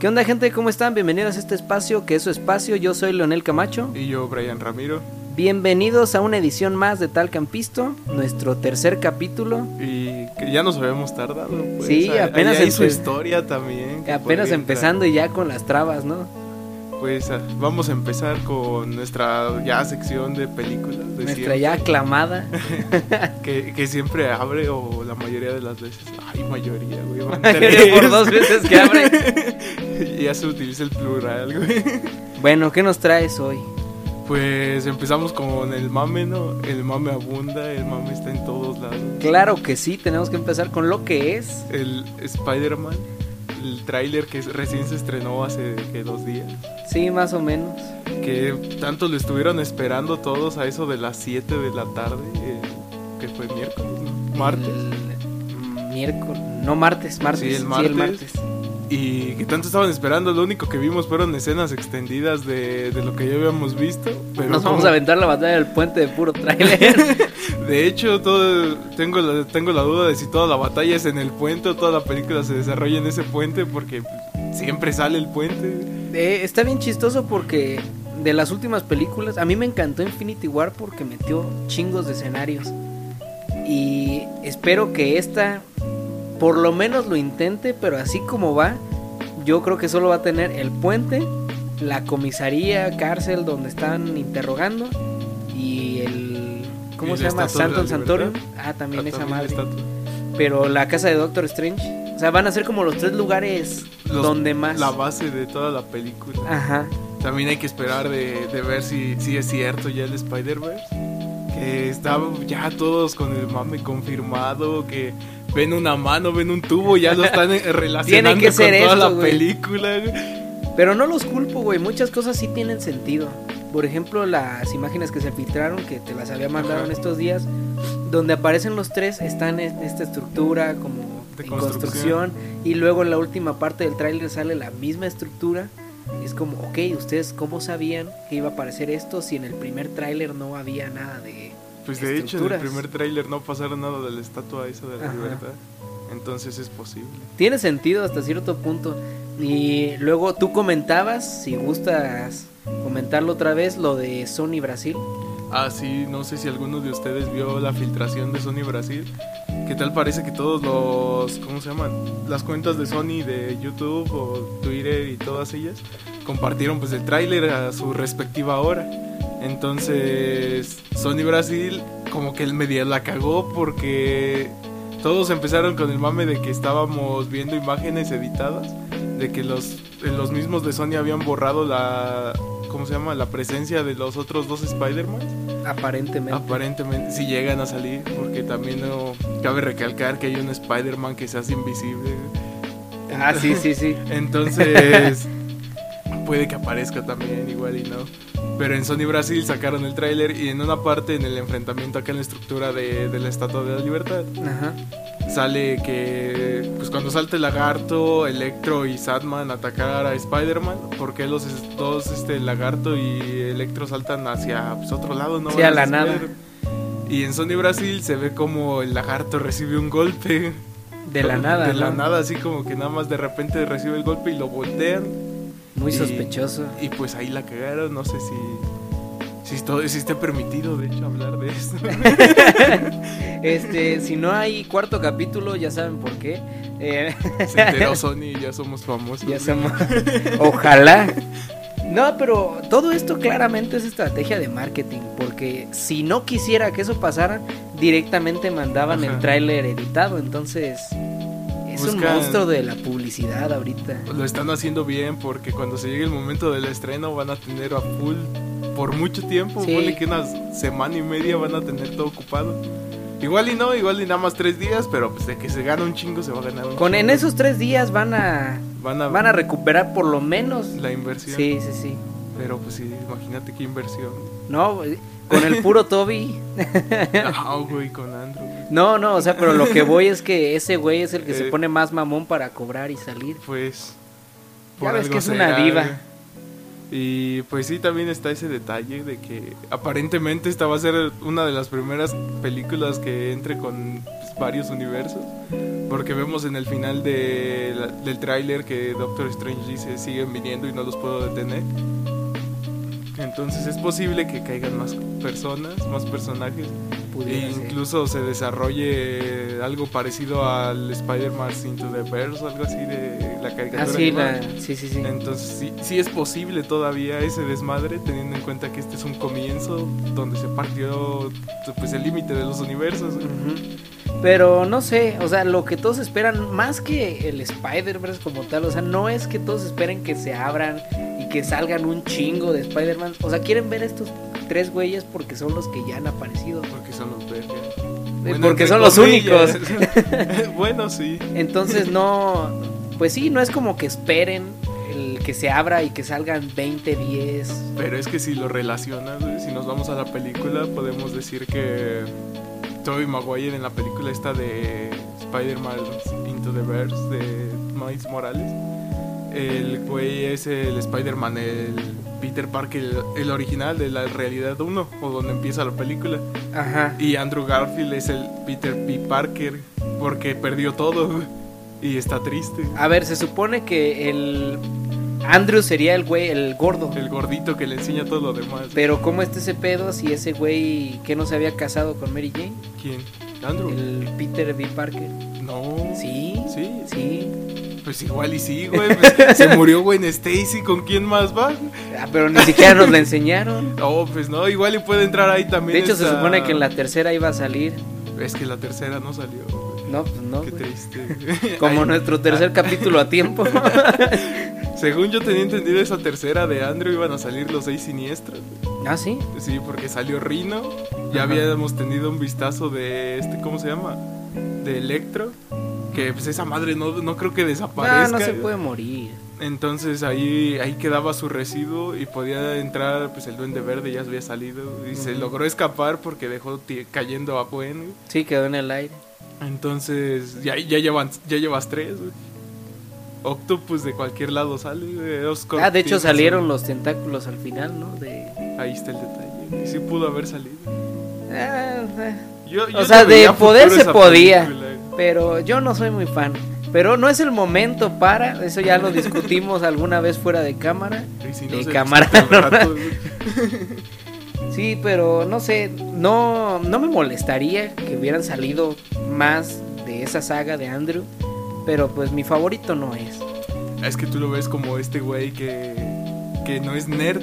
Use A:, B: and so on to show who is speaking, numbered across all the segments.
A: ¿Qué onda gente? ¿Cómo están? Bienvenidos a este espacio, que es su espacio. Yo soy Leonel Camacho.
B: Y yo, Brian Ramiro.
A: Bienvenidos a una edición más de Tal Campisto, nuestro tercer capítulo.
B: Y que ya nos habíamos tardado. Pues.
A: Sí,
B: Ah,
A: apenas
B: ahí hay su
A: empe-
B: historia también. que
A: Apenas
B: podría
A: empezando y ya con las trabas, ¿no?
B: entrar. Pues ah, vamos a empezar con nuestra ya sección de películas. De
A: Nuestra
B: siempre,
A: ya aclamada.
B: Que, que siempre abre o la mayoría de las veces. Ay, mayoría, güey. van tres.
A: Por dos veces que abre.
B: y ya se utiliza el plural, güey.
A: Bueno, ¿qué nos traes hoy?
B: Pues empezamos con el mame, ¿no? El mame abunda, el mame está en todos lados.
A: Claro que sí, tenemos que empezar con lo que es.
B: El Spider-Man, el tráiler que recién se estrenó hace que dos días.
A: Sí, más o menos.
B: que tanto lo estuvieron esperando todos a eso de las 7 de la tarde, eh, que fue miércoles, ¿no?
A: Mm.
B: martes,
A: El- Miércoles. No, martes, martes.
B: Sí, el
A: Sí, el martes.
B: martes. y que tanto estaban esperando, lo único que vimos fueron escenas extendidas de, de lo que ya habíamos visto. Pero
A: Nos vamos
B: como-
A: a aventar la batalla del puente de puro trailer.
B: De hecho, todo, tengo, la, tengo la duda de si toda la batalla es en el puente o toda la película se desarrolla en ese puente, porque siempre sale el puente.
A: Eh, está bien chistoso porque de las últimas películas, a mí me encantó Infinity War porque metió chingos de escenarios. Y espero que esta por lo menos lo intente, pero así como va, yo creo que solo va a tener el puente, la comisaría, cárcel donde están interrogando y el... ¿Cómo
B: Y
A: se
B: la
A: llama?
B: Estatua de la
A: Santon Santorum.
B: Libertad.
A: Ah, también
B: Ah,
A: esa
B: también
A: madre.
B: está todo.
A: Pero la casa de Doctor Strange. O sea, van a ser como los tres lugares
B: Los-
A: donde más. Ah.
B: La base de toda la película.
A: Ajá.
B: También hay que esperar de, de ver si, si es cierto ya el Spider-Verse. Que está ya todos con el mame confirmado, que ven una mano, ven un tubo, ya lo están eh, relacionando
A: que ser
B: con toda
A: esto,
B: la
A: güey.
B: película. güey.
A: Pero no los culpo, güey. Muchas cosas sí tienen sentido. Por ejemplo, las imágenes que se filtraron, que te las había mandado
B: Ajá.
A: en estos días, donde aparecen los tres, están en esta estructura como
B: De
A: en construcción. Y luego en la última parte del tráiler sale la misma estructura. Y es como, ok, ¿ustedes cómo sabían que iba a aparecer esto si en el primer tráiler no había nada de...
B: Pues de hecho, en el
A: Estructuras.
B: primer tráiler no pasaron nada de la estatua esa de la
A: Ajá.
B: libertad. Entonces es posible.
A: tiene sentido hasta cierto punto. Y luego tú comentabas, si gustas comentarlo otra vez, lo de Sony Brasil.
B: Ah, sí, no sé si alguno de ustedes vio la filtración de Sony Brasil. ¿Qué tal parece que todos los, ¿cómo se llaman? Las cuentas de Sony de YouTube o Twitter y todas ellas compartieron pues el tráiler a su respectiva hora. Entonces, Sony Brasil como que el media la cagó porque todos empezaron con el mame de que estábamos viendo imágenes editadas, de que los, los mismos de Sony habían borrado la, ¿cómo se llama? La presencia de los otros dos Spider-Man.
A: Aparentemente.
B: Aparentemente, si llegan a salir, porque también no cabe recalcar que hay un Spider-Man que se hace invisible.
A: Ah, sí, sí, sí.
B: Entonces, puede que aparezca también, igual y no. Pero en Sony Brasil sacaron el tráiler y en una parte, en el enfrentamiento acá en la estructura de, de la Estatua de la Libertad,
A: Ajá.
B: sale que pues cuando salte Lagarto, Electro y Sadman a atacar a Spider-Man, porque los es- dos este Lagarto y Electro saltan hacia pues, otro lado, no
A: Sí,
B: Van
A: a
B: hacia
A: la nada.
B: Spider-Man. Y en Sony Brasil se ve como el Lagarto recibe un golpe
A: De la nada.
B: de la
A: ¿no?
B: nada, así como que nada más de repente recibe el golpe y lo voltean
A: Muy
B: Y-
A: sospechoso.
B: y pues ahí la cagaron, no sé si si, esto, si esté permitido de hecho hablar de eso.
A: Este, si no hay cuarto capítulo, ya saben por qué. Eh,
B: se enteró Sony y ya somos famosos.
A: ya somos. Ojalá. No, pero todo esto claramente es estrategia de marketing. Porque si no quisiera que eso pasara, directamente mandaban el
B: Ajá.
A: tráiler editado. Entonces, es un
B: Buscan-
A: monstruo de la publicidad ahorita.
B: lo están haciendo bien porque cuando se llegue el momento del estreno van a tener a full por mucho tiempo,
A: Sí.
B: ponle que una semana y media van a tener todo ocupado. Igual y no, igual y nada más tres días, pero pues de que se gana un chingo se va a ganar un
A: Con en
B: chingo.
A: esos tres días van a
B: van a,
A: van a recuperar por lo menos.
B: la inversión.
A: Sí, sí, sí.
B: Pero pues sí, imagínate qué inversión.
A: No, eh, con el puro Toby.
B: no, güey, con Andrew. güey.
A: No, no, o sea, pero lo que voy es que ese güey es el que se
B: Eh.
A: pone más mamón para cobrar y salir.
B: Pues
A: Ya ves
B: algo
A: que es una
B: será,
A: diva.
B: güey. Y pues sí, también está ese detalle de que aparentemente esta va a ser una de las primeras películas que entre con pues, varios universos. Porque vemos en el final de la- del tráiler que Doctor Strange dice siguen viniendo y no los puedo detener. Entonces es posible que caigan más personas, más personajes.
A: Pudiera
B: E
A: ser.
B: incluso se desarrolle algo parecido al Spider-Man Into the Verse, algo así de la caricatura.
A: Ah, sí,
B: animada.
A: la- sí, sí, sí.
B: Entonces sí, sí es posible todavía ese desmadre, teniendo en cuenta que este es un comienzo donde se partió pues, el límite de los universos. güey.
A: Ujú. Pero no sé, o sea, lo que todos esperan, más que el Spider-Verse como tal, o sea, no es que todos esperen que se abran y que salgan un chingo de Spider-Man. O sea, quieren ver estos tres güeyes porque son los que ya han aparecido.
B: Porque son los verga.
A: Eh, porque
B: entre
A: son los
B: comillas. bueno, sí.
A: Entonces no, pues sí, no es como que esperen el que se abra y que salgan 20, 10.
B: Pero es que si lo relacionas, güey, si nos vamos a la película, podemos decir que Tobey Maguire en la película esta de Spider-Man Into the Verse de Miles Morales, el güey es el Spider-Man, el Peter Parker, el, el original de la realidad 1, o donde empieza la película.
A: Ajá.
B: Y Andrew Garfield es el Peter P. Parker, porque perdió todo güey, y está triste.
A: A ver, se supone que el Andrew sería el güey, el gordo.
B: El gordito que le enseña todo lo demás.
A: Pero ¿cómo está ese pedo si ese güey que no se había casado con Mary Jane?
B: ¿Quién? ¿Andrew?
A: El Peter B. Parker.
B: No.
A: Sí.
B: Sí,
A: Sí.
B: Pues igual y sí, güey. pues, se murió Gwen Stacy, ¿con quién más va?
A: Ah, pero ni siquiera nos la enseñaron.
B: No, pues no, igual y puede entrar ahí también.
A: De hecho, se
B: esa-
A: supone que en la tercera iba a salir.
B: Es que la tercera no salió, güey.
A: No, pues no.
B: Qué
A: güey.
B: triste. güey.
A: Como
B: Ay, Ah.
A: nuestro tercer capítulo a tiempo.
B: Según yo tenía entendido, esa tercera de Andrew iban a salir los seis siniestros. güey.
A: ah, sí.
B: Sí, porque salió Rino. Ya
A: Ajá.
B: habíamos tenido un vistazo de este, ¿cómo se llama? De Electro. Que pues esa madre no, no creo que desaparezca.
A: Ah, No, no se
B: güey.
A: puede morir.
B: Entonces ahí, ahí quedaba su residuo y podía entrar, pues el duende verde ya había salido y se
A: Ujú.
B: logró escapar porque dejó ti- cayendo a Gwen. güey.
A: Sí, quedó en el aire.
B: Entonces ya, ya, llevan, ya llevas tres. güey. Octopus de cualquier lado sale. güey. Oscorp
A: Ah, de hecho
B: tiene su-
A: salieron los tentáculos al final, ¿no? De...
B: Ahí está el detalle. güey. Sí pudo haber salido.
A: Ah, ah.
B: Yo- yo
A: O
B: le
A: sea, de
B: veía
A: poder
B: futuro
A: se
B: esa
A: podía.
B: película, güey.
A: Pero yo no soy muy fan. Pero no es el momento para, eso ya lo discutimos alguna vez fuera de cámara.
B: Y si no,
A: De
B: se
A: cámara,
B: disfruta el
A: ¿no?
B: rato, güey.
A: Sí, pero no sé, no, no me molestaría que hubieran salido más de esa saga de Andrew, pero pues mi favorito no es.
B: Es que tú lo ves como este güey que, que no es nerd,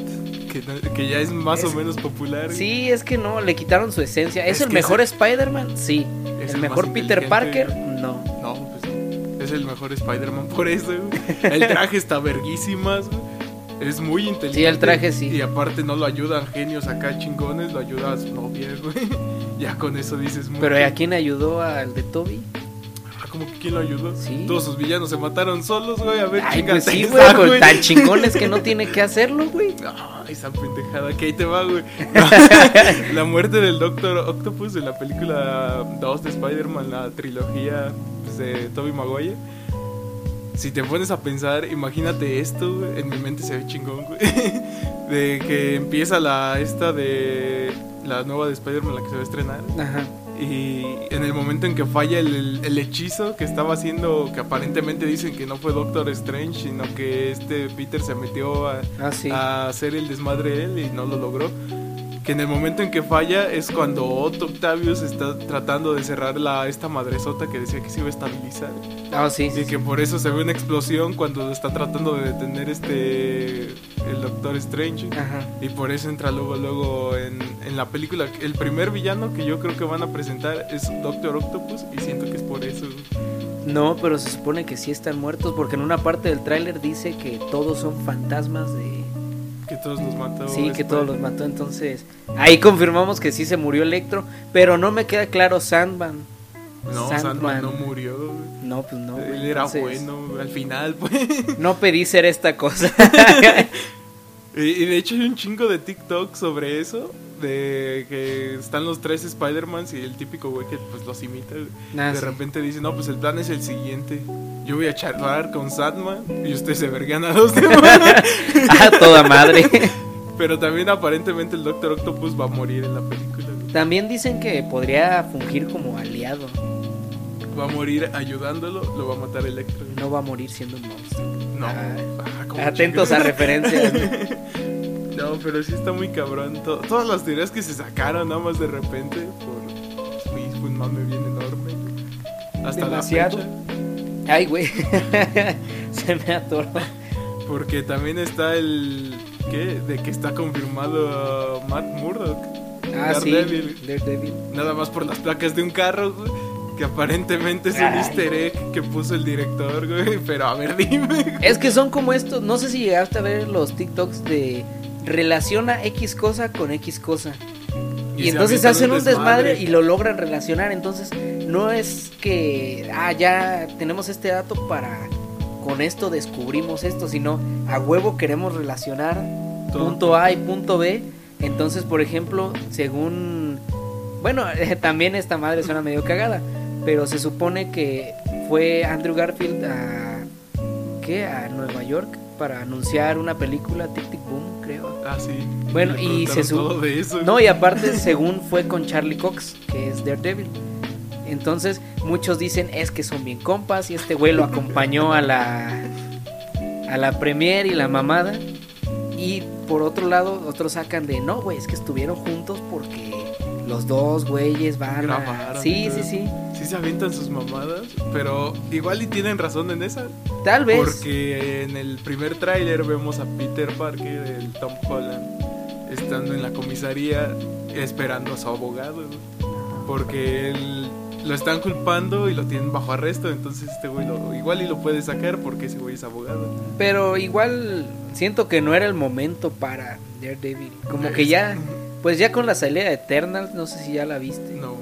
B: que, no- que ya es más
A: Es-
B: o menos popular.
A: Sí, es que no, le quitaron su esencia. ¿Es,
B: Es
A: el
B: que
A: mejor
B: es-
A: Spider-Man? Sí.
B: es
A: ¿El,
B: el
A: mejor
B: más
A: Peter
B: inteligente.
A: Parker? No.
B: No, pues no. es el mejor Spider-Man por eso. güey. El traje está verguísimas, güey. Es muy inteligente.
A: Sí, el traje sí.
B: Y aparte no lo ayudan genios acá chingones, lo ayuda a su novia, güey. Ya con eso dices mucho.
A: ¿Pero a quién ayudó al de Toby?
B: Ah, ¿Cómo que quién lo ayudó?
A: Sí.
B: Todos sus villanos se mataron solos, güey. A ver,
A: Ay,
B: chingate
A: pues sí,
B: esa,
A: güey, con tan chingones que no tiene que hacerlo, güey.
B: Ah, esa pendejada que ahí te va, güey. la muerte del Doctor Octopus de la película 2 de Spider-Man, la trilogía pues, de Tobey Maguire. Si te pones a pensar, imagínate esto, güey, en mi mente se ve chingón, güey. De que empieza la esta de la nueva de Spider-Man, la que se va a estrenar.
A: Ajá.
B: Y en el momento en que falla el, el- el hechizo que estaba haciendo, que aparentemente dicen que no fue Doctor Strange, sino que este Peter se metió a,
A: Ah, sí.
B: a hacer el desmadre él y no lo logró. Que en el momento en que falla es cuando Otto Octavius está tratando de cerrar la, esta madresota que decía que se iba a estabilizar.
A: Ah, sí. sí,
B: Y
A: sí.
B: que por eso se ve una explosión cuando lo está tratando de detener este el Doctor Strange.
A: Ajá.
B: Y por eso entra luego luego en, en la película. El primer villano que yo creo que van a presentar es Doctor Octopus y siento que es por eso.
A: No, pero se supone que sí están muertos porque en una parte del tráiler dice que todos son fantasmas de...
B: Que todos los mató.
A: Sí, que
B: Spider-
A: todos los mató, entonces ahí confirmamos que sí se murió Electro, pero no me queda claro Sandman.
B: No, Sandman,
A: Sandman.
B: no murió. güey.
A: No, pues no. güey,
B: Él era
A: entonces,
B: bueno al final, pues.
A: No pedí ser esta cosa.
B: Y, y de hecho hay un chingo de TikTok sobre eso. de que están los tres Spider-Mans y el típico güey que pues los imita. güey.
A: Ah,
B: de
A: sí.
B: repente dice, no, pues el plan es el siguiente. Yo voy a charlar con Sandman y ustedes se verguean a los demás.
A: Ah, toda madre.
B: Pero también aparentemente el Doctor Octopus va a morir en la película. güey.
A: También dicen que podría fungir como aliado.
B: Va a morir ayudándolo, lo va a matar Electro. güey.
A: No va a morir siendo un monstruo.
B: No.
A: Ah,
B: Ah, como
A: Atentos a
B: chingados.
A: referencias. ¿no?
B: No, pero sí está muy cabrón. to- todas las teorías que se sacaron nada más de repente por uy, fue un mame bien enorme. Hasta
C: Demasiado.
B: la fecha.
A: Ay, güey. Se me atoró.
B: Porque también está el ¿qué? de que está confirmado uh, Matt Murdock.
A: Ah, sí.
B: Daredevil.
A: Daredevil.
B: Nada más por las placas de un carro, güey, Que aparentemente es un
A: Ay.
B: easter egg que puso el director, güey. Pero a ver, dime.
A: Es que son como estos. No sé si llegaste a ver los TikToks de relaciona X cosa con X cosa. Y,
B: se
A: entonces
B: avientan
A: hacen un desmadre. y lo logran relacionar. Entonces, no es que, ah, ya tenemos este dato para con esto descubrimos esto, sino a huevo queremos relacionar
B: Todo.
A: punto A y punto B. Entonces, por ejemplo, según. Bueno, también esta madre suena medio cagada, pero se supone que fue Andrew Garfield a. ¿Qué? A Nueva York para anunciar una película, Tic Tic Boom, creo.
B: Ah, sí.
A: Bueno,
B: Le
A: y se
B: preguntaron
A: sub-
B: todo de eso,
A: No,
B: güey.
A: y aparte, según fue con Charlie Cox, que es Daredevil. Entonces, muchos dicen es que son bien compas y este güey lo acompañó a la a la premier y la mamada. Y por otro lado, otros sacan de no, güey, es que estuvieron juntos porque los dos güeyes van a...
B: Grabaron y
A: Sí,
B: todo.
A: sí, sí.
B: Sí se avientan sus mamadas, pero igual y tienen razón en esa.
A: Tal vez.
B: Porque en el primer tráiler vemos a Peter Parker, el Tom Holland, estando en la comisaría esperando a su abogado. güey. Porque él lo están culpando y lo tienen bajo arresto, entonces este güey lo- igual y lo puede sacar porque ese güey es abogado.
A: Pero igual siento que no era el momento para Daredevil. Como que ya, pues ya con la salida de Eternals, no sé si ya la viste.
B: No,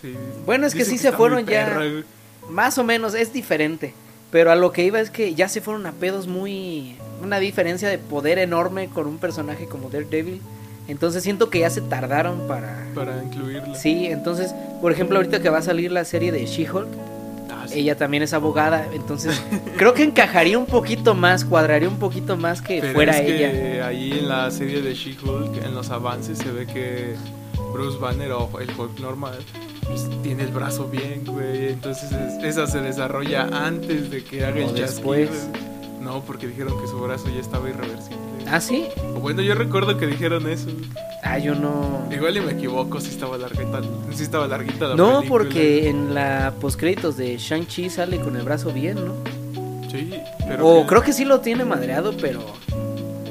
B: sí.
A: Bueno, es que
B: Dicen
A: sí se
B: está
A: fueron
B: muy
A: ya.
B: perra, güey.
A: Más o menos, es diferente. Pero a lo que iba es que ya se fueron a pedos muy. Una diferencia de poder enorme con un personaje como Daredevil. Entonces siento que ya se tardaron para.
B: Para incluirla.
A: Sí, entonces, por ejemplo, ahorita que va a salir la serie de She-Hulk,
B: Ah, sí.
A: ella también es abogada. Entonces, creo que encajaría un poquito más, cuadraría un poquito más que
B: Pero
A: fuera
B: es
A: ella.
B: Que ahí en la serie de She-Hulk, en los avances, se ve que Bruce Banner o el Hulk normal pues, tiene el brazo bien, güey. Entonces es- esa se desarrolla antes de que haga
A: O
B: el
A: después.
B: chasquido. No, porque dijeron que su brazo ya estaba irreversible.
A: ¿Ah, sí?
B: O Bueno, yo recuerdo que dijeron eso.
A: Ah, yo no.
B: Igual y me equivoco, si estaba larguita, sí estaba larguita la
A: No,
B: película.
A: porque en la postcréditos de Shang-Chi sale con el brazo bien, ¿no?
B: Sí, pero...
A: O creo que sí lo tiene madreado, pero.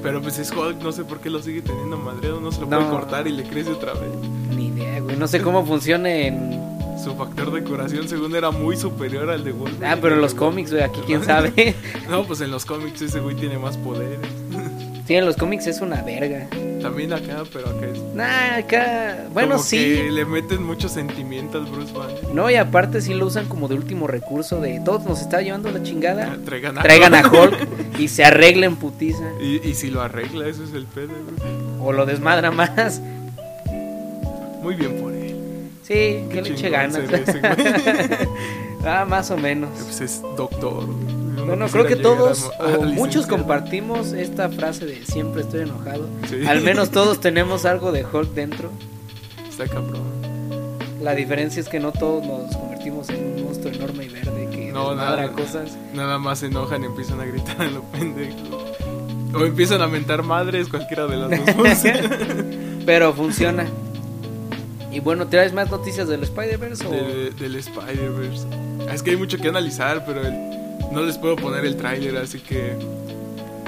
B: Pero pues es Hulk, no sé por qué lo sigue teniendo madreado, no se lo
A: No.
B: puede cortar y le crece otra vez.
A: Ni idea, güey. No sé cómo funcione en.
B: Su factor de curación, según era muy superior al de Wolverine.
A: Ah, pero en los
B: Wolverine.
A: cómics, güey. Aquí quién sabe.
B: No, pues en los cómics ese güey tiene más poderes.
A: Sí, en los cómics es una verga.
B: También acá, pero acá es.
A: Nah, acá. Bueno,
B: como Que
A: sí.
B: le meten mucho sentimiento al Bruce Banner.
A: No, y aparte sí lo usan como de último recurso de todos nos está llevando la chingada.
B: Ah, Traigan a,
A: Ah. Traigan a Hulk y se arreglen putiza.
B: Y, y si lo arregla, eso es el pedo. güey.
A: O lo desmadra más.
B: Muy bien por él.
A: Sí,
B: Qué
A: que le eche
B: chingón
A: ganas.
B: se ve ese güey.
A: ah, más o menos.
B: pues es doctor. güey. Uno
A: Bueno,
B: quisiera
A: creo que
B: llegar a-
A: todos
B: a
A: o muchos
B: licenciado.
A: compartimos esta frase de siempre estoy enojado.
B: Sí.
A: Al menos todos tenemos algo de Hulk dentro.
B: Está cabrón.
A: La diferencia es que no todos nos convertimos en un monstruo enorme y verde que
B: No,
A: no,
B: nada.
A: cosas.
B: Nada más se enojan y empiezan a gritar a lo pendejo. O empiezan a mentar madres, cualquiera de las dos. cosas.
A: Pero funciona. Y bueno, ¿traes más noticias del Spider-Verse? o-
B: de- del Spider-Verse. Es que hay mucho que analizar, pero el- no les puedo poner el tráiler, así que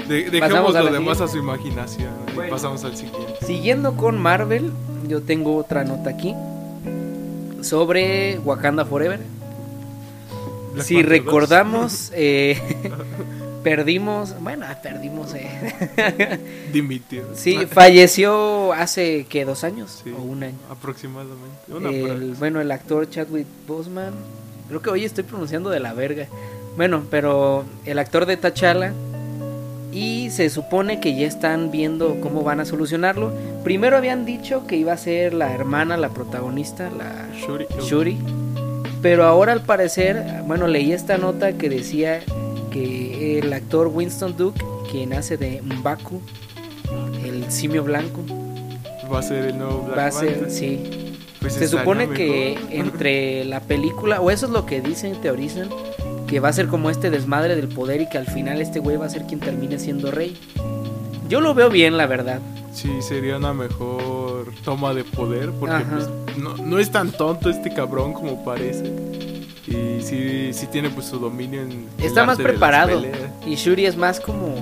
B: de- dejemos
A: Pasamos a
B: lo
A: la
B: demás
A: siguiente.
B: a su imaginación. y
A: Bueno.
B: pasamos al siguiente.
A: Siguiendo con Marvel, yo tengo otra nota aquí sobre Wakanda Forever.
B: Black
A: si
B: Panther dos.
A: recordamos, eh, perdimos, bueno, ah, perdimos, eh.
B: Dimitió.
A: sí, falleció hace que dos años
B: Ah, Sí.
A: o un año.
B: aproximadamente. Una
A: El-
B: por ahí.
A: bueno, el actor Chadwick Boseman, creo que hoy estoy pronunciando de la verga. Bueno, pero el actor de T'Challa Y se supone que ya están viendo cómo van a solucionarlo. Primero habían dicho que iba a ser la hermana, la protagonista, la
B: Shuri.
A: Shuri. Pero ahora al parecer, bueno, leí esta nota que decía que el actor Winston Duke, quien hace de Mbaku, el simio blanco,
B: Va a ser el nuevo Black
A: va a ser,
B: Panther.
A: sí,
B: Pues
A: se
B: estaría
A: supone
B: mejor.
A: que entre la película, o eso es lo que dicen, teorizan, que va a ser como este desmadre del poder y que al final este güey va a ser quien termine siendo rey. Yo lo veo bien, la verdad.
B: Sí, sería una mejor toma de poder porque
A: Ajá.
B: pues, no, no es tan tonto este cabrón como parece. Y sí, sí tiene pues su dominio en... el
A: Está más
B: arte de las
A: preparado.
B: peleas.
A: Y Shuri es más como...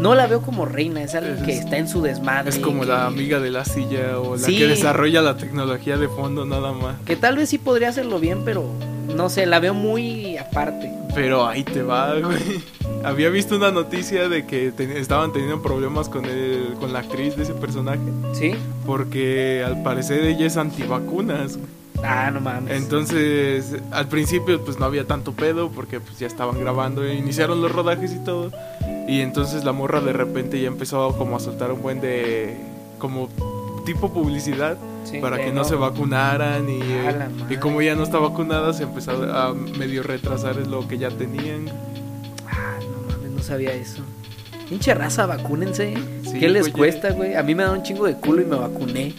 A: No la veo como reina, es alguien
B: Es-
A: que está en su desmadre.
B: Es como
A: que-
B: la amiga de la silla o la
A: Sí.
B: que desarrolla la tecnología de fondo nada más.
A: Que tal vez sí podría hacerlo bien, pero no sé, la veo muy aparte.
B: Pero ahí te va, güey. Había visto una noticia de que ten- estaban teniendo problemas con, el, con la actriz de ese personaje
A: ¿Sí?
B: porque al parecer ella es antivacunas. güey.
A: Ah, no mames.
B: Entonces, al principio pues no había tanto pedo porque pues ya estaban grabando, e iniciaron los rodajes y todo. Y entonces la morra de repente ya empezó como a soltar un buen de como tipo publicidad
A: Sí,
B: para
A: de
B: que no, se vacunaran y,
A: A la madre.
B: y como ya no está vacunada se empezó a medio retrasar lo que ya tenían.
A: Ah, no mames, no sabía eso. Pinche raza, vacúnense. ¿eh?
B: Sí,
A: ¿Qué les
B: oye.
A: cuesta, güey? A mí me da un chingo de culo y me vacuné.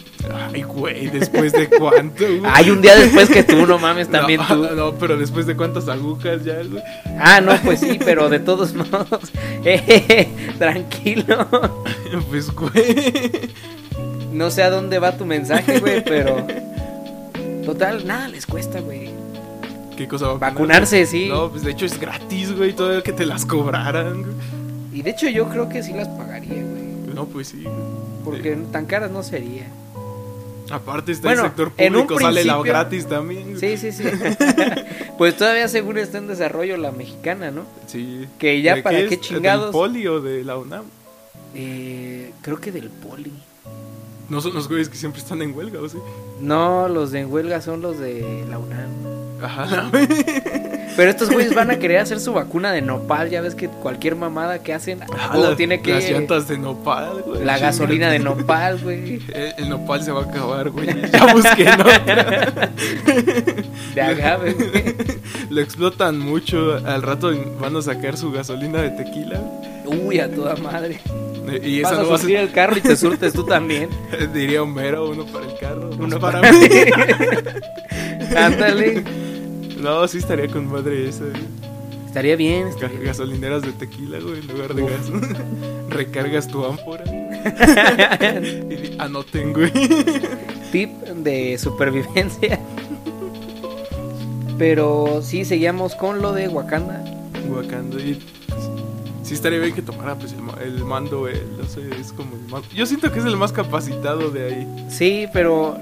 B: Ay, güey, después de cuánto. güey?
A: Ay, un día después que tú, no mames, también
B: no,
A: tú.
B: No, pero después de cuántas agujas ya, güey.
A: Ah, no, pues sí, pero de todos modos. eh, tranquilo.
B: Pues, güey.
A: No sé a dónde va tu mensaje, güey, pero. Total, nada les cuesta, güey.
B: ¿Qué cosa
A: Vacunarse, sí.
B: No, pues de hecho es gratis, güey, todavía que te las cobraran. güey.
A: Y de hecho, yo creo que sí las pagaría, güey.
B: No, pues sí. güey.
A: Porque tan caras no sería.
B: Aparte está
A: Bueno,
B: el sector
A: en un
B: público, sale la
A: principio-
B: gratis también.
A: Sí, sí, sí. pues todavía, seguro, está en desarrollo la mexicana, ¿no?
B: Sí.
A: Que ya
B: ¿De
A: para qué
B: es?
A: chingados.
B: ¿Del poli o de la UNAM?
A: Eh, creo que del poli.
B: No son los güeyes que siempre están en huelga, ¿o sí?
A: No, los de en huelga son los de la UNAM.
B: Ajá.
A: Pero estos güeyes van a querer hacer su vacuna de nopal. Ya ves que cualquier mamada que hacen,
B: Ah,
A: todo
B: la-
A: tiene que.
B: Las llantas de nopal, güey.
A: la
B: Chinga.
A: gasolina de nopal, güey.
B: El, el nopal se va a acabar, güey. Ya busqué, ¿no?
A: De agave, güey.
B: Lo explotan mucho. Al rato van a sacar su gasolina de tequila.
A: Uy, a toda madre.
B: Eh, Y
A: Vas
B: esa
A: a
B: no va a
A: surtir
B: ser,
A: el carro y te surtes tú también.
B: diría Homero, uno para el carro,
A: Uno
B: uno Pues para mí.
A: Ándale.
B: No, sí estaría con madre esa. güey.
A: Estaría bien.
B: Ga-
A: estaría bien.
B: Gasolineras de tequila, güey, en lugar de
A: Uf.
B: gas. Recargas tu ámpora. y di, anoten, güey.
A: tip de supervivencia. Pero sí, seguíamos con lo de Wakanda.
B: Wakanda y pues, sí estaría bien que tomara pues el, ma- el mando él, no sé, es como el más yo siento que es el más capacitado de ahí.
A: Sí, pero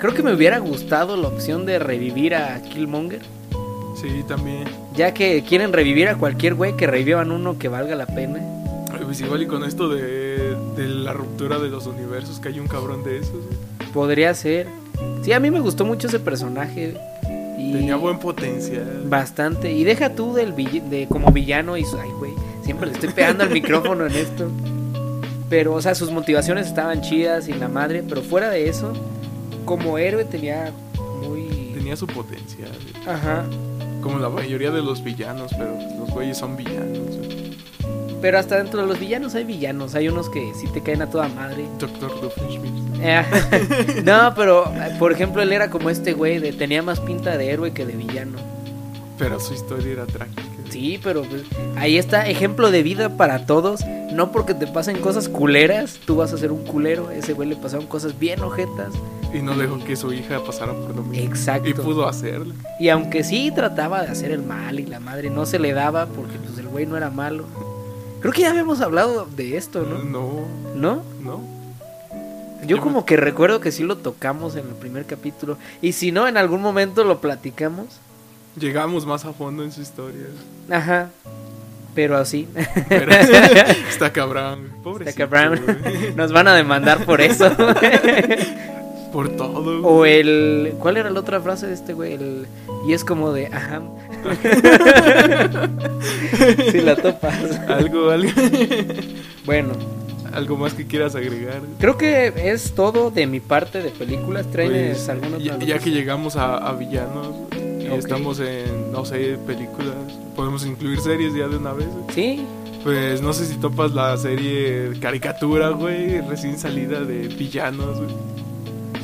A: creo que me hubiera gustado la opción de revivir a Killmonger.
B: Sí, también.
A: Ya que quieren revivir a cualquier güey, que revivan uno que valga la pena.
B: Ay, Pues igual y con esto de, de la ruptura de los universos, que hay un cabrón de esos. güey.
A: Podría ser. Sí, a mí me gustó mucho ese personaje. Y
B: Tenía buen potencial.
A: Bastante. Y deja tú del vill- de como villano y su- ay, güey, siempre le estoy pegando al micrófono en esto. Pero o sea, sus motivaciones estaban chidas y la madre, pero fuera de eso, como héroe tenía muy
B: Tenía su potencial. güey.
A: ajá.
B: Como la mayoría de los villanos, pero pues, los güeyes son villanos. güey.
A: Pero hasta dentro de los villanos hay villanos, hay unos que sí te caen a toda madre.
B: Doctor Doofenshmirtz.
A: Eh, no, pero por ejemplo, él era como este güey, de, tenía más pinta de héroe que de villano.
B: Pero su historia era trágica.
A: Sí, pero pues, ahí está, ejemplo de vida para todos. No porque te pasen cosas culeras, tú vas a ser un culero. Ese güey le pasaron cosas bien ojetas.
B: Y no dejó que su hija pasara por lo mismo.
A: Exacto.
B: Y pudo hacerlo.
A: Y aunque sí trataba de hacer el mal y la madre no se le daba porque pues el güey no era malo. Creo que ya habíamos hablado de esto, ¿no?
B: No,
A: ¿No?
B: no.
A: Yo
B: Yo
A: como
B: me-
A: que recuerdo que sí lo tocamos en el primer capítulo. Y si no, en algún momento lo platicamos.
B: Llegamos más a fondo en su historia.
A: Ajá. Pero así.
B: Pero está cabrón. Pobre.
A: Está cabrón. Nos van a demandar por eso.
B: Por todo. güey.
A: O el. ¿Cuál era la otra frase de este güey? El, y es como de. Ajá. si la topas.
B: Algo, algo,
A: Bueno,
B: algo más que quieras agregar. güey.
A: creo que es todo de mi parte de películas. ¿Traes
B: Pues,
A: alguna otra
B: ya, ya
A: noticia?
B: que llegamos a, a villanos güey, y
A: Ok.
B: estamos en, no sé, películas, podemos incluir series ya de una vez. güey.
A: Sí,
B: Pues no sé si topas la serie caricatura, güey, recién salida de villanos, güey.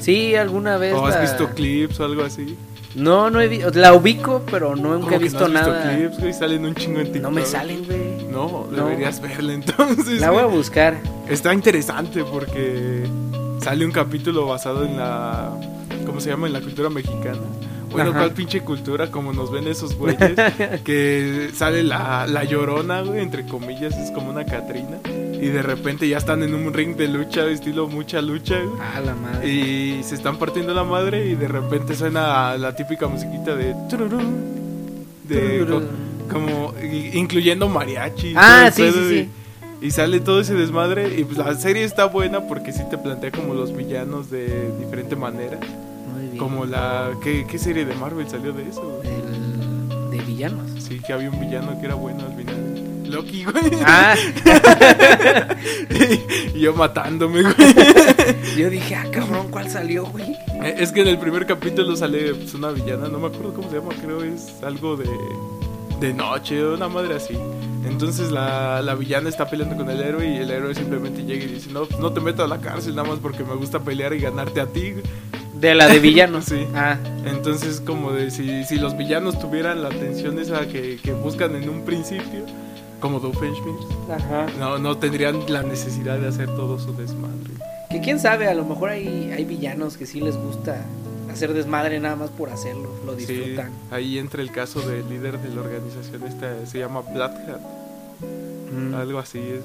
A: sí, alguna vez.
B: ¿O Oh, has
A: la-
B: visto clips o algo así?
A: No, no he visto. La ubico, pero nunca he
B: ¿Cómo que
A: visto
B: no has
A: nada.
B: clips, güey, salen un chingo en TikTok.
A: no me salen, güey.
B: No, deberías verla entonces.
A: La voy a buscar.
B: Está interesante porque sale un capítulo basado en la. ¿Cómo se llama? En la cultura mexicana. Bueno,
A: Ajá.
B: ¿cuál pinche cultura? Como nos ven esos güeyes. que sale la, la llorona, güey, entre comillas, es como una Catrina. Y de repente ya están en un ring de lucha, estilo mucha lucha, güey.
A: Ah, la madre.
B: Y se están partiendo la madre y de repente suena la típica musiquita de... tururún, de co- como i- incluyendo mariachi. y
A: Ah,
B: todo el
A: sí,
B: pedo,
A: sí,
B: y- Y sale todo ese desmadre y pues la serie está buena porque sí te plantea como los villanos de diferente manera.
A: Muy bien.
B: Como la... ¿Qué, qué serie de Marvel salió de eso? güey?
A: El- de villanos.
B: Sí, que había un villano que era bueno al final. Loki, güey.
A: Ah,
B: y yo matándome, güey.
A: yo dije, ah, cabrón, ¿cuál salió, güey?
B: Eh, Es que en el primer capítulo sale pues, una villana, no me acuerdo cómo se llama, creo es algo de, de noche o una madre así. Entonces la, la villana está peleando con el héroe y el héroe simplemente llega y dice, no, pues, no te metas a la cárcel nada más porque me gusta pelear y ganarte a ti.
A: De la de villanos.
B: Sí.
A: Ah,
B: Entonces como de si, si los villanos tuvieran la atención esa que, que buscan en un principio, como Doofenshmirtz,
A: ajá.
B: no, no tendrían la necesidad de hacer todo su desmadre.
A: Que quién sabe, a lo mejor hay, hay villanos que sí les gusta hacer desmadre nada más por hacerlo, lo
B: Sí,
A: disfrutan.
B: ahí entra el caso del líder de la organización esta, se llama Black Hat,
A: Mm.
B: algo así es.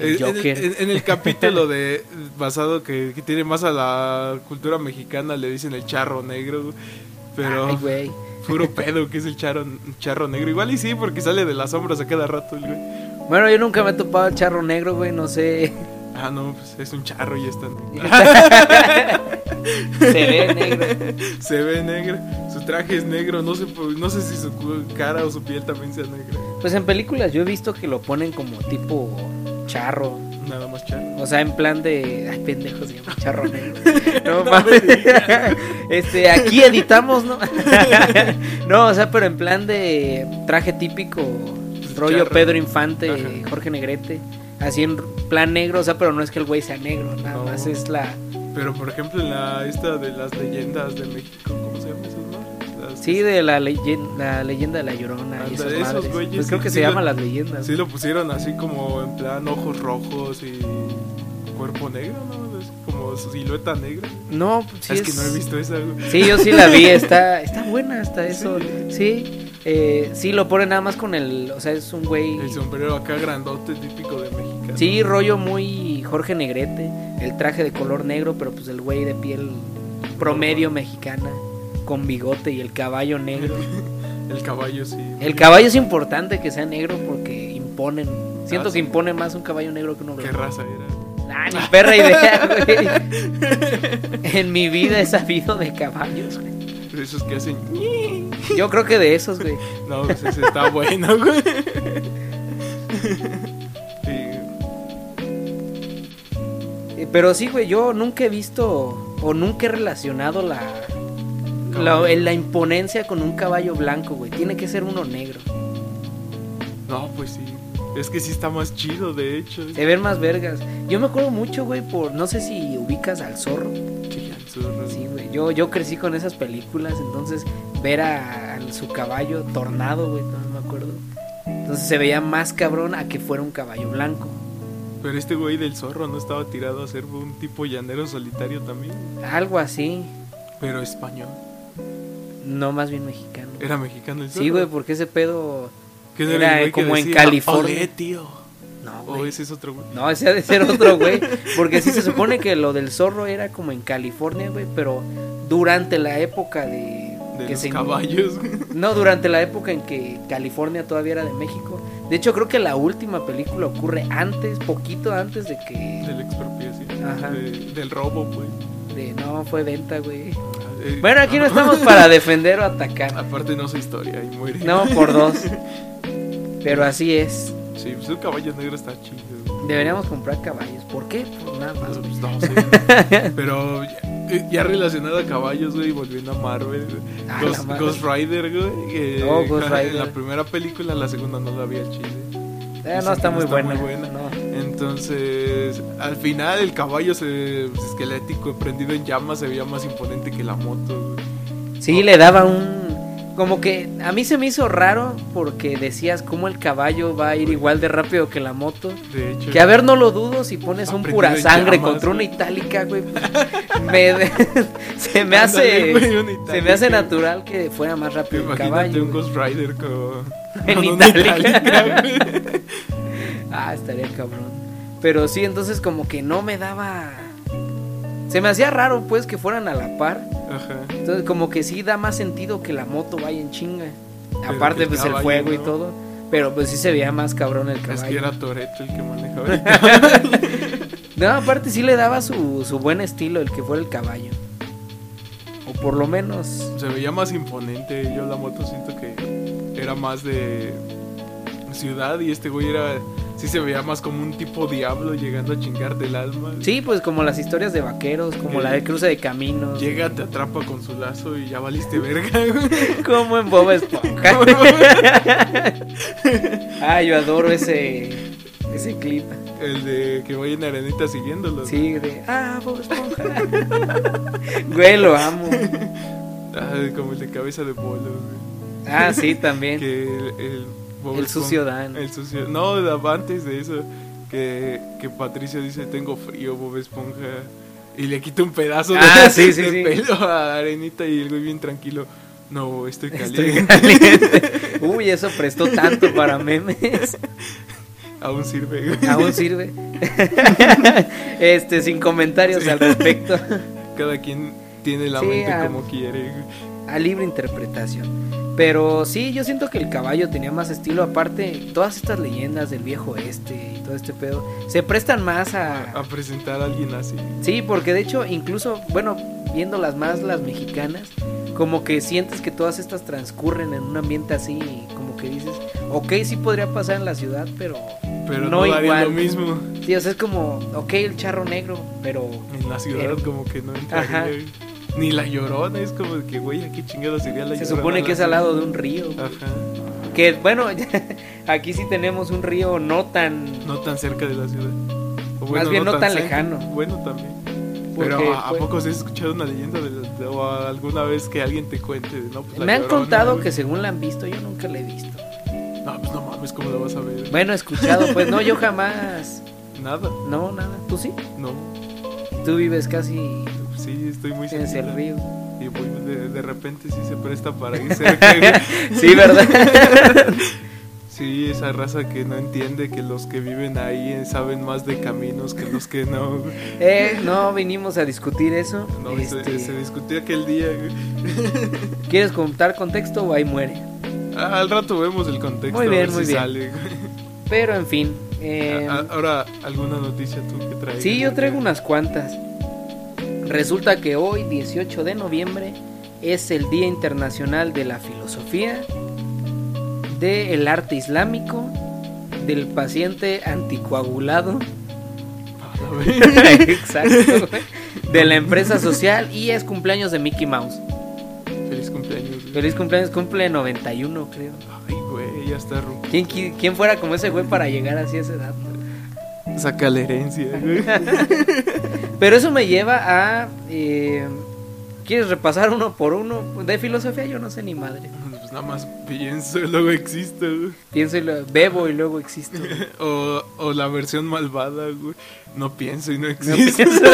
A: El
B: En- en-
A: Joker.
B: En, en el capítulo de basado que, que tiene más a la cultura mexicana le dicen el charro negro, güey. pero
A: Ay, güey.
B: puro pedo que es el charro, charro negro. Igual y sí, porque sale de las sombras a cada rato el güey.
A: Bueno, yo nunca me he topado al charro negro, güey, no sé.
B: Ah, no, pues es un charro y está
A: Se ve negro.
B: se ve negro, su traje es negro, no sé por- no sé si su cu- cara o su piel también sea negra.
A: Pues en películas yo he visto que lo ponen como tipo charro.
B: Nada más charro.
A: O sea, en plan de. Ay, pendejo, se llama charro negro.
B: No
A: No
B: me
A: mames. Este, aquí editamos, ¿no? No, o sea, pero en plan de traje típico, rollo
B: Charro.
A: Pedro Infante,
B: Ajá.
A: Jorge Negrete. Así en plan negro, o sea, pero no es que el güey sea negro, nada
B: No.
A: más es la.
B: Pero por ejemplo en la esta de las leyendas de México, ¿cómo se llama esas madres? Las-
A: Sí, de la, leyen- la leyenda de la llorona
B: Anda,
A: y esas
B: esos
A: madres.
B: güeyes
A: Pues creo
B: sí-
A: que
B: sí
A: se
B: lo-
A: llaman las leyendas.
B: Sí lo pusieron así como en plan ojos rojos y cuerpo negro, ¿no? Es como su silueta negra.
A: No, pues sí
B: es, que no he visto esa. güey.
A: Sí, yo sí la vi, está, está buena hasta eso.
B: Sí.
A: Sí, eh, sí, lo pone nada más con el. O sea, es un güey.
B: El sombrero acá grandote típico de México.
A: Sí, rollo muy Jorge Negrete. El traje de color negro, pero pues el güey de piel promedio mexicana. Con bigote y el caballo negro.
B: El caballo sí.
A: El caballo es importante que sea negro porque imponen. Siento
B: Ah,
A: que
B: sí.
A: impone más un caballo negro que uno
B: ¿Qué
A: blanco.
B: raza era?
A: Ah, ni perra idea, güey. En mi vida he sabido de caballos, güey.
B: Esos que hacen.
A: Yo creo que de esos, güey.
B: No, pues ese está bueno, güey. Sí.
A: Eh, Pero sí, güey, yo nunca he visto o nunca he relacionado la, la, eh, la imponencia con un caballo blanco, güey. Tiene que ser uno negro.
B: No, pues sí. Es que sí está más chido, de hecho.
A: Se ven más vergas. Yo me acuerdo mucho, güey, por. No sé si ubicas al zorro.
B: Sí, al zorro.
A: Sí, güey. Yo, yo crecí con esas películas, entonces ver a, a su caballo tornado, güey, no me acuerdo. Entonces se veía más cabrón a que fuera un caballo blanco.
B: Pero este güey del zorro no estaba tirado a ser un tipo llanero solitario también,
A: Algo así.
B: pero español.
A: No, más bien mexicano.
B: Era mexicano el zorro.
A: Sí, güey, porque ese pedo.
B: Que no el
A: era
B: güey que
A: como en
B: decía,
A: California.
B: "Olé, tío.
A: No,
B: O
A: güey.
B: ese es otro güey.
A: No, ese ha de ser otro, güey. Porque sí se supone que lo del zorro era como en California, güey, pero durante la época de.
B: De
A: que
B: los
A: se-
B: caballos. güey.
A: No, durante la época en que California todavía era de México. De hecho, creo que la última película ocurre antes, poquito antes de que.
B: De la expropiación.
A: Ajá.
B: de- del robo, pues.
A: de no, fue venta, güey.
B: Eh,
A: Bueno, aquí no estamos para defender o atacar.
B: Aparte no sé historia y muere.
A: No, por dos. Pero así es.
B: Sí, pues el caballo negro está chido.
A: Deberíamos comprar caballos. ¿Por qué? Pues nada más.
B: Pero,
A: güey.
B: pues, no sé. Pero ya, ya relacionado a caballos, güey, volviendo a Marvel.
A: Ah, la
B: Ghost,
A: madre.
B: Ghost Rider, güey. que
A: Oh, Ghost Rider.
B: En la primera película, la segunda no la había chido.
A: Eh, no
B: dicen que
A: está muy buena.
B: buena.
A: no.
B: Entonces, al final el caballo se- pues, esquelético prendido en llamas se veía más imponente que la moto, güey.
A: Sí, le daba un. Como que a mí se me hizo raro porque decías cómo el caballo va a ir igual de rápido que la moto.
B: De hecho,
A: Que a ver, no lo dudo si pones un
B: Aprendido
A: pura
B: en
A: sangre
B: llamas,
A: contra una
B: güey.
A: itálica, güey. pues, me- se me
B: Ándale, güey,
A: hace.
B: una itálica.
A: Se me hace natural que fuera más rápido el
B: Imagínate
A: caballo.
B: un
A: güey.
B: Ghost Rider con,
A: En
B: con
A: itálica.
B: güey.
A: Ah, estaría cabrón. Pero sí, entonces como que no me daba. Se me hacía raro, pues, que fueran a la par.
B: Ajá.
A: Entonces, como que sí da más sentido que la moto vaya en chinga.
B: Pero que
A: Aparte,
B: el
A: pues, el
B: caballo,
A: fuego y
B: ¿no?
A: todo. Pero, pues, sí se veía más cabrón el
B: Es que
A: caballo.
B: era Toreto el que manejaba el caballo.
A: No, aparte, sí le daba su, su buen estilo el que fuera el caballo. O por lo menos.
B: Se veía más imponente. Yo la moto siento que era más de ciudad y este güey era. Sí se veía más como un tipo diablo llegando a chingar del alma.
A: Sí, pues, como las historias de vaqueros, como
B: Que-
A: la de cruce de caminos.
B: Llega, te atrapa con su lazo y ya valiste verga, güey.
A: Como en Bob Esponja. ah, yo adoro ese, ese clip.
B: El de que voy en arenita siguiéndolo.
A: Sí, de. Ah, Bob Esponja. Güey, lo amo.
B: Ay, Ah, como el de cabeza de polo, güey.
A: Ah, sí, también.
B: Que el. el Bob
A: El
B: Esponja-
A: sucio Dan.
B: El sucio. No, antes de eso. Que, que Patricia dice: Tengo frío, Bob Esponja. Y le quita un pedazo
A: Ah,
B: de,
A: sí, sí,
B: de
A: sí.
B: pelo a Arenita. Y el güey, bien tranquilo. No, estoy caliente.
A: Estoy caliente. Uy, eso prestó tanto para memes.
B: Aún sirve, güey.
A: Aún sirve. este, sin comentarios
B: Sí.
A: al respecto.
B: Cada quien tiene la
A: Sí,
B: mente
A: ah.
B: como quiere. güey.
A: A libre interpretación. Pero sí, yo siento que el caballo tenía más estilo. Aparte, todas estas leyendas del viejo este y todo este pedo se prestan más
B: A presentar a alguien así.
A: Sí, porque de hecho, incluso, bueno, viéndolas más las mexicanas, como que sientes que todas estas transcurren en un ambiente así, y como que dices, ok, sí podría pasar en la ciudad, pero,
B: Pero no, daría lo mismo.
A: Sí, o sea, es como, ok, el charro negro, pero
B: En la ciudad
A: Pero-
B: como que no entraría.
A: Ajá.
B: güey. Ni la llorona, es como que, güey, ¿a qué chingada sería la Ah.
A: se
B: llorona?
A: supone que es al lado de un río.
B: Ajá,
A: Que bueno, aquí sí tenemos un río no tan...
B: no tan cerca de la ciudad. O
A: Más bien no tan
B: cerca.
A: lejano. Pues
B: Bueno, también.
A: porque
B: Pero ¿a, a
A: fue-
B: poco se ha escuchado una leyenda de la- de- o a- alguna vez que alguien te cuente? de, No, pues, la
A: Me han
B: Llorona,
A: contado
B: güey.
A: que según la han visto, yo nunca la he visto.
B: No, pues no mames, ¿cómo la vas a ver?
A: Bueno, he escuchado, pues no, yo jamás...
B: Nada,
A: No, nada. ¿Tú sí?
B: no.
A: Tú vives casi
B: Sí, estoy muy
A: en
B: cerquita.
A: el río.
B: Y voy de, de repente sí se presta para ir cerca. güey.
A: Sí, ¿verdad?
B: Sí, esa raza que no entiende que los que viven ahí eh, saben más de caminos que los que no. güey.
A: Eh, no vinimos a discutir eso.
B: No, se-
A: Este,
B: se, discutió aquel día. güey.
A: ¿Quieres contar contexto o ahí muere?
B: Ah, Al rato vemos el contexto.
A: Muy
B: a
A: bien,
B: ver
A: muy
B: si
A: bien.
B: sale, güey.
A: Pero en fin. eh,
B: A- a- Ahora, ¿alguna noticia tú que traes?
A: sí, yo traigo unas cuantas. Resulta que hoy, 18 de noviembre, es el Día Internacional de la Filosofía, del Arte Islámico, del paciente anticoagulado.
B: Ah, la verga.
A: Exacto. güey, De la empresa social y es cumpleaños de Mickey Mouse.
B: Feliz cumpleaños. güey.
A: Feliz cumpleaños, cumple 91, creo.
B: Ay, güey, ya está ru-
A: ¿Quién, qui- quién fuera como ese güey para llegar así a esa edad? no?
B: Saca la herencia, güey.
A: Pero eso me lleva a. eh, ¿Quieres repasar uno por uno? De filosofía yo no sé ni madre.
B: Pues nada más pienso, luego existo, güey.
A: Pienso y lo, bebo y luego existo. güey.
B: O, o la versión malvada, güey. No pienso y no
A: No
B: existo.
A: pienso.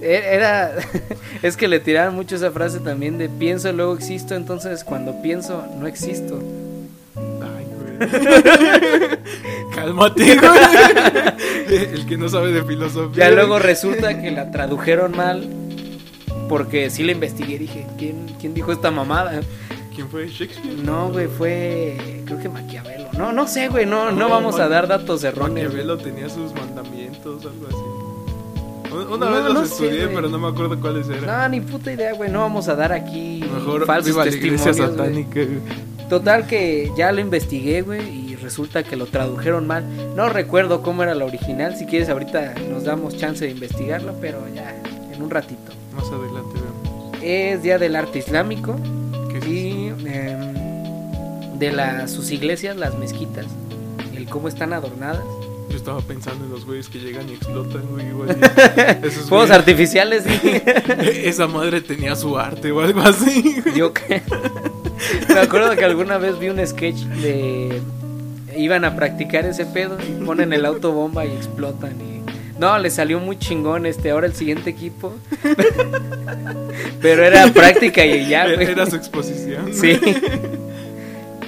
A: E- Era. Es que le tiraron mucho esa frase también de pienso y luego existo, entonces cuando pienso no existo.
B: Ay, güey. Cálmate, güey. El que no sabe de filosofía.
A: Ya luego resulta que la tradujeron mal. Porque sí la investigué, dije, ¿quién, ¿quién dijo esta mamada?
B: ¿Quién fue Shakespeare?
A: No, güey, fue. Creo que Maquiavelo. No, no sé, güey, no, no vamos a dar datos erróneos. güey.
B: Maquiavelo tenía sus mandamientos, algo así. Una
A: No,
B: vez los
A: no sé,
B: estudié,
A: güey.
B: pero no me acuerdo cuáles eran.
A: No, ni puta idea, güey. No vamos a dar aquí
B: Mejor
A: falsos
B: viva la iglesia
A: testimonios. güey.
B: satánica. güey.
A: Total que ya lo investigué, güey, y resulta que lo tradujeron mal. No recuerdo cómo era la original. Si quieres, ahorita nos damos chance de investigarlo, pero ya en un ratito.
B: Más adelante vemos.
A: Es Día del Arte Islámico
B: ¿Qué es eso?
A: y em, de las sus iglesias, las mezquitas, el cómo están adornadas.
B: Yo estaba pensando en los güeyes que llegan y explotan, güey. Igual. y- esos
A: Fuegos
B: güeyes-
A: artificiales, sí.
B: Esa madre tenía su arte o algo así. güey.
A: Yo que- Me acuerdo que alguna vez vi un sketch de. Iban a practicar ese pedo y ponen el autobomba y explotan. Y... No, le salió muy chingón este. Ahora el siguiente equipo. Pero era práctica y ya,
B: Era,
A: güey.
B: era su exposición.
A: Sí.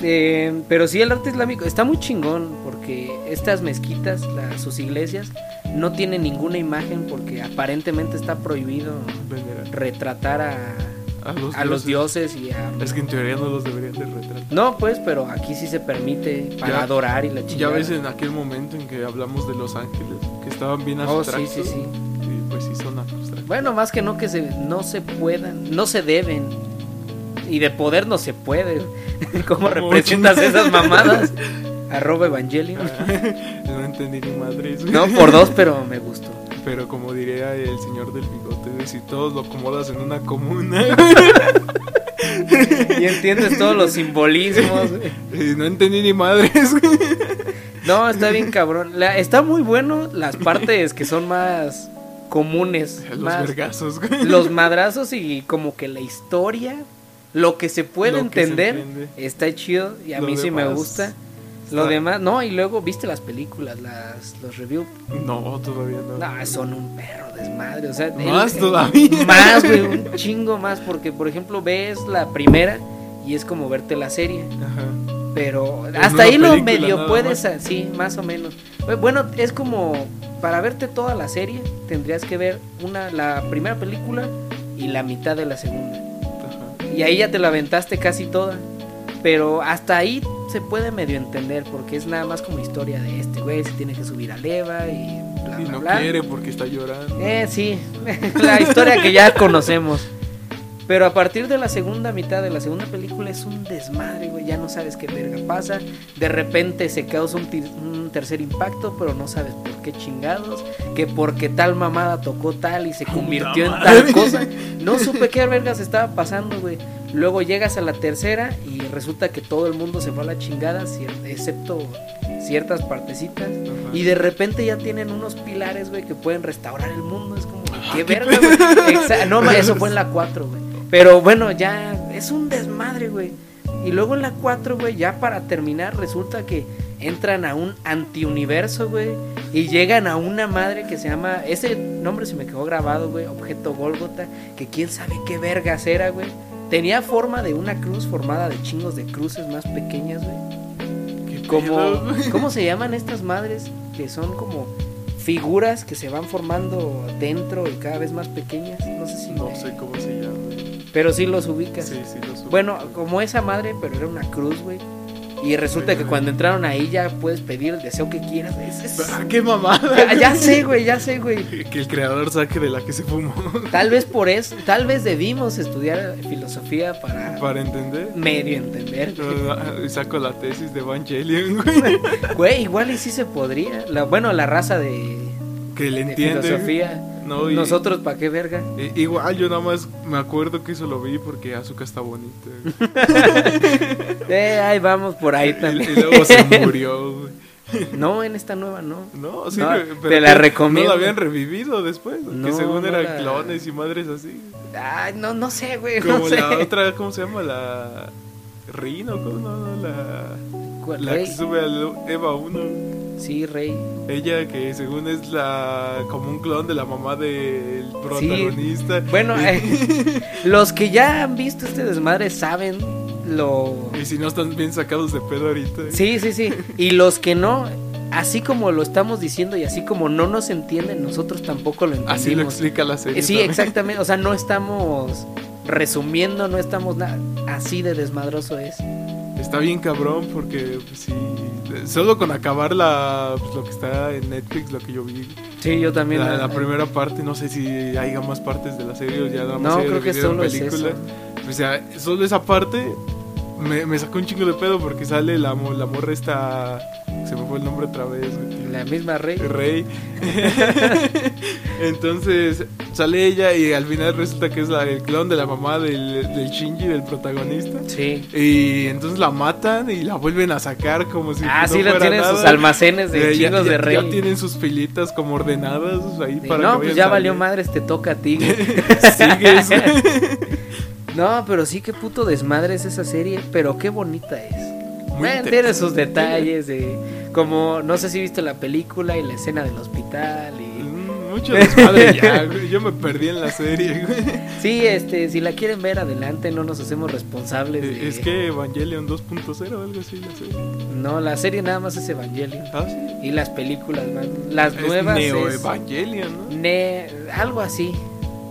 A: Eh, pero sí, el arte islámico está muy chingón porque estas mezquitas, las- sus iglesias, no tienen ninguna imagen porque aparentemente está prohibido
B: Venerar
A: retratar a,
B: A los,
A: a los dioses y a...
B: Es que en teoría no los deberían de retratar.
A: No, pues, pero aquí sí se permite para
B: Ya-
A: adorar y la
B: Ya
A: chingada.
B: ves en aquel momento en que hablamos de los ángeles, que estaban bien
A: Oh, sí,
B: abstractos.
A: sí, sí.
B: Y pues sí son abstractos.
A: Bueno, más que no que se, no se puedan, no se deben. Y de poder no se puede. ¿Cómo
B: ¿Cómo?
A: representas esas mamadas? Arroba Evangelion.
B: Ah. no entendí ni madres. güey.
A: No, por dos, pero me gustó.
B: Pero como diría el señor del bigote, güey, si todos lo acomodas en una comuna.
A: Y entiendes todos los simbolismos. güey.
B: y no entendí ni madres. güey.
A: No, está bien cabrón. La- está muy bueno las partes que son más comunes.
B: Los
A: más,
B: vergazos. güey.
A: los madrazos y como que la historia, lo que se puede
B: Lo que se
A: entender,
B: entiende.
A: está chido y a
B: Lo
A: mí sí me
B: demás
A: gusta. Lo
B: está-
A: demás, no, y luego viste las películas, las, los reviews.
B: No, todavía no.
A: No, son un perro desmadre. O sea, el-
B: Más
A: el-
B: todavía.
A: Más, güey, un chingo más. Porque, por ejemplo, ves la primera y es como verte la serie.
B: Ajá.
A: Pero
B: En
A: hasta
B: una
A: ahí lo
B: película
A: medio
B: nada
A: puedes, a- sí, más o menos. Bu- Bueno, es como para verte toda la serie, tendrías que ver una la primera película y la mitad de la segunda.
B: Ajá.
A: Y ahí ya te la aventaste casi toda. Pero hasta ahí se puede medio entender porque es nada más como historia de este güey, se tiene que subir a leva y bla
B: Y
A: bla
B: no
A: bla.
B: quiere porque está llorando.
A: Eh, sí, la historia que ya conocemos. Pero a partir de la segunda mitad de la segunda película es un desmadre, güey. Ya no sabes qué verga pasa. De repente se causa un, ti- un tercer impacto, pero no sabes por qué chingados. Que porque tal mamada tocó tal y se convirtió en
B: Puta
A: tal
B: madre.
A: cosa. No supe qué vergas estaba pasando, güey. Luego llegas a la tercera y resulta que todo el mundo se fue a la chingada, cier- excepto ciertas partecitas.
B: Ajá.
A: Y de repente ya tienen unos pilares, güey, que pueden restaurar el mundo. Es como, qué verga, güey. Exa- No, ma, eso fue en la 4, güey. Pero bueno, ya es un desmadre, güey. Y luego en la 4, güey, ya para terminar, resulta que entran a un antiuniverso, güey. Y llegan a una madre que se llama. Ese nombre se me quedó grabado, güey. Objeto Gólgota. Que quién sabe qué vergas era, güey. Tenía forma de una cruz formada de chingos de cruces más pequeñas, güey.
B: ¿Qué
A: Como,
B: pedo?
A: ¿Cómo se llaman estas madres que son como figuras que se van formando dentro y cada vez más pequeñas? No sé si.
B: No
A: me-
B: sé cómo se llama.
A: Pero sí los ubicas.
B: Sí, sí, lo supe.
A: Bueno, como esa madre, pero era una cruz, güey. Y resulta que cuando entraron ahí ya puedes pedir el deseo que quieras. Es- es-
B: Ah, qué mamada.
A: Ya, ya sé, güey, ya sé, güey.
B: Que el creador saque de la que se fumó.
A: Tal vez por eso, tal vez debimos estudiar filosofía para
B: Para entender.
A: medio entender.
B: Ah, Saco la tesis de Evangelion, güey.
A: Güey, igual y sí se podría. La, bueno, la raza de,
B: Que le
A: de
B: entiende.
A: filosofía.
B: No, y-
A: Nosotros, ¿para qué verga?
B: i- igual yo nada más me acuerdo que eso lo vi porque Azuka está bonita. güey.
A: Eh, ahí vamos por ahí
B: Y,
A: también.
B: y luego se murió, güey.
A: No, en esta nueva no.
B: No, sí,
A: No,
B: güey,
A: te la
B: que
A: recomiendo.
B: No la habían revivido después.
A: No,
B: que según
A: no
B: eran
A: la-
B: clones y madres así.
A: Ay, no, no sé, güey.
B: Como
A: No sé.
B: la otra, ¿cómo se llama? La. Rino, ¿cómo no? no, La.
A: ¿Cuál,
B: La que
A: Rey?
B: sube al Eva 1.
A: Sí, Rey.
B: Ella que según es la como un clon de la mamá del protagonista.
A: Bueno,
B: y,
A: eh, los que ya han visto este desmadre saben lo.
B: y si no están bien sacados de pedo ahorita. eh.
A: Sí, sí, sí. Y los que no, así como lo estamos diciendo y así como no nos entienden, nosotros tampoco lo entendimos.
B: Así lo explica la
A: Eh,
B: serie.
A: Sí,
B: también.
A: exactamente. O sea, no estamos resumiendo, no estamos nada. Así de desmadroso es.
B: Es está bien cabrón porque pues, sí, solo con acabar la, pues, lo que está en Netflix, lo que yo vi,
A: Sí, yo también.
B: la,
A: eh,
B: la primera parte, no sé si haya más partes de la serie o ya la
A: No, creo que solo es
B: película. O sea, solo esa parte me, me sacó un chingo de pedo porque sale la, mo- la morra esta... Se me fue el nombre otra vez. güey.
A: La misma rey.
B: Rey. Entonces sale ella y al final resulta que es la, el clon de la mamá del, del Shinji, del protagonista.
A: Sí.
B: Y entonces la matan y la vuelven a sacar como si
A: ah,
B: no
A: sí, la
B: fuera
A: tienen
B: nada.
A: sus almacenes de
B: Eh, ya-
A: chingos
B: ya-
A: de rey.
B: Ya tienen sus filitas como ordenadas ahí
A: Sí,
B: para que
A: no, pues ya
B: vayan saliendo.
A: valió madres, te toca a ti. güey.
B: Sigues, güey.
A: no, pero sí, qué puto desmadre es esa serie, pero qué bonita es.
B: Muy
A: Eh, tiene
B: interesante.
A: sus detalles de como no sé si viste la película y la escena del hospital y
B: Mm, Mucho desmadre ya, güey. Yo me perdí en la serie, güey.
A: sí, este, si la quieren ver adelante, no nos hacemos responsables. de-
B: Eh, Es que Evangelion 2.0 o algo así, la serie.
A: no, la serie nada más es Evangelion
B: Ah, sí.
A: y las películas, man, las
B: Es
A: nuevas
B: Neo
A: es-
B: Evangelion, ¿no?
A: Ne- algo así.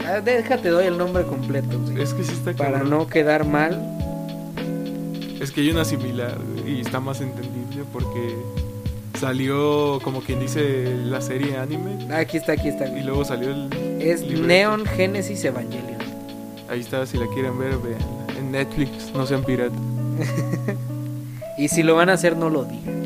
A: Ah, Déjate doy el nombre completo. güey,
B: Es que sí está
A: Para
B: cabrón.
A: no quedar mal,
B: Es que hay una similar güey, y está más entendible porque salió como quien dice la serie anime
A: Aquí está, aquí está.
B: y luego salió el
A: Es
B: libreto.
A: Neon Genesis Evangelion.
B: ahí está si la quieren ver veanla en Netflix, no sean piratas
A: Y si lo van a hacer, no lo digan.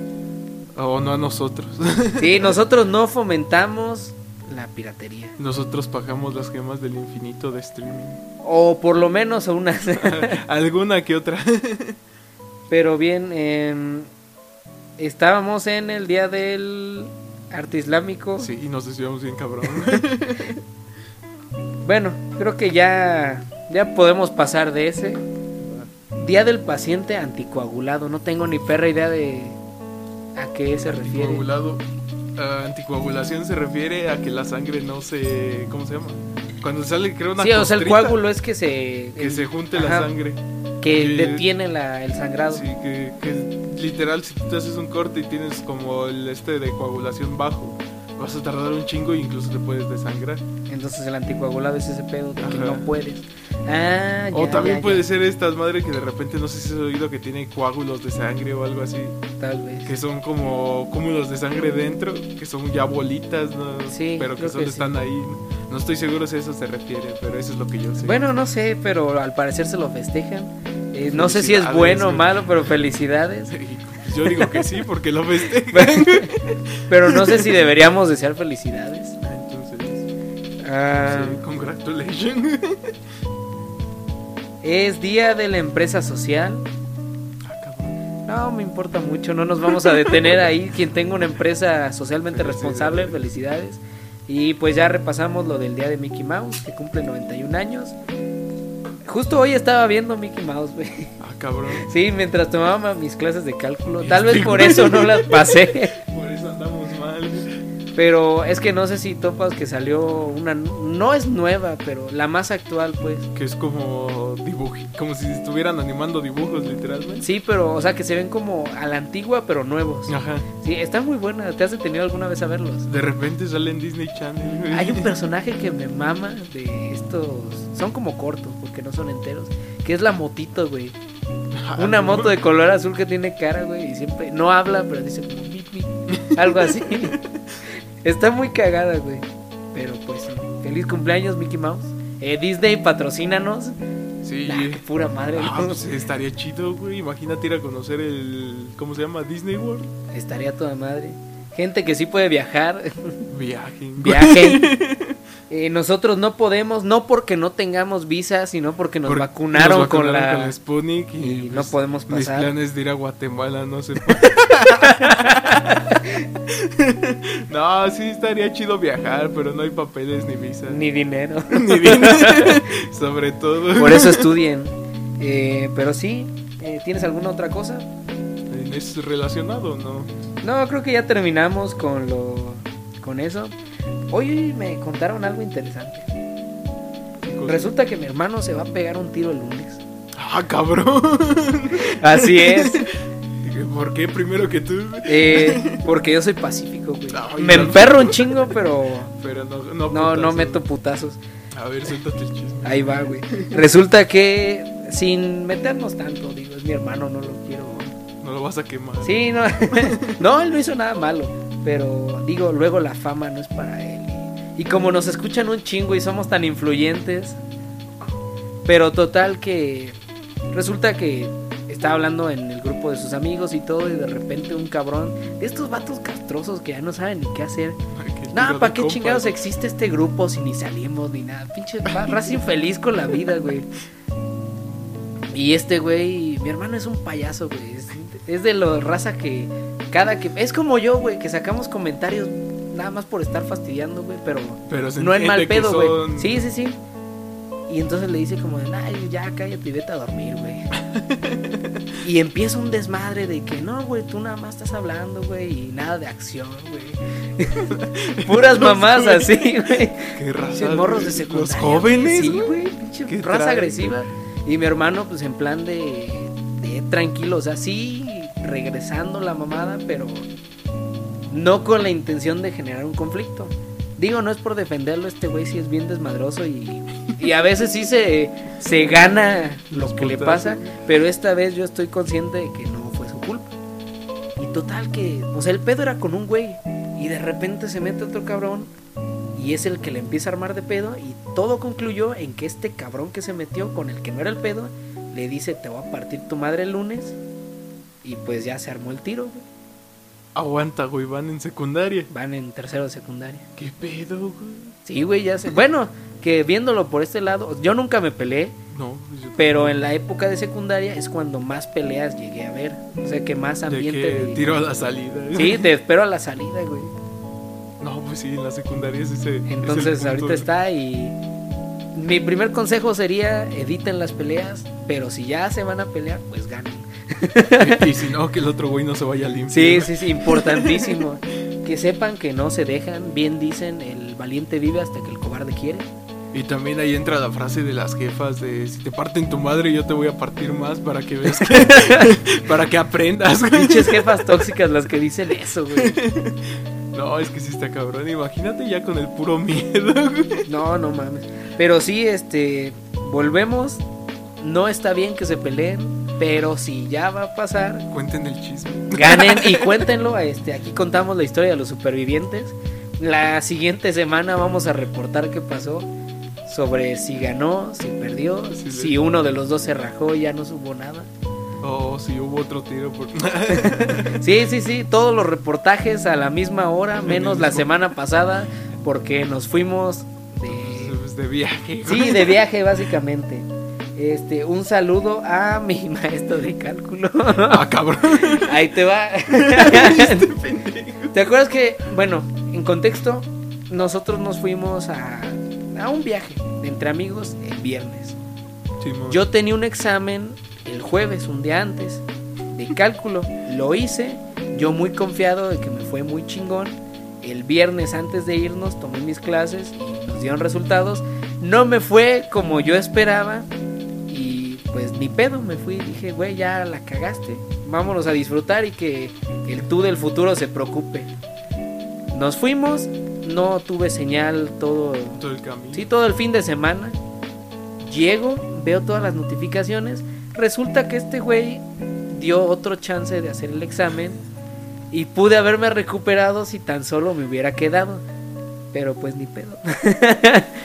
B: o no a nosotros.
A: Sí, nosotros no fomentamos la piratería.
B: nosotros pagamos las gemas del infinito de streaming.
A: O por lo menos unas.
B: Alguna que otra.
A: Pero bien, em, estábamos en el día del arte islámico.
B: sí, y nos desviamos bien cabrón.
A: Bueno, creo que ya, ya podemos pasar de ese. Día del paciente anticoagulado. No tengo ni perra idea de a qué se refiere.
B: Anticoagulado. Ah, anticoagulación se refiere a que la sangre no se ¿cómo se llama? Cuando sale creo una
A: Sí, o sea, el
B: costrita,
A: coágulo es que se...
B: que se junte
A: Ajá.
B: la sangre.
A: que
B: Y-
A: detiene la- el sangrado.
B: Sí, que, que literal, si tú te haces un corte y tienes como el este de coagulación bajo, vas a tardar un chingo e incluso te puedes desangrar.
A: Entonces el anticoagulado es ese pedo de que
B: Ajá.
A: no puedes. Ah, ya,
B: o también
A: ya,
B: puede
A: ya,
B: ser estas madres que de repente no sé si has oído que tiene coágulos de sangre o algo así,
A: Tal vez.
B: que son como cúmulos de sangre dentro, que son ya bolitas, ¿no?
A: Sí,
B: pero que
A: creo
B: solo
A: que sí.
B: están ahí. No estoy seguro si a eso se refiere, pero eso es lo que yo sé.
A: Bueno, no sé, pero al parecer se lo festejan. Eh, no sé si es
B: Felicidades,
A: bueno o
B: güey.
A: malo, pero felicidades.
B: pues yo digo que sí, porque lo festejan.
A: pero no sé si deberíamos desear felicidades.
B: Entonces,
A: Ah,
B: sí, congratulations.
A: Es día de la empresa social.
B: Ah, cabrón.
A: No me importa mucho, no nos vamos a detener ahí. Quien tenga una empresa socialmente responsable, felicidades. Y pues ya repasamos lo del día de Mickey Mouse, que cumple 91 años. Justo hoy estaba viendo Mickey Mouse, güey.
B: Ah, cabrón.
A: Sí, mientras tomaba mis clases de cálculo. Tal vez por eso no las pasé.
B: Por eso andamos mal.
A: Pero es que no sé si topas que salió una... No es nueva, pero la más actual, pues.
B: Que es como dibuj... como si estuvieran animando dibujos, literalmente.
A: Sí, pero, o sea, que se ven como a la antigua, pero nuevos.
B: Ajá.
A: Sí, está muy buena. ¿Te has detenido alguna vez a verlos?
B: De repente sale en Disney Channel. güey.
A: Hay un personaje que me mama de estos. Son como cortos, porque no son enteros. Que es la motito, güey.
B: Ah,
A: Una
B: no.
A: moto de color azul que tiene cara, güey. Y siempre. No habla, pero dice como "Mip, mip", Algo así. Está muy cagada, güey. Pero pues, sí. feliz cumpleaños, Mickey Mouse. Eh, Disney, patrocínanos.
B: Sí.
A: Ah, qué pura madre.
B: Ah,
A: ¿no?
B: pues estaría chido, güey. Imagínate ir a conocer el. ¿Cómo se llama? Disney World.
A: Estaría toda madre. Gente que sí puede viajar.
B: Viajen. güey.
A: Viaje. Eh, nosotros no podemos, no porque no tengamos visa, sino porque nos
B: Porque
A: vacunaron,
B: nos
A: con la.
B: con Sputnik y,
A: y no
B: pues,
A: podemos
B: Mis
A: pasar.
B: planes de ir a Guatemala no se pueden. no, sí estaría chido viajar, pero no hay papeles ni visa.
A: Ni dinero.
B: Ni dinero. Sobre todo.
A: Por eso estudien. Eh, pero sí, eh, ¿tienes alguna otra cosa?
B: ¿Es relacionado o no?
A: No, creo que ya terminamos con lo con eso. Hoy me contaron algo interesante.
B: Chicos?
A: Resulta que mi hermano se va a pegar un tiro el lunes.
B: Ah, cabrón.
A: Así es.
B: ¿Por qué primero que tú?
A: Eh, porque yo soy pacífico, güey.
B: Ay,
A: Me
B: no.
A: emperro un chingo, pero
B: Pero no, no,
A: no, no
B: putazos.
A: meto putazos.
B: A ver, suéltate el chisme.
A: Ahí va, güey. Resulta que sin meternos tanto, digo, es mi hermano, no lo quiero
B: No lo vas a quemar.
A: Sí, no, no, él no hizo nada malo, pero digo, luego la fama no es para él. Y como nos escuchan un chingo y somos tan influyentes, pero total que resulta que estaba hablando en el grupo de sus amigos y todo, y de repente un cabrón de estos vatos castrosos que ya no saben ni qué hacer. No, ¿para qué chingados existe este grupo si ni salimos ni nada? Pinche pa- raza infeliz con la vida, güey. Y este güey, mi hermano es un payaso, güey. Es, es de la raza que cada que. Es como yo, güey, que sacamos comentarios nada más por estar fastidiando, güey, pero
B: Pero se
A: no en
B: entiende
A: mal
B: que
A: pedo, güey.
B: son-
A: Sí, sí, sí. Y entonces le dice como de, ay, ya cállate y vete a dormir, güey. y empieza un desmadre de que, no, güey, tú nada más estás hablando, güey, y nada de acción, güey. Puras mamás
B: güey.
A: así, güey.
B: Qué raza.
A: Pinches morros de
B: güey.
A: secundaria.
B: Los jóvenes.
A: Sí,
B: güey.
A: güey, pinche
B: Qué
A: raza
B: trae,
A: agresiva. Y mi hermano, pues en plan de, de tranquilo, o sea, sí, regresando la mamada, pero no con la intención de generar un conflicto. Digo, no es por defenderlo, este güey sí es bien desmadroso y, y a veces sí se, se gana lo
B: Los
A: que le
B: putazos.
A: pasa, pero esta vez yo estoy consciente de que no fue su culpa. Y total que, o sea, el pedo era con un güey y de repente se mete otro cabrón y es el que le empieza a armar de pedo y todo concluyó en que este cabrón que se metió con el que no era el pedo le dice te voy a partir tu madre el lunes y pues ya se armó el tiro, güey.
B: Aguanta, güey, van en secundaria.
A: van en tercero de secundaria.
B: ¿Qué pedo, güey?
A: Sí, güey, ya sé. Bueno, que viéndolo por este lado, yo nunca me peleé,
B: No, pues yo
A: pero en la época de secundaria es cuando más peleas llegué a ver. O sea, que más
B: de
A: ambiente.
B: que
A: de-
B: tiro a la salida.
A: Sí, te espero a la salida, güey.
B: No, pues sí, en la secundaria es ese. es el
A: Entonces,
B: punto,
A: ahorita
B: güey.
A: está y. Mi primer consejo sería editen las peleas, pero si ya se van a pelear, pues ganen.
B: Y si no, que el otro güey no se vaya limpio.
A: Sí,
B: güey.
A: sí, sí, importantísimo. que sepan que no se dejan, bien dicen, el valiente vive hasta que el cobarde quiere.
B: Y también ahí entra la frase de las jefas de si te parten tu madre yo te voy a partir más para que veas que para que aprendas. güey.
A: Pinches jefas tóxicas las que dicen eso, güey.
B: No, es que sí está cabrón. Imagínate ya con el puro miedo. güey.
A: No, no mames. Pero sí, este, volvemos. No está bien que se peleen, pero si ya va a pasar,
B: Cuenten el chisme.
A: ganen y cuéntenlo. a Este, aquí contamos la historia de los supervivientes. La siguiente semana vamos a reportar qué pasó sobre si ganó, si perdió,
B: Sí, sí.
A: si uno de los dos se rajó y ya no subo nada.
B: Oh, si hubo otro tiro por
A: Sí, sí, sí, todos los reportajes a la misma hora, menos la
B: mismo.
A: semana pasada, porque nos fuimos de
B: Pues, de viaje. güey.
A: Sí, de viaje básicamente. Este, un saludo a mi maestro de cálculo.
B: Ah, cabrón.
A: Ahí te va. Este ¿Te acuerdas que, bueno, en contexto, nosotros nos fuimos a, a un viaje entre amigos el viernes.
B: Simón.
A: Yo tenía un examen el jueves, un día antes, de cálculo. Lo hice, yo muy confiado de que me fue muy chingón. El viernes antes de irnos tomé mis clases y nos dieron resultados. No me fue como yo esperaba y pues ni pedo, me fui. Dije, güey, ya la cagaste. Vámonos a disfrutar y que el tú del futuro se preocupe. Nos fuimos, no tuve señal todo
B: todo el camino.
A: Sí, todo el fin de semana. Llego, veo todas las notificaciones. Resulta que este güey dio otro chance de hacer el examen. Y pude haberme recuperado si tan solo me hubiera quedado. Pero pues ni pedo.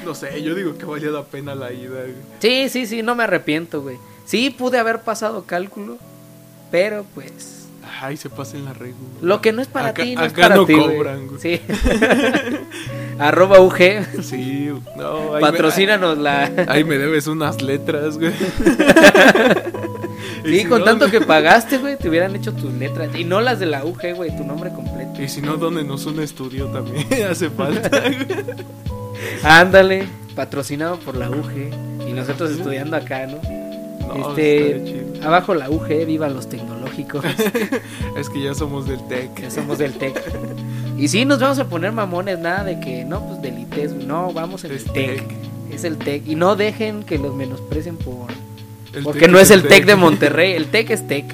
B: No sé, yo digo que valía la pena la ida. güey.
A: Sí, sí, sí, no me arrepiento, güey. Sí, pude haber pasado cálculo. Pero pues.
B: Ay, se pasa en la regla.
A: Lo que no es para
B: Acá-
A: ti, no es
B: acá
A: para
B: no
A: ti. güey.
B: cobran, güey.
A: Sí. Arroba UG.
B: Sí, no. ahí me-
A: Patrocínanos la.
B: Ahí me debes unas letras, güey. Y
A: Sí,
B: si
A: con
B: no-
A: tanto que pagaste, güey, te hubieran hecho tus letras. Y no las de la UG, güey, tu nombre completo.
B: Y si no, dónenos un estudio también. Hace falta. güey.
A: Ándale, patrocinado por la UG. Y nosotros estudiando acá, ¿no?
B: No,
A: Este-
B: está chido.
A: Abajo la UG, viva los tecnológicos.
B: Es que ya somos del
A: que
B: TEC.
A: somos del TEC. Y sí, nos vamos a poner mamones, nada de que, no, pues del ITES, güey, no, vamos en el
B: Es
A: TEC.
B: TEC.
A: Es el TEC. Y no dejen que los menosprecien por...
B: El
A: Porque
B: TEC
A: no es el TEC
B: TEC.
A: de Monterrey, el TEC es TEC.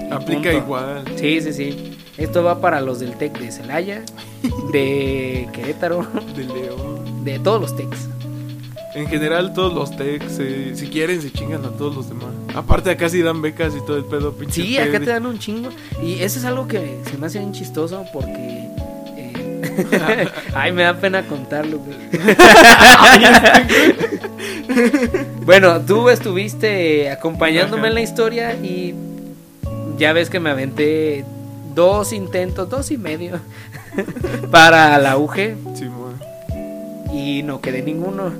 A: Y
B: Aplica
A: punto.
B: igual.
A: Sí, sí, sí. Esto va para los del TEC de Celaya, de Querétaro,
B: De León.
A: de todos los TECs.
B: En general, todos los techs, eh, si quieren, se chingan a todos los demás. Aparte, acá sí dan becas y todo el pedo, pinche.
A: Sí, acá
B: PD.
A: te dan un chingo. Y eso es algo que se me hace bien chistoso porque. eh, Ay, me da pena contarlo, güey. bueno, tú estuviste acompañándome
B: Ajá.
A: en la historia y ya ves que me aventé dos intentos, dos y medio, para la UG
B: Sí, bueno.
A: y no quedé ninguno.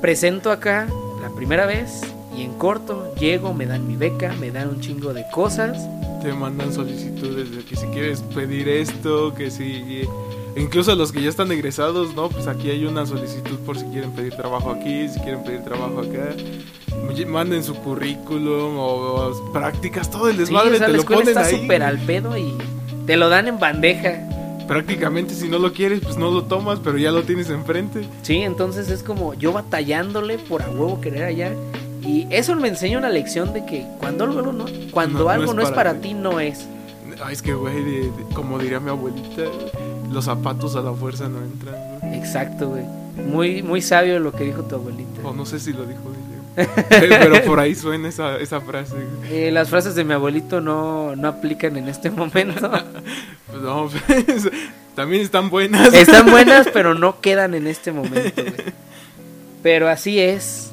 A: Presento acá la primera vez y en corto llego, me dan mi beca, me dan un chingo de cosas.
B: Te mandan solicitudes de que si quieres pedir esto, que si... e Incluso los que ya están egresados, ¿no? Pues aquí hay una solicitud por si quieren pedir trabajo aquí, si quieren pedir trabajo acá. Lle- Manden su currículum o, o prácticas, todo el
A: Sí, o
B: desmadre,
A: sea,
B: te
A: la
B: lo
A: escuela
B: ponen
A: está
B: ahí.
A: súper al pedo y te lo dan en bandeja.
B: Prácticamente si no lo quieres, pues no lo tomas, pero ya lo tienes enfrente.
A: Sí, entonces es como yo batallándole por a huevo querer allá. Y eso me enseña una lección de que cuando algo no, cuando
B: No, no
A: algo
B: es
A: no es
B: para
A: para ti, no es.
B: Ay, es que, güey, de- de- como diría mi abuelita, los zapatos a la fuerza no entran, güey.
A: Exacto, güey. Muy, muy sabio lo que dijo tu abuelita.
B: O no sé si lo dijo ella. pero por ahí suena esa, esa frase, güey.
A: Eh, las frases de mi abuelito no, no aplican en este momento.
B: Pues no, pues, también están buenas.
A: Están buenas, pero no quedan en este momento, güey. Pero así es.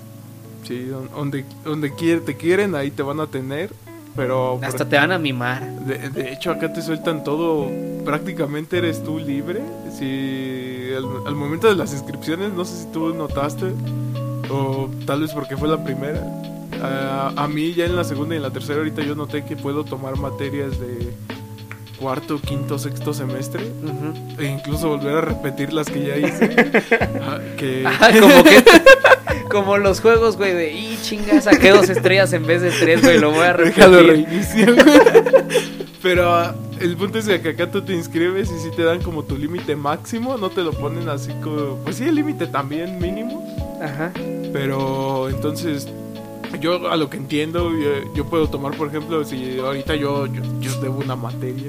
B: Sí, don- donde, donde quier- te quieren, ahí te van a tener. Pero por-
A: Hasta te van a mimar.
B: de, de hecho, acá te sueltan todo. Prácticamente eres tú libre. Si al, al momento de las inscripciones, no sé si tú notaste, o tal vez porque fue la primera. A, a mí, ya en la segunda y en la tercera, ahorita yo noté que puedo tomar materias de cuarto, quinto, sexto semestre.
A: Ujú.
B: E incluso volver a repetir las que ya hice. Ah, que,
A: Ajá, como que. Como los juegos, güey, de. Y chinga, saqué dos estrellas en vez de tres, güey, lo voy a
B: Déjalo
A: repetir.
B: reinicio. Pero ah, el punto es que acá tú te inscribes y si te dan como tu límite máximo, no te lo ponen así como... Pues sí, el límite también mínimo.
A: Ajá.
B: Pero entonces, yo a lo que entiendo, eh, yo, yo puedo tomar, por ejemplo, si ahorita yo, yo, yo debo una materia.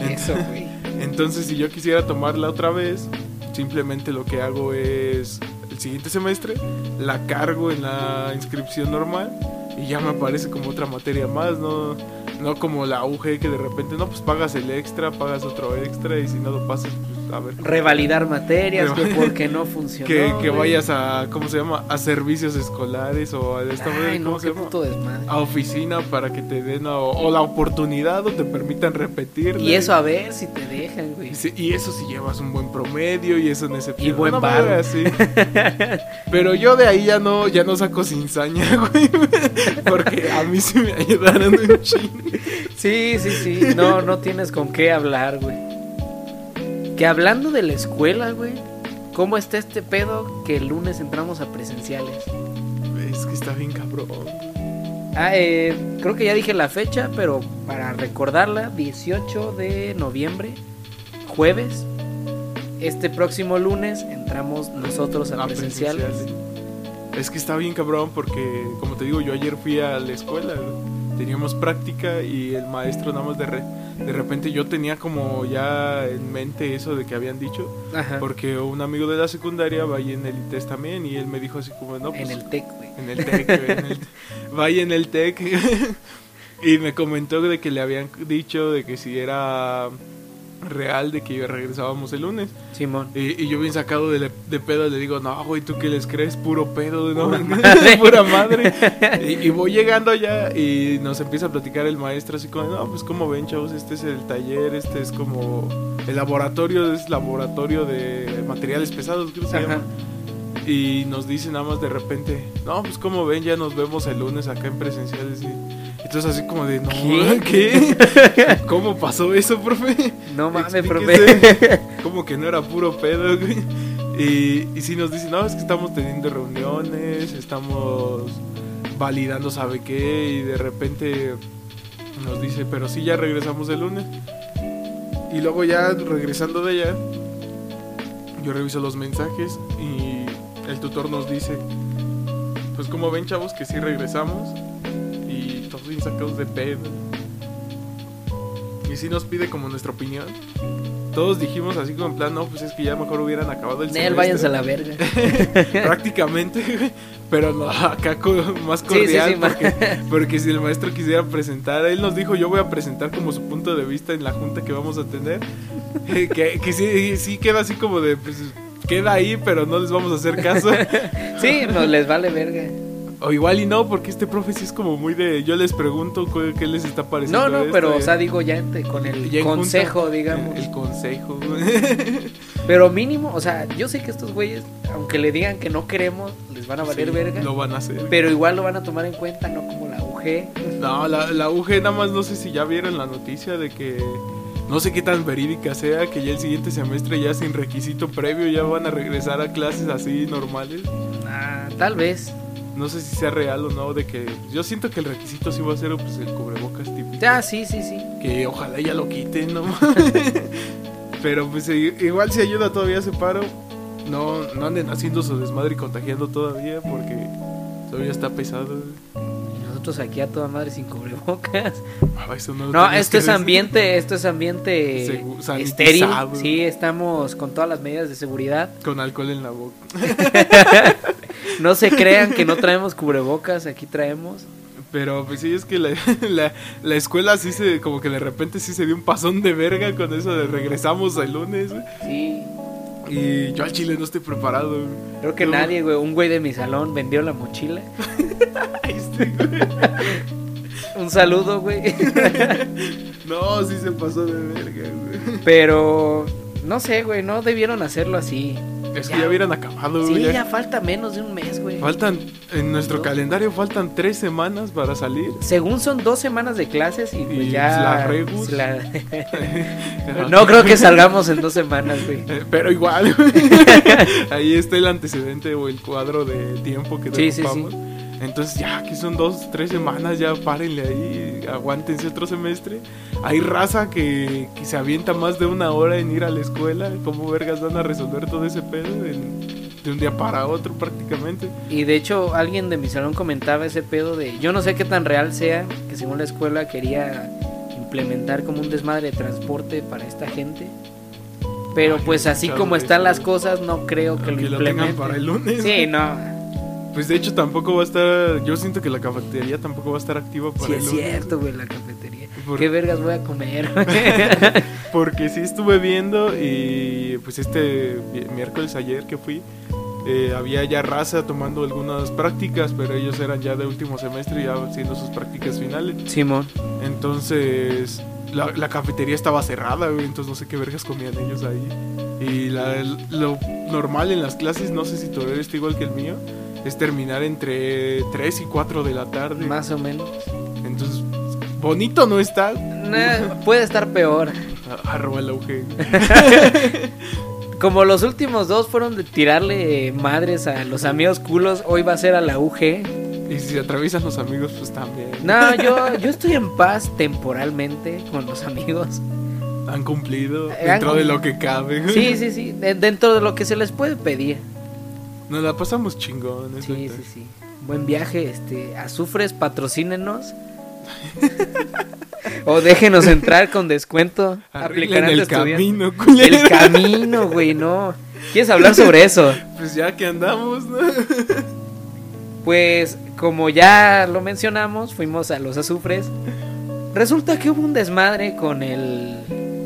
A: Eso, güey.
B: Entonces, si yo quisiera tomarla otra vez, simplemente lo que hago es el siguiente semestre la cargo en la inscripción normal y ya me aparece como otra materia más, no no como la UG que de repente no pues pagas el extra, pagas otro extra y si no lo pasas pues a ver
A: Revalidar materias, güey,
B: Reval-
A: porque no funcionó.
B: que, que
A: güey.
B: vayas a cómo se llama, a servicios escolares o a esta
A: Ay, no,
B: ¿cómo se
A: qué
B: llama?
A: puto desmadre.
B: a oficina para que te den o, o la oportunidad o te permitan repetir
A: Y eso a ver si te dejan, güey.
B: Y, si- y eso si llevas un buen promedio y eso en ese
A: Y buen
B: barro
A: varo.
B: Pero yo de ahí ya no, ya no saco cizaña, güey. Porque a mí sí me ayudaron un chingo.
A: Sí, sí, sí. No, no tienes con qué hablar, güey. Que hablando de la escuela, güey. ¿Cómo está este pedo que el lunes entramos a presenciales?
B: Es que está bien cabrón.
A: Ah, eh, creo que ya dije la fecha, pero para recordarla, 18 de noviembre, jueves. Este próximo lunes entramos nosotros a,
B: Ah,
A: presencial.
B: presenciales. Es que está bien cabrón porque, como te digo, yo ayer fui a la escuela. güey. Teníamos práctica y el maestro nada más de, re- de repente yo tenía como ya en mente eso de que habían dicho.
A: Ajá.
B: Porque un amigo de la secundaria va ahí en el ITES también y él me dijo así como, no, pues...
A: En el TEC, güey.
B: En el TEC, güey, en el Vaya en el TEC. y me comentó de que le habían dicho de que si era real de que regresábamos el lunes.
A: Simón.
B: Y, y yo bien sacado de, le- de pedo le digo, no, güey, ¿tú qué les crees? Puro pedo, ¿no?
A: Pura madre.
B: Pura madre. Y, y voy llegando allá y nos empieza a platicar el maestro así como, no, pues como ven, chavos, este es el taller, este es como... El laboratorio es laboratorio de materiales pesados, creo que se
A: Ajá.
B: llama. Y nos dice nada más de repente, no, pues como ven, ya nos vemos el lunes acá en presenciales. Y entonces así como de, no, ¿qué? ¿Cómo pasó eso, profe?
A: No mames, profe.
B: Explíquese. Como que no era puro pedo, güey. Y, y si nos dicen, no, es que estamos teniendo reuniones, estamos validando sabe qué, y de repente nos dice, pero sí, ya regresamos el lunes. Y luego ya regresando de allá, yo reviso los mensajes y el tutor nos dice, pues como ven chavos que sí regresamos y todos bien sacados de pedo. Y sí nos pide como nuestra opinión. todos dijimos así como en plan, no, pues es que ya mejor hubieran acabado el
A: Nel, váyanse a la verga.
B: Prácticamente, güey, pero no, acá co- más
A: Sí, sí,
B: cordial.
A: sí, más-
B: porque, porque si el maestro quisiera presentar, él nos dijo, yo voy a presentar como su punto de vista en la junta que vamos a tener. eh, que que sí, sí queda así como de, pues queda ahí, pero no les vamos a hacer caso.
A: sí, no les vale verga.
B: O igual y no, porque este profe sí es como muy de, yo les pregunto cu- qué les está
A: No,
B: pareciendo.
A: no,
B: esto,
A: pero,
B: y-
A: o sea, digo ya ente- con el
B: y en junta-
A: consejo, digamos.
B: El, el consejo.
A: Pero mínimo, o sea, yo sé que estos güeyes, aunque le digan que no queremos, les van a valer
B: Sí,
A: verga.
B: Lo van a hacer.
A: Pero igual lo van a tomar en cuenta, no como la UG.
B: No, la, la UG nada más no sé si ya vieron la noticia de que no sé qué tan verídica sea que ya el siguiente semestre ya sin requisito previo ya van a regresar a clases así normales.
A: Ah, tal vez.
B: No sé si sea real o no de que yo siento que el requisito sí va a ser pues el cubrebocas típico.
A: Ya, sí, sí, sí.
B: Que ojalá ya lo quiten, no. Pero pues i- igual si ayuda todavía ese paro. No, no anden haciendo su desmadre y contagiando todavía porque todavía está pesado.
A: Y Nosotros aquí a toda madre sin cubrebocas.
B: Ah, eso no, lo
A: No,
B: tenías
A: esto
B: que
A: es
B: decir.
A: ambiente, esto es ambiente
B: Segu- sanitizado.
A: estéril. Sí, estamos con todas las medidas de seguridad.
B: Con alcohol en la boca.
A: No se crean que no traemos cubrebocas, aquí traemos.
B: Pero pues sí, es que la, la, la escuela sí se, como que de repente sí se dio un pasón de verga con eso de regresamos el lunes. güey.
A: Sí.
B: Y yo al chile no estoy preparado. güey.
A: Creo que
B: No.
A: nadie, güey, un güey de mi salón vendió la mochila.
B: Ay, este, güey.
A: Un saludo, güey.
B: No, sí se pasó de verga. güey.
A: Pero no sé, güey, no debieron hacerlo así.
B: Es
A: Ya.
B: que ya hubieran acabado.
A: Sí,
B: güey,
A: ya,
B: ya.
A: falta menos de un mes, güey.
B: Faltan, en nuestro
A: ¿No?
B: calendario faltan tres semanas para salir.
A: Según son dos semanas de clases y pues
B: Y
A: ya.
B: la regus.
A: la- no creo que salgamos en dos semanas, güey.
B: Eh, Pero igual, ahí está el antecedente o el cuadro de tiempo que
A: Sí, sí,
B: ocupamos. Entonces ya, aquí son dos, tres semanas, ya párenle ahí, aguántense otro semestre. Hay raza que, que se avienta más de una hora en ir a la escuela. ¿Cómo vergas van a resolver todo ese pedo en- de un día para otro prácticamente?
A: Y de hecho, alguien de mi salón comentaba ese pedo de. Yo no sé qué tan real sea, que según la escuela quería implementar como un desmadre de transporte para esta gente. Pero
B: Ay,
A: pues
B: he
A: así
B: escuchado
A: como
B: eso,
A: están las
B: güey.
A: cosas, no creo que lo
B: Que lo tengan
A: implementen.
B: para el lunes.
A: Sí, no.
B: Pues de hecho tampoco va a estar, yo siento que la cafetería tampoco va a estar activa para
A: Sí,
B: el
A: es
B: lunes.
A: cierto, güey, la cafetería.
B: Por-
A: ¿Qué vergas voy a comer? güey?
B: Porque sí estuve viendo y pues este mi- miércoles ayer que fui, eh, había ya raza tomando algunas prácticas, pero ellos eran ya de último semestre, ya haciendo sus prácticas finales.
A: Simón.
B: Entonces la, la cafetería estaba cerrada, güey, entonces no sé qué vergas comían ellos ahí. Y la- lo normal en las clases, no sé si tu horario está igual que el mío, es terminar entre 3 y 4 de la tarde.
A: Más o menos.
B: Entonces, bonito no está.
A: Nah, puede estar peor.
B: Ah, Arroba el auge.
A: Como los últimos dos fueron de tirarle eh, madres a los amigos culos, hoy va a ser a la UG.
B: Y si se atraviesan los amigos, pues también.
A: No, yo, yo estoy en paz temporalmente con los amigos.
B: Han cumplido
A: Eh,
B: dentro
A: han-
B: de lo que cabe.
A: Sí, sí, sí. de- dentro de lo que se les puede pedir.
B: Nos la pasamos chingón. es
A: Sí,
B: neta.
A: sí, sí. Buen viaje, este. Azufres, patrocínenos. o déjenos entrar con descuento.
B: Arreglen
A: Aplicarán tu
B: el
A: estudiante.
B: camino, culero.
A: El camino, güey, no. ¿Quieres hablar sobre eso?
B: Pues ya que andamos, ¿no?
A: Pues como ya lo mencionamos, fuimos a los azufres. Resulta que hubo un desmadre con el...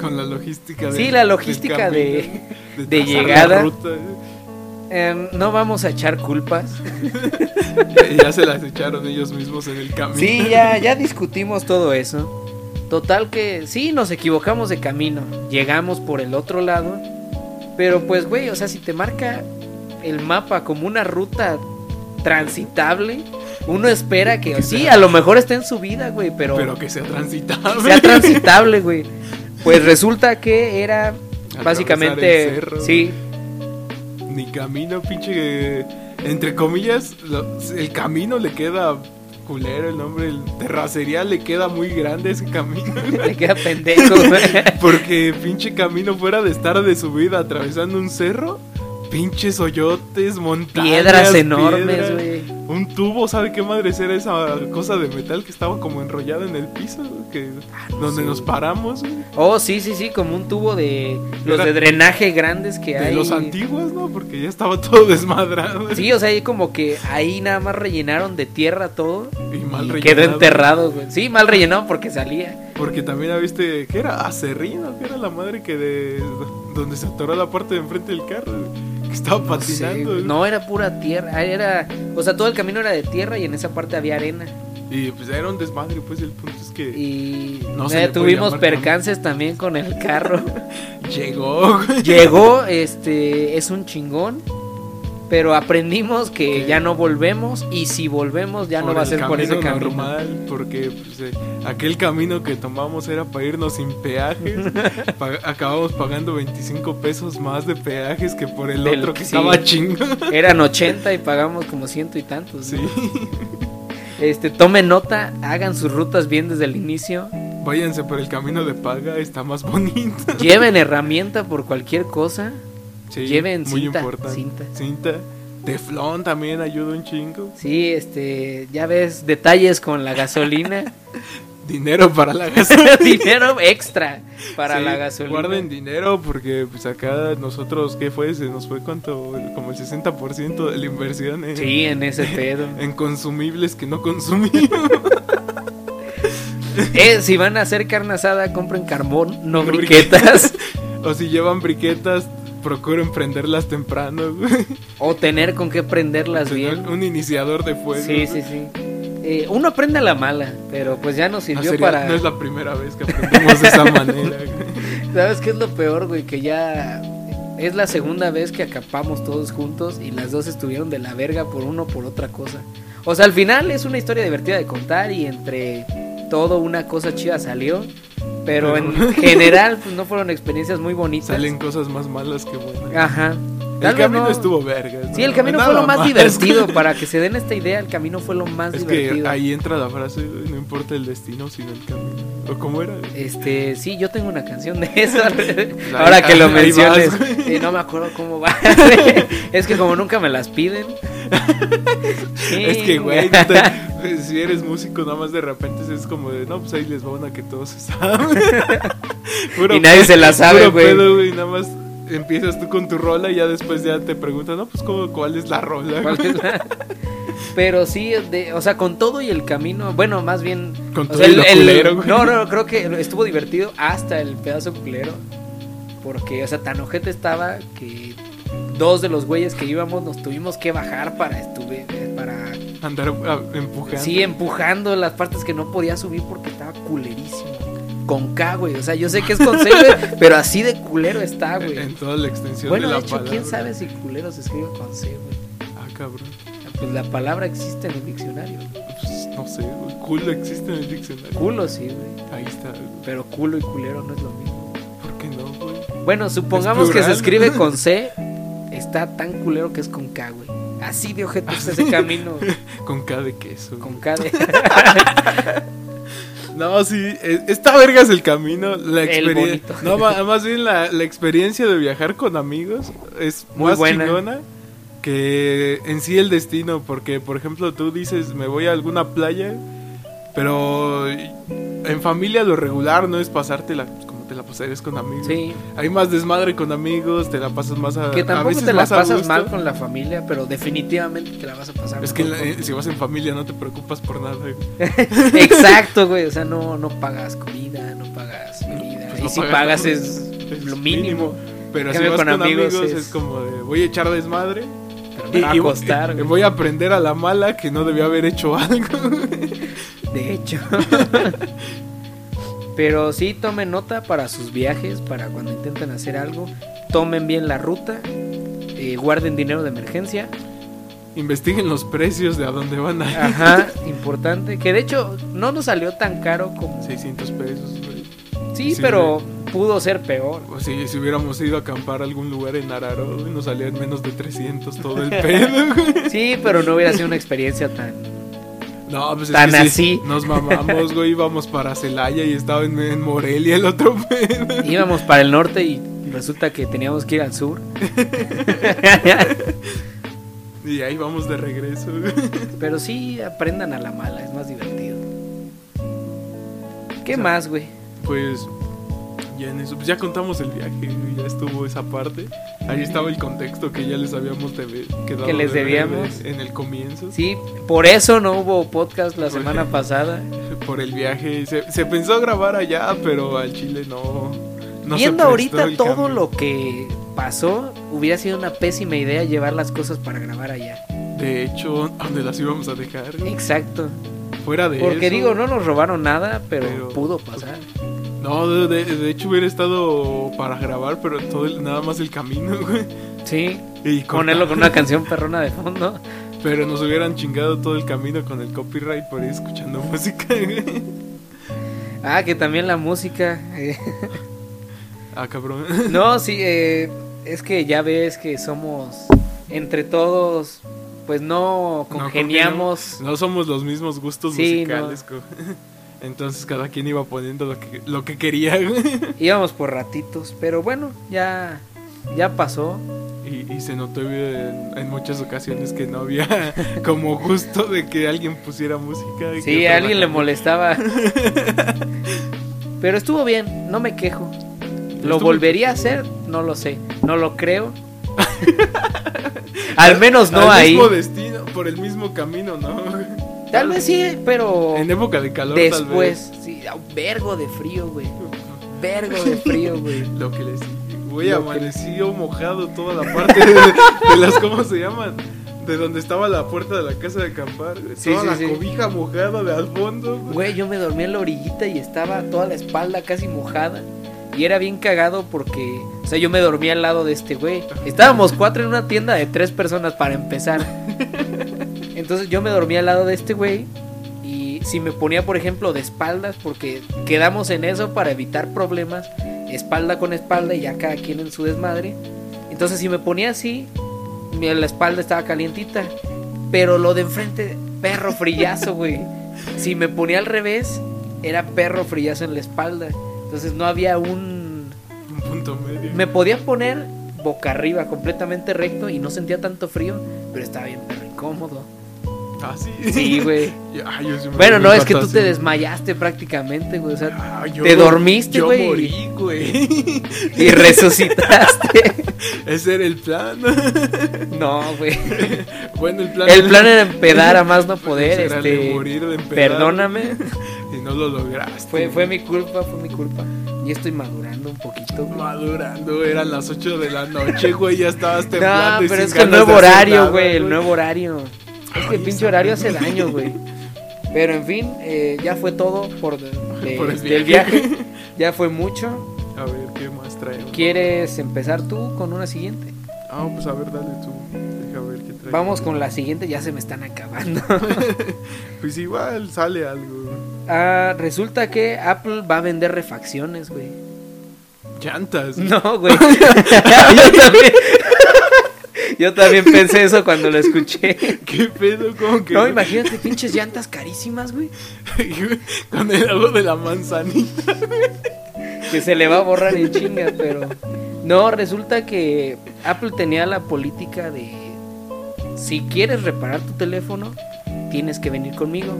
B: Con la logística de.
A: Sí, la logística de-
B: de,
A: de
B: trazar la
A: llegada.
B: ruta. ¿eh?
A: em, no vamos a echar culpas.
B: Ya- ya se las echaron ellos mismos en el camino.
A: Sí, ya, ya discutimos todo eso. Total que sí, nos equivocamos de camino. Llegamos por el otro lado. Pero pues, güey, o sea, si te marca el mapa como una ruta transitable, uno espera que...
B: Que
A: Sí,
B: sea-
A: a lo mejor está en su vida, güey, pero...
B: Pero que sea transitable.
A: sea transitable, güey. Pues resulta que era
B: Atravesar el
A: básicamente
B: cerro.
A: sí,
B: Ni camino, pinche. eh, Entre comillas, lo- el camino le queda culero el nombre. El terracería le queda muy grande ese camino.
A: le queda pendejo. güey.
B: Porque pinche camino fuera de estar de subida atravesando un cerro. Pinches hoyotes, montañas.
A: Piedras enormes,
B: piedras.
A: güey.
B: un tubo, ¿sabe qué madre era esa cosa de metal que estaba como enrollada en el piso? Que, donde
A: sí.
B: nos paramos, güey.
A: Oh, sí, sí, sí, como un tubo de los
B: Era-
A: de drenaje grandes que
B: De
A: hay.
B: los antiguos, ¿no? Porque ya estaba todo desmadrado. güey.
A: Sí, o sea, ahí como que ahí nada más rellenaron de tierra todo.
B: Y mal
A: y
B: rellenado.
A: quedó enterrado, güey. Sí, mal rellenado porque salía.
B: Porque también ya viste, ¿qué era? Acerrino, que era la madre que de. donde se atoró la parte de enfrente del carro, güey, que estaba
A: No, sé,
B: patinando. ¿eh?
A: güey.
B: güey.
A: No, era pura tierra. ah, Era, o sea, todo el camino era de tierra y en esa parte había arena.
B: Y pues era un desmadre, pues el punto es que
A: Y
B: No se
A: eh,
B: le puede
A: tuvimos
B: llamar
A: percances también con el carro.
B: llegó, güey.
A: Llegó, este, es un chingón. Pero aprendimos que
B: Que-
A: ya no volvemos y si volvemos ya no
B: por
A: va a
B: el
A: ser por ese camino.
B: normal, porque pues, eh, aquel camino que tomamos era para irnos sin peajes. Pa- acabamos pagando 25 pesos más de peajes que por el
A: Del
B: otro que
A: que sí.
B: estaba chingo.
A: Eran 80 y pagamos como ciento y tantos. ¿no?
B: Sí.
A: Este, tomen nota, hagan sus rutas bien desde el inicio,
B: Váyanse por el camino de paga, está más bonito.
A: lleven herramienta por cualquier cosa.
B: Sí,
A: Lleven
B: muy
A: cinta,
B: importante.
A: cinta.
B: Teflón también ayuda un chingo.
A: Sí, este, ya ves, detalles con la gasolina,
B: Dinero para la gasolina.
A: dinero extra para
B: Sí,
A: la gasolina.
B: Guarden dinero porque pues acá nosotros, ¿qué fue? Se nos fue cuánto, como el 60% de la inversión en,
A: Sí, en ese pedo.
B: en consumibles que no consumimos.
A: Eh, si van a hacer carne asada, compren carbón, no
B: No
A: briquetas.
B: o si llevan briquetas, procuren prenderlas temprano. güey.
A: o tener con qué prenderlas
B: Tener
A: bien.
B: Un iniciador de fuego.
A: Sí, sí, sí. Eh, uno aprende a la mala, pero pues ya nos
B: No,
A: sirvió
B: Ah, sería-
A: para...
B: no es la primera vez que aprendemos de esa manera. güey.
A: ¿Sabes qué es lo peor, güey? Que ya es la segunda vez que acampamos todos juntos y las dos estuvieron de la verga por uno o por otra cosa. O sea, al final es una historia divertida de contar y entre todo una cosa chida salió. Pero en general, pues no fueron experiencias muy bonitas.
B: Salen cosas más malas que buenas.
A: Ajá. Ah, Tal
B: El
A: vez
B: camino
A: no-
B: estuvo verga.
A: Sí, el camino fue lo más divertido. Para que se den esta idea, el camino fue lo más
B: Es que
A: divertido.
B: ahí entra la frase, güey, no importa el destino, sino el camino. ¿O cómo era?
A: Este, sí, yo tengo una canción de eso.
B: ahí-
A: Ahora que lo
B: ahí
A: menciones,
B: vas, güey.
A: Eh, no me acuerdo cómo va. es que como nunca me las piden.
B: Es que, güey,
A: Chinga.
B: no te- si eres músico, nada más de repente es como de, no, pues ahí les va una que todos se saben. Puro
A: Y nadie se la sabe,
B: puro
A: güey.
B: pedo, güey, nada más empiezas tú con tu rola y ya después ya te preguntan, no, pues ¿cómo- ¿cuál es la rola?
A: ¿Cuál
B: güey?
A: es la- Pero sí, de- o sea, con todo y el camino, bueno, más bien...
B: Con
A: o
B: todo
A: sea,
B: y lo culero, güey.
A: No, no, creo que estuvo divertido hasta el pedazo culero. Porque, o sea, tan ojete estaba que dos de los güeyes que íbamos nos tuvimos que bajar para estuve, para
B: Andar ah, empujando.
A: Pues Sí, empujando las partes que no podía subir porque estaba culerísimo. Con K, güey. O sea, yo sé que es con C, güey, pero así de culero está,
B: en,
A: güey.
B: toda la extensión
A: Bueno,
B: de
A: de
B: la
A: hecho,
B: palabra.
A: ¿quién sabe si culero se escribe con C, güey?
B: Ah, cabrón.
A: Pues la palabra existe en el diccionario.
B: Pues, no sé, güey, culo existe en el diccionario.
A: Culo sí, güey.
B: Ahí está, güey.
A: Pero culo y culero no es lo mismo.
B: ¿por qué no, güey?
A: Bueno, supongamos
B: Es
A: que se
B: plural.
A: escribe con C, está tan culero que es con K, güey. Así de ojete está ese camino, güey.
B: Con K de queso. güey.
A: con K de...
B: No, sí, e- esta verga es el camino, la
A: El
B: experiencia.
A: bonito.
B: No, ma- más bien la, la experiencia de viajar con amigos es
A: Muy
B: más
A: buena.
B: chingona que en sí el destino, porque por ejemplo tú dices me voy a alguna playa, pero en familia lo regular no es pasártela pues, como te la pasarías con amigos.
A: Sí.
B: Hay más desmadre con amigos, te la pasas más a
A: Que
B: a
A: tampoco
B: veces
A: te la
B: más a
A: pasas
B: gusto.
A: mal con la familia, pero definitivamente te la vas a pasar
B: Es que
A: mejor
B: en la-
A: con-
B: eh, si vas en familia no te preocupas por nada. güey.
A: Exacto, güey. O sea, no, no pagas comida, no pagas bebida.
B: Pues
A: y
B: no
A: si
B: pagas
A: pagas
B: nada.
A: es lo mínimo.
B: Pero
A: En
B: si
A: cambio,
B: vas con,
A: con
B: amigos,
A: amigos
B: es...
A: es
B: como de voy a echar desmadre
A: Pero me va a costar,
B: y
A: güey,
B: voy a aprender a la mala que no debía haber hecho algo.
A: De hecho. Pero sí tomen nota para sus viajes, para cuando intenten hacer algo. Tomen bien la ruta. eh, guarden dinero de emergencia.
B: Investiguen los precios de a dónde van a ir.
A: Ajá, importante. Que de hecho no nos salió tan caro como...
B: 600 pesos. güey.
A: Sí,
B: Sí,
A: pero pudo ser peor.
B: O si, si hubiéramos ido a acampar a algún lugar en Araro, güey, nos salían menos de 300 todo el pedo. güey.
A: Sí, pero no hubiera sido una experiencia tan
B: No, pues es
A: Tan
B: que sí,
A: así.
B: nos mamamos, güey, íbamos para Celaya y estaba en, en Morelia el otro pedo.
A: Íbamos para el norte y resulta que teníamos que ir al sur.
B: Y ahí vamos de regreso.
A: Pero sí aprendan a la mala, es más divertido. ¿Qué
B: O sea,
A: más, güey?
B: Pues ya en eso, pues ya contamos el viaje, güey, ya estuvo esa parte. Ahí estaba el contexto que ya les habíamos debe- quedado
A: Que les
B: de ver
A: debíamos.
B: en el comienzo.
A: Sí, por eso no hubo podcast la semana pasada.
B: Por el viaje se, se pensó grabar allá, pero al Chile no. no se
A: Viendo
B: prestó
A: ahorita
B: el
A: todo
B: cambio.
A: lo que pasó, hubiera sido una pésima idea llevar las cosas para grabar allá.
B: De hecho, ¿dónde las íbamos a dejar?
A: Exacto.
B: Fuera de
A: Porque
B: eso.
A: digo, no nos robaron nada, pero,
B: Pero-
A: pudo pasar.
B: No, de, de- de hecho hubiera estado para grabar, pero todo el- nada más el camino, güey.
A: Sí,
B: Y
A: ponerlo
B: cortar.
A: con una canción perrona de fondo.
B: Pero nos hubieran chingado todo el camino con el copyright por ir escuchando música, güey.
A: Ah, que también la música. eh,
B: Ah, cabrón.
A: No, sí, eh, es que ya ves que somos entre todos, pues no congeniamos.
B: No somos los mismos gustos
A: Sí,
B: musicales, co- Entonces cada quien iba poniendo lo que, lo que quería, güey.
A: Íbamos por ratitos, pero bueno, ya, ya pasó.
B: Y, y se notó en, en muchas ocasiones que no había como gusto de que alguien pusiera música. y
A: Sí,
B: que
A: a
B: otra
A: alguien le
B: la-
A: molestaba. Pero estuvo bien, no me quejo. ¿Lo
B: Estuvo-
A: volvería a hacer? No lo sé, no lo creo. Al menos no
B: Al
A: ahí.
B: mismo destino, por el mismo camino, ¿no?
A: Tal vez sí, pero
B: En época de calor, tal vez.
A: después. Sí, a un vergo de frío, güey. Vergo de frío, güey.
B: Lo que le sigue. Güey,
A: Lo que-
B: amaneció mojado toda la parte de, de las. ¿Cómo se llaman? De donde estaba la puerta de la casa de acampar. güey.
A: Sí,
B: toda
A: sí,
B: la
A: sí.
B: cobija mojada de al fondo. güey.
A: Güey, yo me dormí en la orillita y estaba toda la espalda casi mojada. Y era bien cagado porque, o sea, yo me dormí al lado de este güey. Estábamos cuatro en una tienda de tres personas para empezar. Entonces yo me dormí al lado de este güey. Y si me ponía, por ejemplo, de espaldas, porque quedamos en eso para evitar problemas, espalda con espalda y ya cada quien en su desmadre. Entonces si me ponía así, mi- la espalda estaba calientita. Pero lo de enfrente, perro frillazo, güey. Si me ponía al revés, era perro frillazo en la espalda. Entonces no había un...
B: Un punto medio.
A: Me podía poner boca arriba, completamente recto y no sentía tanto frío, pero estaba bien perro incómodo.
B: Ah, sí.
A: Sí, güey.
B: Yo- ay, yo sí me
A: Bueno,
B: dormí
A: no, es que
B: fatal,
A: tú te
B: sí.
A: desmayaste prácticamente, güey. O sea,
B: Ah, yo
A: te
B: dor-
A: dormiste, güey.
B: Yo morí, güey.
A: y resucitaste.
B: Ese era el plan.
A: No, güey.
B: Bueno, el plan.
A: El plan era empedar a más no poder.
B: Ese era el de
A: Este,
B: morir de empedar.
A: perdóname.
B: Y no lo lograste.
A: Fue, fue mi culpa, fue mi culpa. Y estoy madurando un poquito, güey.
B: Madurando, eran las 8 de la noche, güey, ya estabas temblando.
A: No,
B: y
A: pero
B: sin
A: es que el
B: ganas de
A: nuevo
B: hacer
A: horario,
B: nada,
A: güey, el nuevo horario. Es que
B: Ay,
A: el pinche
B: esa
A: horario
B: madre.
A: hace daño, güey. Pero en fin, eh, ya fue todo por, de- de-
B: Por el
A: del
B: viaje.
A: viaje. Ya fue mucho.
B: A ver, ¿qué más traemos?
A: ¿Quieres empezar tú con una siguiente?
B: Ah, pues a ver, dale tú. Deja ver qué traemos.
A: Vamos con la siguiente, ya se me están acabando.
B: Pues igual sale algo.
A: Ah, resulta que Apple va a vender refacciones, güey.
B: Llantas.
A: No, güey. Yo también. Yo también pensé eso cuando lo escuché.
B: ¿Qué pedo? ¿Cómo que?
A: No, imagínate pinches llantas carísimas, güey.
B: Con el agua de la manzanita.
A: que se le va a borrar en chinga, pero no, resulta que Apple tenía la política de si quieres reparar tu teléfono, tienes que venir conmigo.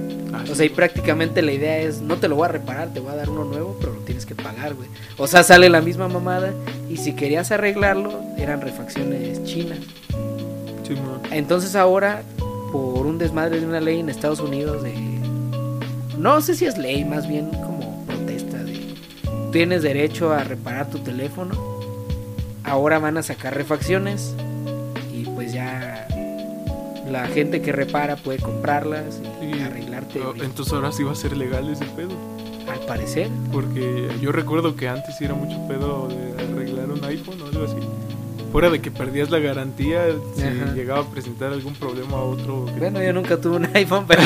A: O sea, y prácticamente la idea es, no te lo voy a reparar, te voy a dar uno nuevo, pero lo tienes que pagar, güey. O sea, sale la misma mamada y si querías arreglarlo, eran refacciones chinas.
B: Sí, ma.
A: Entonces ahora, por un desmadre de una ley en Estados Unidos de... No sé si es ley, más bien como protesta de... Tienes derecho a reparar tu teléfono. Ahora van a sacar refacciones. Y pues ya la gente que repara puede comprarlas y
B: Sí.
A: arreglarte.
B: Ah,
A: güey.
B: Entonces ahora sí va a ser legal ese pedo.
A: Al parecer.
B: Porque yo recuerdo que antes sí era mucho pedo de arreglar un iPhone o algo así. Fuera de que perdías la garantía si
A: Ajá.
B: llegaba a presentar algún problema a otro. que-
A: Bueno, yo nunca tuve un iPhone, pero...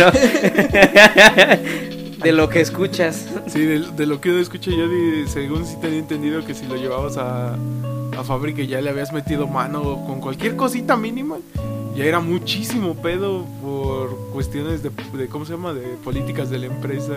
A: de lo que escuchas.
B: Sí, de, de lo que yo escuché yo, di- según sí tenía entendido que si lo llevabas a, a fábrica y ya le habías metido mano con cualquier cosita mínima, ya era muchísimo pedo por cuestiones de, de- ¿cómo se llama?, de políticas de la empresa.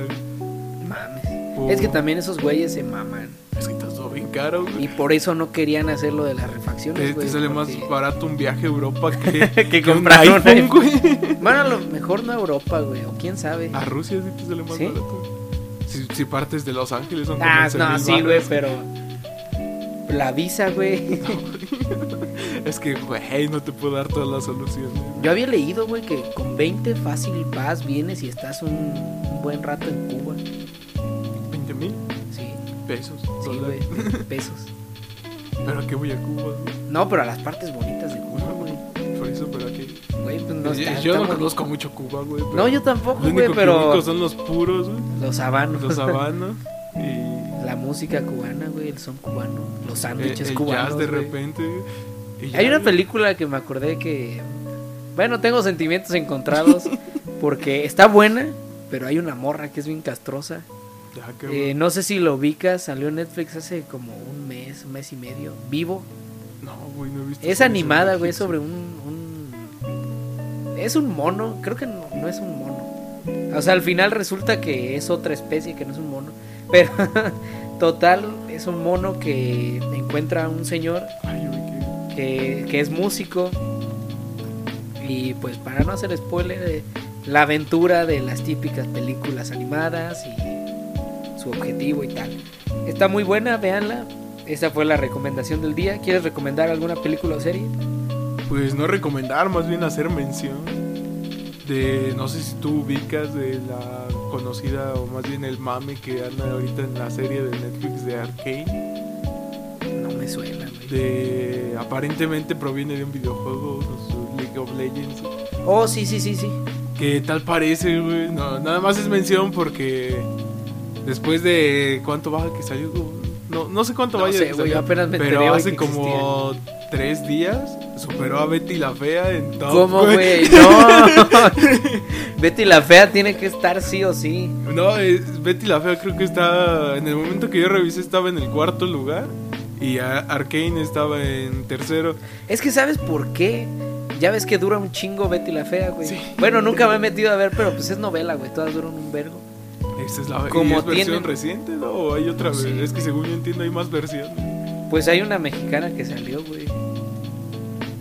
A: Mames.
B: por-
A: Es que también esos güeyes se maman.
B: Es que estás todo bien bien caro, güey.
A: Y por eso no querían hacer lo de las
B: Te,
A: refacciones,
B: te
A: güey.
B: Este sale
A: porque-
B: más barato un viaje a Europa que,
A: Que
B: un
A: comprar un
B: iPhone, güey.
A: Bueno, a lo mejor no a Europa, güey, o quién sabe.
B: A Rusia sí te sale más
A: ¿Sí?
B: barato. Si, si partes de Los Ángeles son como
A: Ah,
B: 11,000
A: no, sí, güey,
B: barras.
A: pero... La visa, güey.
B: Es que, güey, no te puedo dar todas las soluciones.
A: Yo había leído, güey, que con 20 fácil vas, vienes y estás un, un buen rato en Cuba.
B: 20 mil
A: Sí,
B: pesos.
A: sí, güey,
B: dólares.
A: pesos.
B: ¿Pero a qué voy a Cuba, güey?
A: No, pero a las partes bonitas de Cuba, güey.
B: Por eso, ¿pero a qué?
A: Güey, pues no
B: yo
A: está-
B: Eh, yo
A: está
B: no
A: muy-
B: conozco mucho Cuba, güey. pero
A: No, yo tampoco,
B: Lo único
A: güey,
B: que
A: pero
B: ubico son los puros, güey.
A: los habanos.
B: Los habanos. y
A: La música cubana, güey, el son cubano, los
B: Eh, el,
A: sándwiches
B: el
A: cubanos.
B: jazz de
A: güey.
B: repente. y ya,
A: Hay una
B: güey.
A: película que me acordé que. Bueno, tengo sentimientos encontrados porque está buena, pero hay una morra que es bien castrosa.
B: Ah, qué
A: Eh, no sé si lo ubicas, salió en Netflix hace como un mes, un mes y medio, vivo.
B: bueno. No, güey, no he visto.
A: eh, Es
B: eso,
A: animada,
B: eso,
A: güey,
B: eso.
A: sobre un, un- Es un mono, creo que no, no es un mono. O sea, al final resulta que es otra especie, que no es un mono. Pero, total, es un mono que encuentra a un señor
B: Ay, güey, qué-
A: que, que es músico. Y pues para no hacer spoiler, eh, la aventura de las típicas películas animadas y su objetivo y tal. Está muy buena, véanla. Esa fue la recomendación del día. ¿Quieres recomendar alguna película o serie?
B: Pues no recomendar, más bien hacer mención de. No sé si tú ubicas de la conocida o más bien el mame que anda ahorita en la serie de Netflix de Arkane.
A: No me suena, güey.
B: De, aparentemente proviene de un videojuego, su League of Legends.
A: Oh, sí, sí, sí, sí.
B: Que tal parece, güey. No, nada más es mención porque después de cuánto baja que salió, güey? no, no sé cuánto
A: No
B: vaya.
A: sé,
B: que
A: güey,
B: salió,
A: apenas me enteré
B: Pero
A: hoy
B: hace
A: que
B: como tres días superó a Betty la Fea en todo.
A: ¿Cómo, güey? No. Betty la Fea tiene que estar sí o sí.
B: No, es- Betty la Fea creo que está. En el momento que yo revisé estaba en el cuarto lugar y a- Arkane estaba en tercero.
A: Es que sabes por qué. Ya ves que dura un chingo Betty la Fea, güey.
B: Sí.
A: Bueno, nunca me he metido a ver, pero pues es novela, güey. Todas duran un vergo.
B: Esta es la
A: Como
B: ¿y es versión
A: tienen-
B: reciente, ¿no? ¿O hay otra
A: No sé,
B: vez? Es que
A: güey.
B: según yo entiendo hay más versiones.
A: Pues hay una mexicana que salió, güey.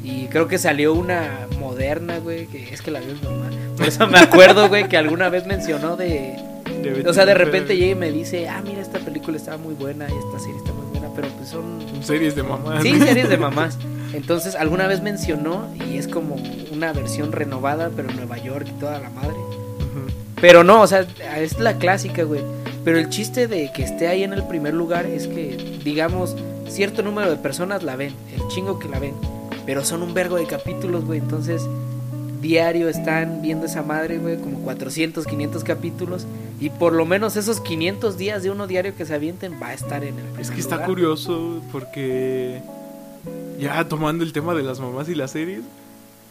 A: Y creo que salió una moderna, güey. Que es que la vio mi mamá. Por eso me acuerdo, güey, que alguna vez mencionó de.
B: de Betty
A: O sea, de
B: la Fea.
A: repente llega y me dice, ah, mira, esta película estaba muy buena y esta serie está muy buena, pero pues son
B: Series de mamá.
A: Sí,
B: Ah, ¿no?
A: series de mamás. Entonces, alguna vez mencionó, y es como una versión renovada, pero en Nueva York y toda la madre.
B: Ujú.
A: Pero no, o sea, es la clásica, güey. Pero el chiste de que esté ahí en el primer lugar es que, digamos, cierto número de personas la ven, el chingo que la ven. Pero son un vergo de capítulos, güey. Entonces, diario están viendo esa madre, güey, como 400, 500 capítulos. Y por lo menos esos 500 días de uno diario que se avienten va a estar en el primer
B: Es que está
A: lugar.
B: curioso porque ya tomando el tema de las mamás y las series,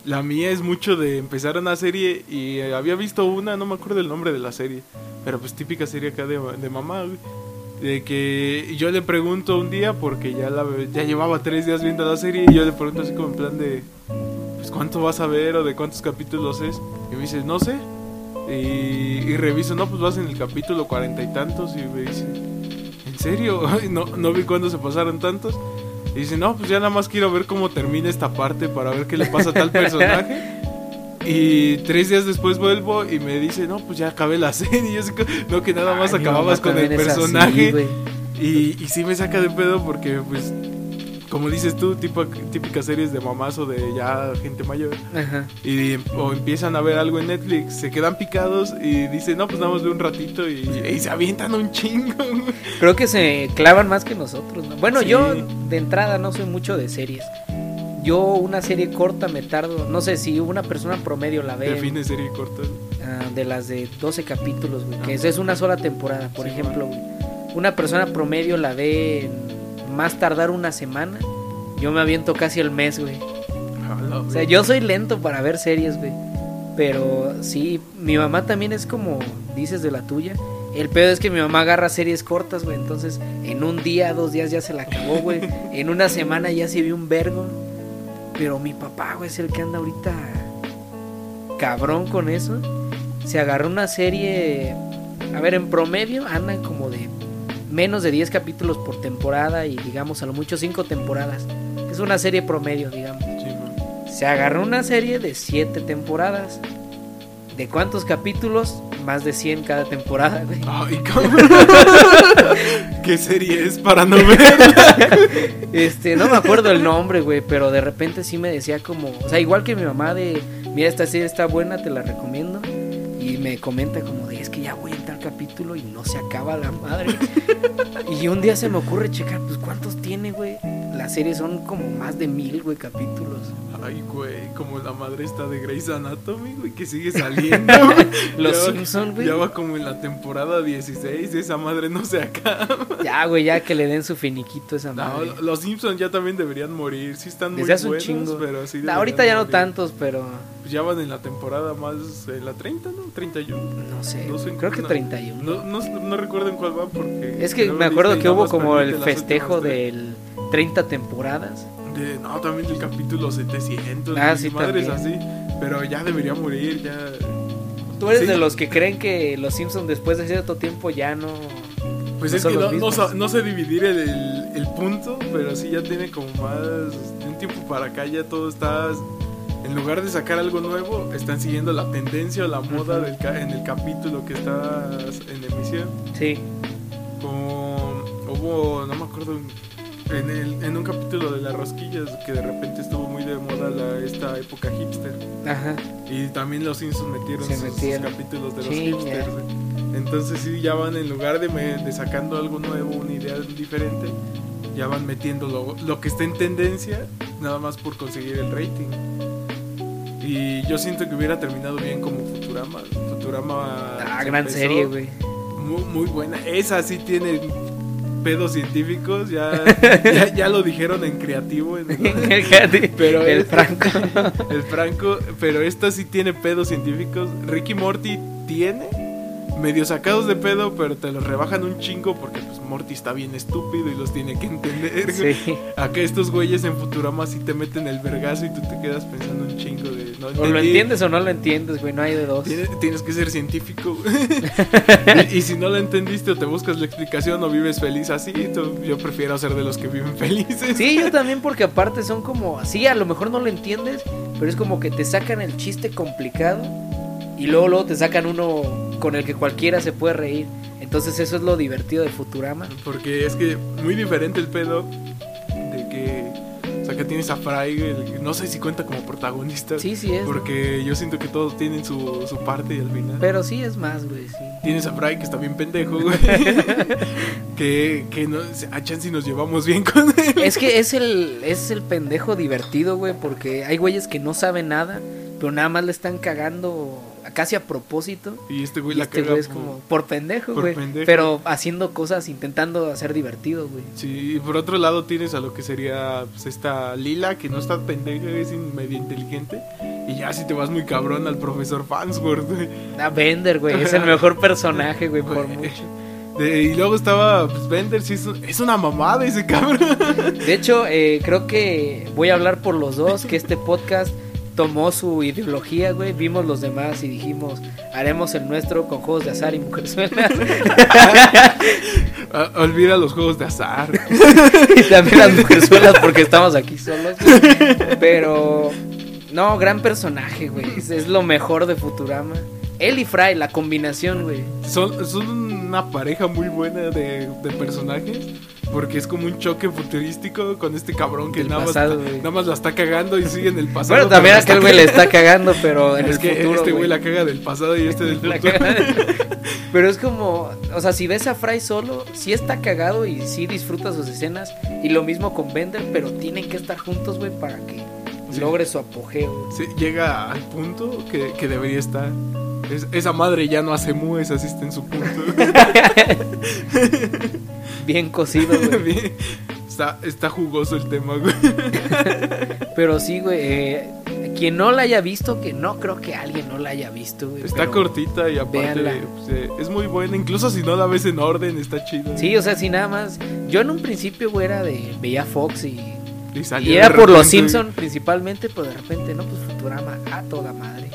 B: la mía es mucho de empezar una serie y eh, había visto una, no me acuerdo el nombre de la serie, pero pues típica serie acá de, de mamá, güey. De que yo le pregunto un día porque ya la ya llevaba tres días viendo la serie y yo le pregunto así como en plan de pues cuánto vas a ver o de cuántos capítulos es y me dice no sé y, y reviso no pues vas en el capítulo cuarenta y tantos y me dice ¿En serio? No, no vi cuándo se pasaron tantos. Y dice, no, pues ya nada más quiero ver cómo termina esta parte para ver qué le pasa a tal personaje. Y tres días después vuelvo y me dice, no, pues ya acabé la serie. Y yo así co- no, que nada más
A: Ay, mi
B: acababas
A: mamá
B: con el
A: también es así,
B: personaje.
A: güey.
B: y, y sí me saca de pedo porque, pues, como dices tú, tipo, típicas series de mamás o de ya gente mayor.
A: Ajá.
B: Y o empiezan a ver algo en Netflix, se quedan picados y dicen, no, pues nada más de un ratito. Y, y se avientan un chingo. güey.
A: Creo que se clavan más que nosotros. ¿no? Bueno,
B: Sí.
A: yo de entrada no soy mucho de series. Yo una serie corta me tardo, no sé si una persona promedio la ve
B: Define serie corta.
A: ah, de las de 12 capítulos, güey,
B: Ah.
A: que es- es una sola temporada, por
B: Sí,
A: ejemplo, güey. una persona promedio la ve en más tardar una semana. Yo me aviento casi el mes, güey.
B: Ah,
A: O sea, yo soy lento para ver series, güey. Pero sí, mi mamá también es como dices de la tuya. El pedo es que mi mamá agarra series cortas, güey. Entonces, en un día, dos días ya se la acabó, güey. En una semana ya se vio un vergo. Pero mi papá, güey, es el que anda ahorita cabrón con eso. Se agarró una serie. A ver, en promedio andan como de menos de 10 capítulos por temporada y digamos a lo mucho 5 temporadas. Es una serie promedio, digamos.
B: Sí, man.
A: Se agarró una serie de 7 temporadas. ¿De cuántos capítulos? Más de 100 cada temporada, güey.
B: Ay, cabrón. ¿Qué serie es para no verla?
A: Este, no me acuerdo el nombre, güey, pero de repente sí me decía como, o sea, igual que mi mamá de, mira, esta serie está buena, te la recomiendo. Y me comenta como de, es que ya voy en tal capítulo y no se acaba la madre. y un día se me ocurre checar, pues, ¿cuántos tiene, güey? Las series son como más de mil, güey, capítulos.
B: Ay, güey, como la madre está de Grey's Anatomy, güey, que sigue saliendo. güey.
A: Los
B: Ya va-
A: Simpson, güey.
B: Ya va como en la temporada 16, esa madre no se acaba.
A: Ya, güey, ya que le den su finiquito a esa
B: No,
A: madre.
B: los Simpsons ya también deberían morir. Sí están muy
A: Desde hace un
B: buenos,
A: chingo.
B: pero sí
A: No, ahorita ya
B: deberían
A: no
B: morir.
A: tantos, pero
B: Pues ya van en la temporada más. En la 30, ¿no? 31.
A: no sé.
B: No sé en
A: creo que
B: cuál-
A: 31.
B: No, no, no recuerdo en cuál van porque.
A: Es que
B: luego
A: me acuerdo
B: Disney
A: que
B: nada
A: hubo
B: más
A: como
B: permite
A: el
B: las
A: festejo
B: últimas tres.
A: del 30 temporadas.
B: De- no, también del capítulo 700.
A: Ah,
B: y
A: sí,
B: madres así. Pero ya debería morir, ya.
A: Tú eres
B: Sí.
A: de los que creen que los Simpsons después de cierto tiempo ya no...
B: Pues
A: No
B: es
A: son
B: que
A: los
B: no, no,
A: mismos.
B: sa- no sé dividir el, el- el punto, pero sí ya tiene como más. De un tiempo para acá ya todo está. En lugar de sacar algo nuevo, están siguiendo la tendencia o la moda
A: Ujú.
B: del ca- en el capítulo que está en emisión.
A: Sí.
B: Como hubo, no me acuerdo, en, el- en un capítulo de las rosquillas que de repente estuvo muy de moda la, esta época hipster.
A: Ajá.
B: Y también los Simpsons metieron
A: Se
B: sus, sus
A: metieron.
B: capítulos de los
A: Chinga.
B: hipsters. güey. Entonces sí, ya van en lugar de, me- de sacando algo nuevo, una idea diferente, ya van metiendo lo, lo que está en tendencia, nada más por conseguir el rating. Y yo siento que hubiera terminado bien como Futurama. Futurama...
A: Ah,
B: se
A: gran
B: empezó
A: serie, güey.
B: Muy, muy buena. Esa sí tiene pedos científicos, ya, ya, ya lo dijeron en creativo. en-
A: Pero
B: Pero
A: el
B: es-
A: Franco.
B: el Franco, pero esta sí tiene pedos científicos. Ricky Morty tiene medio sacados de pedo, pero te los rebajan un chingo porque pues Morty está bien estúpido y los tiene que entender. güey.
A: Sí.
B: Acá estos güeyes en Futurama sí te meten el vergazo y tú te quedas pensando un chingo de no
A: O lo
B: entendí".
A: entiendes o no lo entiendes, güey. No hay de dos.
B: Tienes, tienes que ser científico. y, y si no lo entendiste o te buscas la explicación o vives feliz así, tú- yo prefiero ser de los que viven felices.
A: Sí, yo también porque aparte son como, sí, a lo mejor no lo entiendes, pero es como que te sacan el chiste complicado y luego luego te sacan uno con el que cualquiera se puede reír. Entonces eso es lo divertido de Futurama.
B: Porque es que muy diferente el pedo de que. O sea, que tienes a Fry, el- no sé si cuenta como protagonista.
A: Sí, sí es.
B: Porque yo siento que todos tienen su, su parte y al final.
A: Pero sí es más, güey, sí.
B: Tienes a Fry que está bien pendejo, güey. que, que no, a Chansey nos llevamos bien con él.
A: Es que es el, es el pendejo divertido, güey, porque hay güeyes que no saben nada, pero nada más le están cagando casi a propósito.
B: Y este güey
A: Y
B: la
A: este
B: caga
A: güey es
B: por-
A: como por pendejo,
B: por
A: güey.
B: pendejo.
A: Pero haciendo cosas, intentando hacer divertido, güey.
B: Sí, y por otro lado tienes a lo que sería pues, esta Lila, que no está pendeja, es medio inteligente. Y ya si te vas muy cabrón al profesor Fansworth, güey.
A: Ah, Bender, güey, es el mejor personaje, güey, por
B: Güey.
A: mucho.
B: De- y luego estaba pues, Bender, sí, es, un- es una mamada ese cabrón.
A: De hecho, eh, creo que voy a hablar por los dos, que este podcast tomó su ideología, güey, vimos los demás y dijimos, haremos el nuestro con juegos de azar y mujerzuelas.
B: Ah, Olvida los juegos de azar.
A: y también las mujerzuelas porque estamos aquí solos. güey. Pero, no, gran personaje, güey, es, es lo mejor de Futurama. Él y Fry, la combinación, güey.
B: Son, son una pareja muy buena de, de personajes. Porque es como un choque futurístico con este cabrón que
A: Del
B: nada,
A: pasado,
B: más,
A: güey.
B: nada más la está cagando y sigue en el pasado.
A: Bueno, también
B: pero la está
A: aquel güey le está cagando, pero en
B: Es
A: el
B: que
A: futuro,
B: este güey
A: güey.
B: la caga del pasado y este del
A: La
B: futuro.
A: cagada. Pero es como, o sea, si ves a Fry solo, sí está cagado y sí disfruta sus escenas. Y lo mismo con Bender, pero tienen que estar juntos, güey, para que
B: Sí.
A: logre su apogeo.
B: Sí, llega al punto que, que debería estar. Es- esa madre ya no hace mues, así está en su punto.
A: Bien cocido, güey.
B: Bien. está, está jugoso el tema, güey.
A: Pero sí, güey, eh, quien no la haya visto, que no creo que alguien no la haya visto, güey.
B: Está
A: pero-
B: cortita y aparte
A: véanla.
B: pues, eh, es muy buena. Incluso si no la ves en orden, está chida.
A: Sí, o sea, si nada más. Yo en un principio, güey, era de. Veía Fox y.
B: Y, salió
A: Y
B: Ah, de
A: era por los
B: repente.
A: Simpson principalmente, pero de repente, no, pues Futurama a toda madre.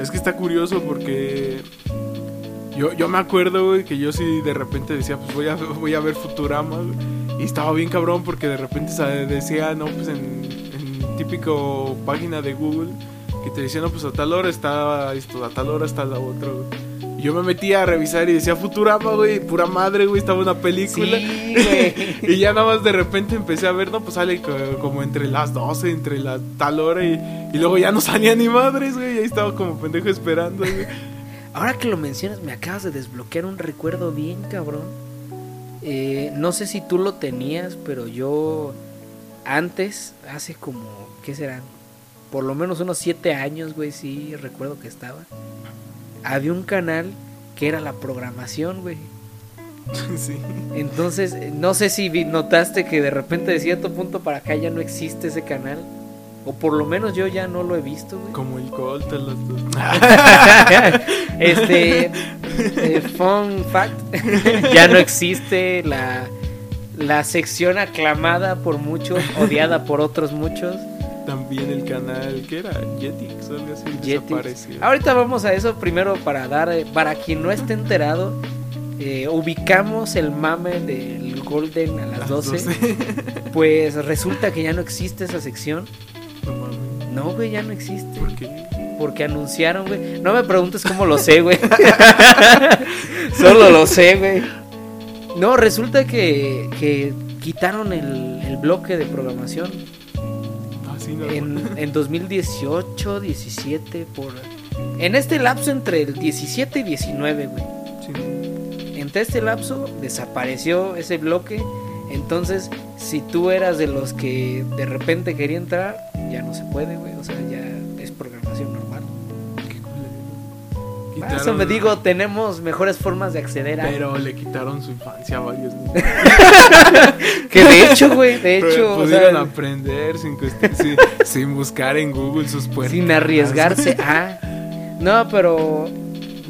B: Es que está curioso porque Yo, yo me acuerdo, güey, que yo sí de repente decía, pues voy a, voy a ver Futurama, güey. Y estaba bien cabrón porque de repente sa- decía, no, pues en, en típico página de Google, que te decía, no, pues a tal hora está esto, a tal hora está la otra, güey. Y yo me metía a revisar y decía Futurama, güey, pura madre, güey, estaba una película.
A: Sí, güey.
B: y ya nada más de repente empecé a ver, no, pues sale co- como entre las 12, entre la tal hora y, y luego ya no salía ni madres, güey, y ahí estaba como pendejo esperando, güey.
A: Ahora que lo mencionas, me acabas de desbloquear un recuerdo bien cabrón. Eh, no sé si tú lo tenías, pero yo antes, hace como, ¿qué serán? Por lo menos unos siete años, güey, sí, recuerdo que estaba. Había un canal que era la programación, güey.
B: sí.
A: Entonces, eh, no sé si vi- notaste que de repente de cierto punto para acá ya no existe ese canal. O por lo menos yo ya no lo he visto, güey.
B: Como el Colt, las dos.
A: este eh, fun fact ya no existe la la sección aclamada por muchos odiada por otros muchos
B: También el canal, ¿qué era? Jetix, algo así,
A: Jetix.
B: desapareció.
A: ahorita vamos a eso primero para dar eh, para quien no esté enterado eh, ubicamos el mame del golden a las, 12,
B: 12.
A: pues resulta que ya no existe esa sección
B: no mames,
A: no güey ya no existe
B: ¿por qué?
A: Porque anunciaron, güey. No me preguntes cómo lo sé, güey. Solo lo sé, güey. No, resulta que, que quitaron el, el bloque de programación
B: Ah, sí, no.
A: en, en 2018, 17, por... En este lapso entre el 17 y 19, güey.
B: sí, no.
A: Entre este lapso desapareció ese bloque. Entonces, si tú eras de los que de repente quería entrar, ya no se puede, güey. O sea, ya es programación normal.
B: Qué culero.
A: Por eso me
B: Quitaron-
A: digo, tenemos mejores formas de acceder a.
B: Pero le quitaron su infancia a varios niños.
A: Que de hecho, güey, de
B: Pero
A: hecho, o
B: pudieron
A: sea,
B: aprender sin, cuest- sin, sin buscar en Google sus puertas.
A: sin arriesgarse a. No, pero.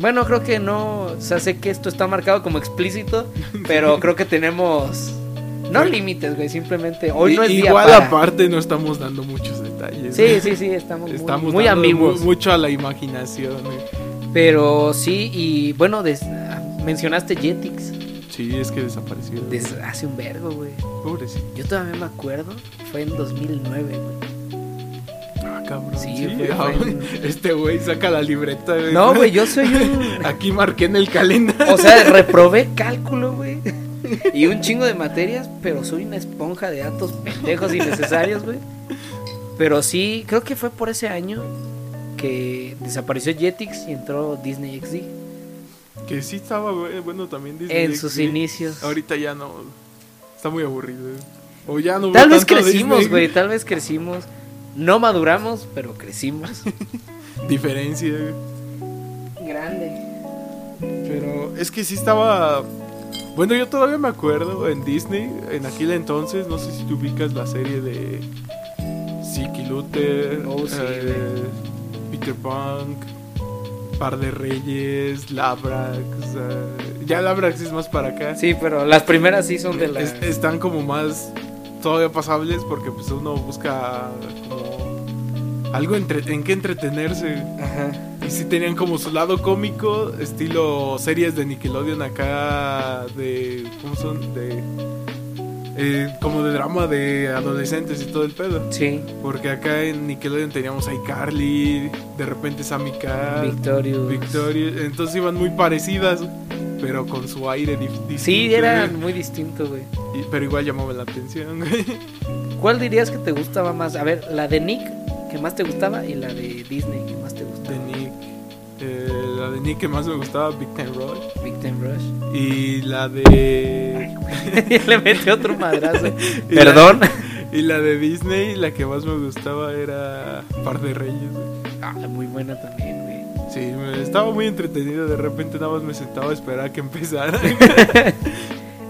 A: Bueno, creo que no. O sea, sé que esto está marcado como explícito, pero creo que tenemos. No límites, güey, simplemente. Hoy no es día
B: Igual
A: para.
B: aparte no estamos dando muchos detalles.
A: Sí,
B: ¿no?
A: sí, sí, estamos, muy-
B: Estamos
A: muy,
B: dando
A: ambiguos.
B: mu- mucho a la imaginación. ¿eh? güey.
A: Pero sí, y bueno, des- ah, mencionaste Jetix
B: Sí, es que desapareció. güey.
A: desde hace un vergo, güey.
B: Pobrecito.
A: Yo todavía me acuerdo, fue en 2009, güey.
B: Ah, cabrón.
A: Sí,
B: Sí,
A: fue-
B: ah,
A: fue-
B: güey. Este güey saca la libreta. güey.
A: No, güey, yo soy un.
B: Aquí marqué en el calendario.
A: O sea, reprobé cálculo, güey. Y un chingo de materias, pero soy una esponja de datos pendejos innecesarios, güey. Pero sí, creo que fue por ese año que desapareció Jetix y entró Disney XD.
B: Que sí estaba güey, bueno también Disney
A: En
B: XD.
A: sus inicios.
B: Ahorita ya no. Está muy aburrido. güey. O ya no.
A: Tal
B: veo
A: vez
B: tanto
A: crecimos,
B: Disney.
A: güey, tal vez crecimos. No maduramos, pero crecimos.
B: Diferencia. ¿eh? güey.
A: Grande.
B: Pero es que sí estaba. Bueno, yo todavía me acuerdo en Disney, en aquel entonces, no sé si tú ubicas la serie de Siki Luther,
A: Oh, sí,
B: eh, Peter Punk, Par de Reyes, Labrax. eh, ya Labrax es más para acá.
A: Sí, pero las primeras sí son de las...
B: Es- están como más todavía pasables porque pues uno busca como algo entre- en que entretenerse.
A: Ajá.
B: Y sí tenían como su lado cómico, estilo series de Nickelodeon acá de... ¿Cómo son? De... eh, como de drama de adolescentes y todo el pedo.
A: Sí,
B: Porque acá en Nickelodeon teníamos a iCarly, de repente Sammy Cat,
A: Victorious.
B: Victoria. Entonces iban muy parecidas, pero con su aire dif- distinto.
A: Sí, eran muy distintos, güey.
B: Y- pero igual llamaban la atención, güey.
A: ¿Cuál dirías que te gustaba más? A ver, la de Nick, que más te gustaba, y la de Disney, que más te gustaba.
B: De Nick. eh, la de Nick que más me gustaba, Big Time Roll.
A: Big Time Rush.
B: Y la de...
A: Le metí otro madrazo.
B: y la- Y la de Disney, la que más me gustaba era Par de Reyes. güey.
A: Ah, muy buena también, güey.
B: Sí, me- estaba muy entretenido. De repente nada más me sentaba a esperar a que empezara.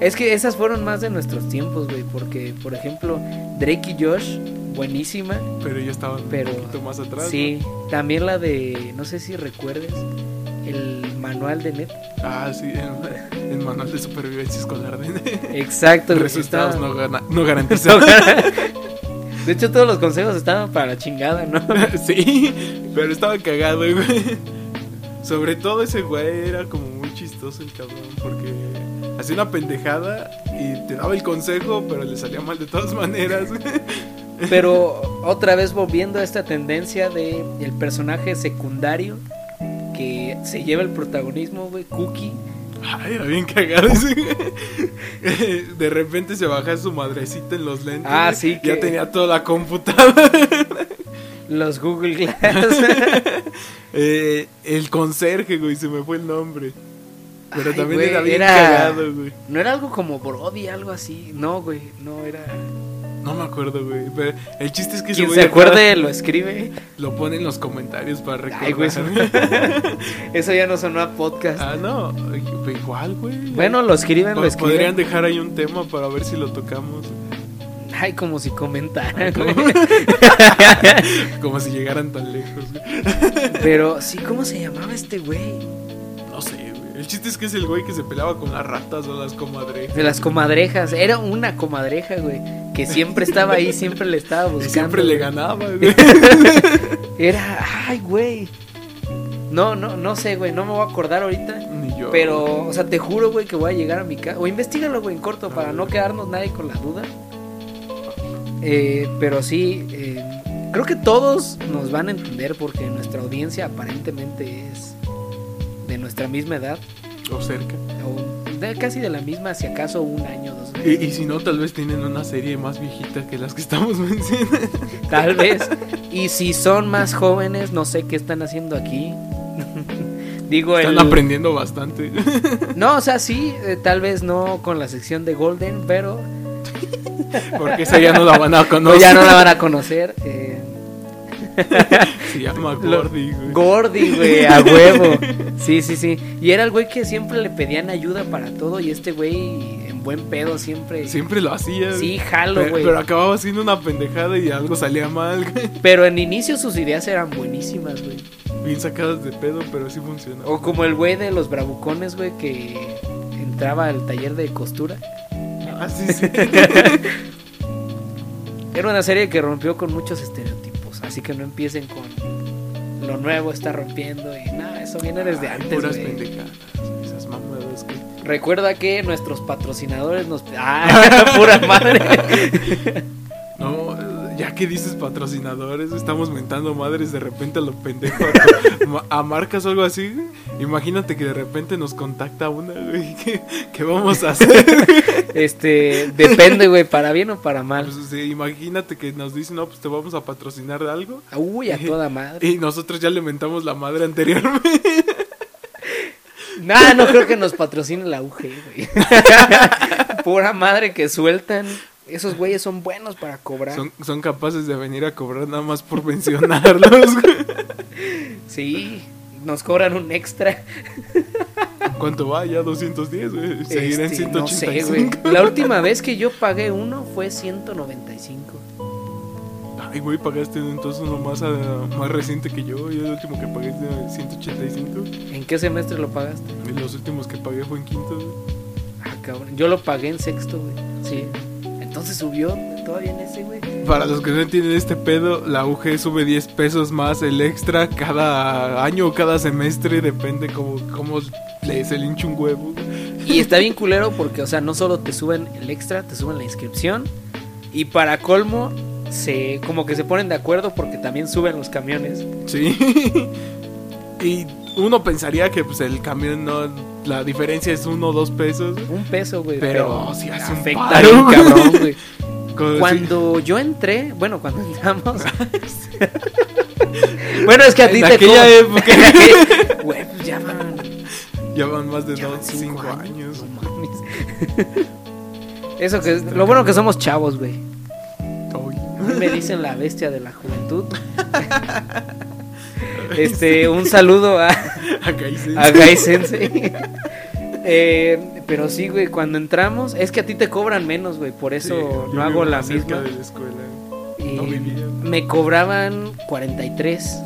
A: Es que esas fueron más de nuestros tiempos, güey. Porque, por ejemplo, Drake y Josh, buenísima.
B: Pero yo estaba
A: Pero-
B: un poquito más atrás.
A: Sí, también la de, no sé si recuerdes, el manual de Net.
B: ¿no? Ah, sí, el, el manual de supervivencia escolar. De...
A: Exacto, güey,
B: Resultados
A: estaba-
B: no, gana- no garantizados.
A: De hecho, todos los consejos estaban para la chingada, ¿no?
B: sí, pero estaba cagado, güey. Sobre todo ese güey era como muy chis chistoso el cabrón, porque hacía una pendejada y te daba el consejo, pero le salía mal de todas maneras.
A: Pero otra vez volviendo a esta tendencia de el personaje secundario que se lleva el protagonismo, güey, Cookie.
B: Ay, era bien cagado ese. De repente se baja su madrecita en los lentes.
A: Ah, sí,
B: Ya
A: que-
B: tenía toda la computadora.
A: Los Google Glass.
B: Eh, el conserje, güey, se me fue el nombre. Pero
A: Ay,
B: también
A: güey,
B: era bien
A: era-
B: cagado, güey.
A: no era algo como Brody, algo así. No, güey, no era.
B: No me acuerdo, güey. Pero el chiste es que ese
A: Quien
B: güey
A: se
B: acá
A: acuerde lo escribe.
B: Lo pone en los comentarios para recordar.
A: Ay, güey, eso, eso ya no sonó a podcast.
B: ah, no. güey, Igual, güey.
A: bueno, lo escriben, lo
B: Po- podrían
A: escriben.
B: dejar ahí un tema para ver si lo tocamos.
A: Ay, como si comentaran,
B: Ay, ¿cómo?
A: güey.
B: Como si llegaran tan lejos, güey.
A: Pero sí, ¿cómo se llamaba este güey?
B: No sé, güey. El chiste es que es el güey que se pelaba con las ratas o las comadrejas.
A: De las comadrejas. Era una comadreja, güey. Que siempre estaba ahí, siempre le estaba buscando.
B: Y siempre le
A: güey.
B: ganaba, güey.
A: Era, ay, güey. No, no, no sé, güey. No me voy a acordar ahorita.
B: Ni yo.
A: Pero, o sea, te juro, güey, que voy a llegar a mi casa. O investigalo, güey, en corto,
B: A
A: para
B: ver.
A: no quedarnos nadie con la duda. Eh, pero sí, eh, creo que todos nos van a entender porque nuestra audiencia aparentemente es de nuestra misma edad.
B: O cerca.
A: O de- casi de la misma, si acaso un año, dos
B: Y,
A: años.
B: y si no, tal vez tienen una serie más viejita que las que estamos mencionando.
A: Tal vez. Y si son más jóvenes, no sé qué están haciendo aquí. Digo,
B: Están
A: Pues el...
B: aprendiendo bastante.
A: No, o sea, sí, eh, tal vez no con la sección de Golden, pero
B: Porque esa ya no la van a
A: no,
B: conocer.
A: Pues ya no la van a conocer. eh,
B: Se llama
A: Lo-
B: Gordy, güey.
A: Gordy, güey, a huevo. Sí, sí, sí. Y era el güey que siempre le pedían ayuda para todo y este güey en buen pedo siempre.
B: Siempre lo hacía.
A: Sí,
B: güey.
A: jalo,
B: Pero,
A: güey.
B: pero
A: Pero,
B: acababa haciendo una pendejada y algo salía mal, güey.
A: en inicio sus ideas eran buenísimas, güey.
B: Bien sacadas de pedo, pero sí funcionaba.
A: O como el güey de los bravucones, güey, que entraba al taller de costura.
B: Ah, sí, sí.
A: Era una serie que rompió con muchos estereotipos, así que no empiecen con lo nuevo está rompiendo y nada, eso viene desde
B: Ay,
A: antes.
B: Puras
A: güey.
B: pendejadas. Esas mamadas que.
A: Recuerda que nuestros patrocinadores nos... ¡Ah, pura madre!
B: No, eh, ya que dices patrocinadores, estamos mentando madres de repente a los pendejos, a, ma- a marcas o algo así. güey. Imagínate que de repente nos contacta una, güey. ¿Qué, qué vamos a hacer?
A: Este, depende, güey, para bien o para mal.
B: Pues, sí, imagínate que nos dicen, no, pues te vamos a patrocinar de algo.
A: Uy, a toda madre.
B: Y nosotros ya le mentamos la madre anteriormente.
A: Nah, no creo que nos patrocine la UG, güey. Pura madre que sueltan. Esos güeyes son buenos para cobrar.
B: Son, son capaces de venir a cobrar nada más por mencionarlos. güey.
A: Sí, nos cobran un extra.
B: ¿Cuánto va? Ya 210, güey. Seguirá
A: Este,
B: en
A: no
B: 185.
A: sé, güey. La última vez que yo pagué uno fue 195.
B: Ay, güey, pagaste entonces uno más, ah, más reciente que yo. Yo el último que pagué es de 185.
A: ¿En qué semestre lo pagaste?
B: Y los últimos que pagué fue en quinto. güey.
A: Ah, cabrón. Yo lo pagué en sexto, güey. Sí. Entonces subió todavía en ese, güey.
B: Para los que no entienden este pedo, la UG sube 10 pesos más el extra cada año o cada semestre. Depende cómo, cómo le se le hincha un huevo.
A: Y está bien culero porque, o sea, no solo te suben el extra, te suben la inscripción. Y para colmo, se como que se ponen de acuerdo porque también suben los camiones.
B: Sí. y uno pensaría que pues el camión no... La diferencia es uno o dos pesos.
A: Un peso, güey.
B: Pero sí hace un
A: afecta
B: paro,
A: bien,
B: güey.
A: cabrón, güey.
B: Cuando-
A: Cuando yo entré, bueno, cuando entramos. bueno, es que a ti
B: En
A: te
B: aquella
A: co-
B: época.
A: Güey, pues ya van,
B: Ya van más de
A: ya van
B: 2, 5 años.
A: no mames. Eso que es- lo bueno que somos chavos, güey.
B: Ay.
A: A mí Me dicen la bestia de la juventud. Este, un saludo a,
B: Acá dice.
A: a Gai Sensei. Eh, pero sí, güey, cuando entramos, es que a ti te cobran menos, güey, por
B: Sí,
A: eso
B: yo
A: no
B: vivo
A: hago la
B: más cerca
A: misma.
B: de la escuela.
A: Y
B: No vivía.
A: me cobraban 43.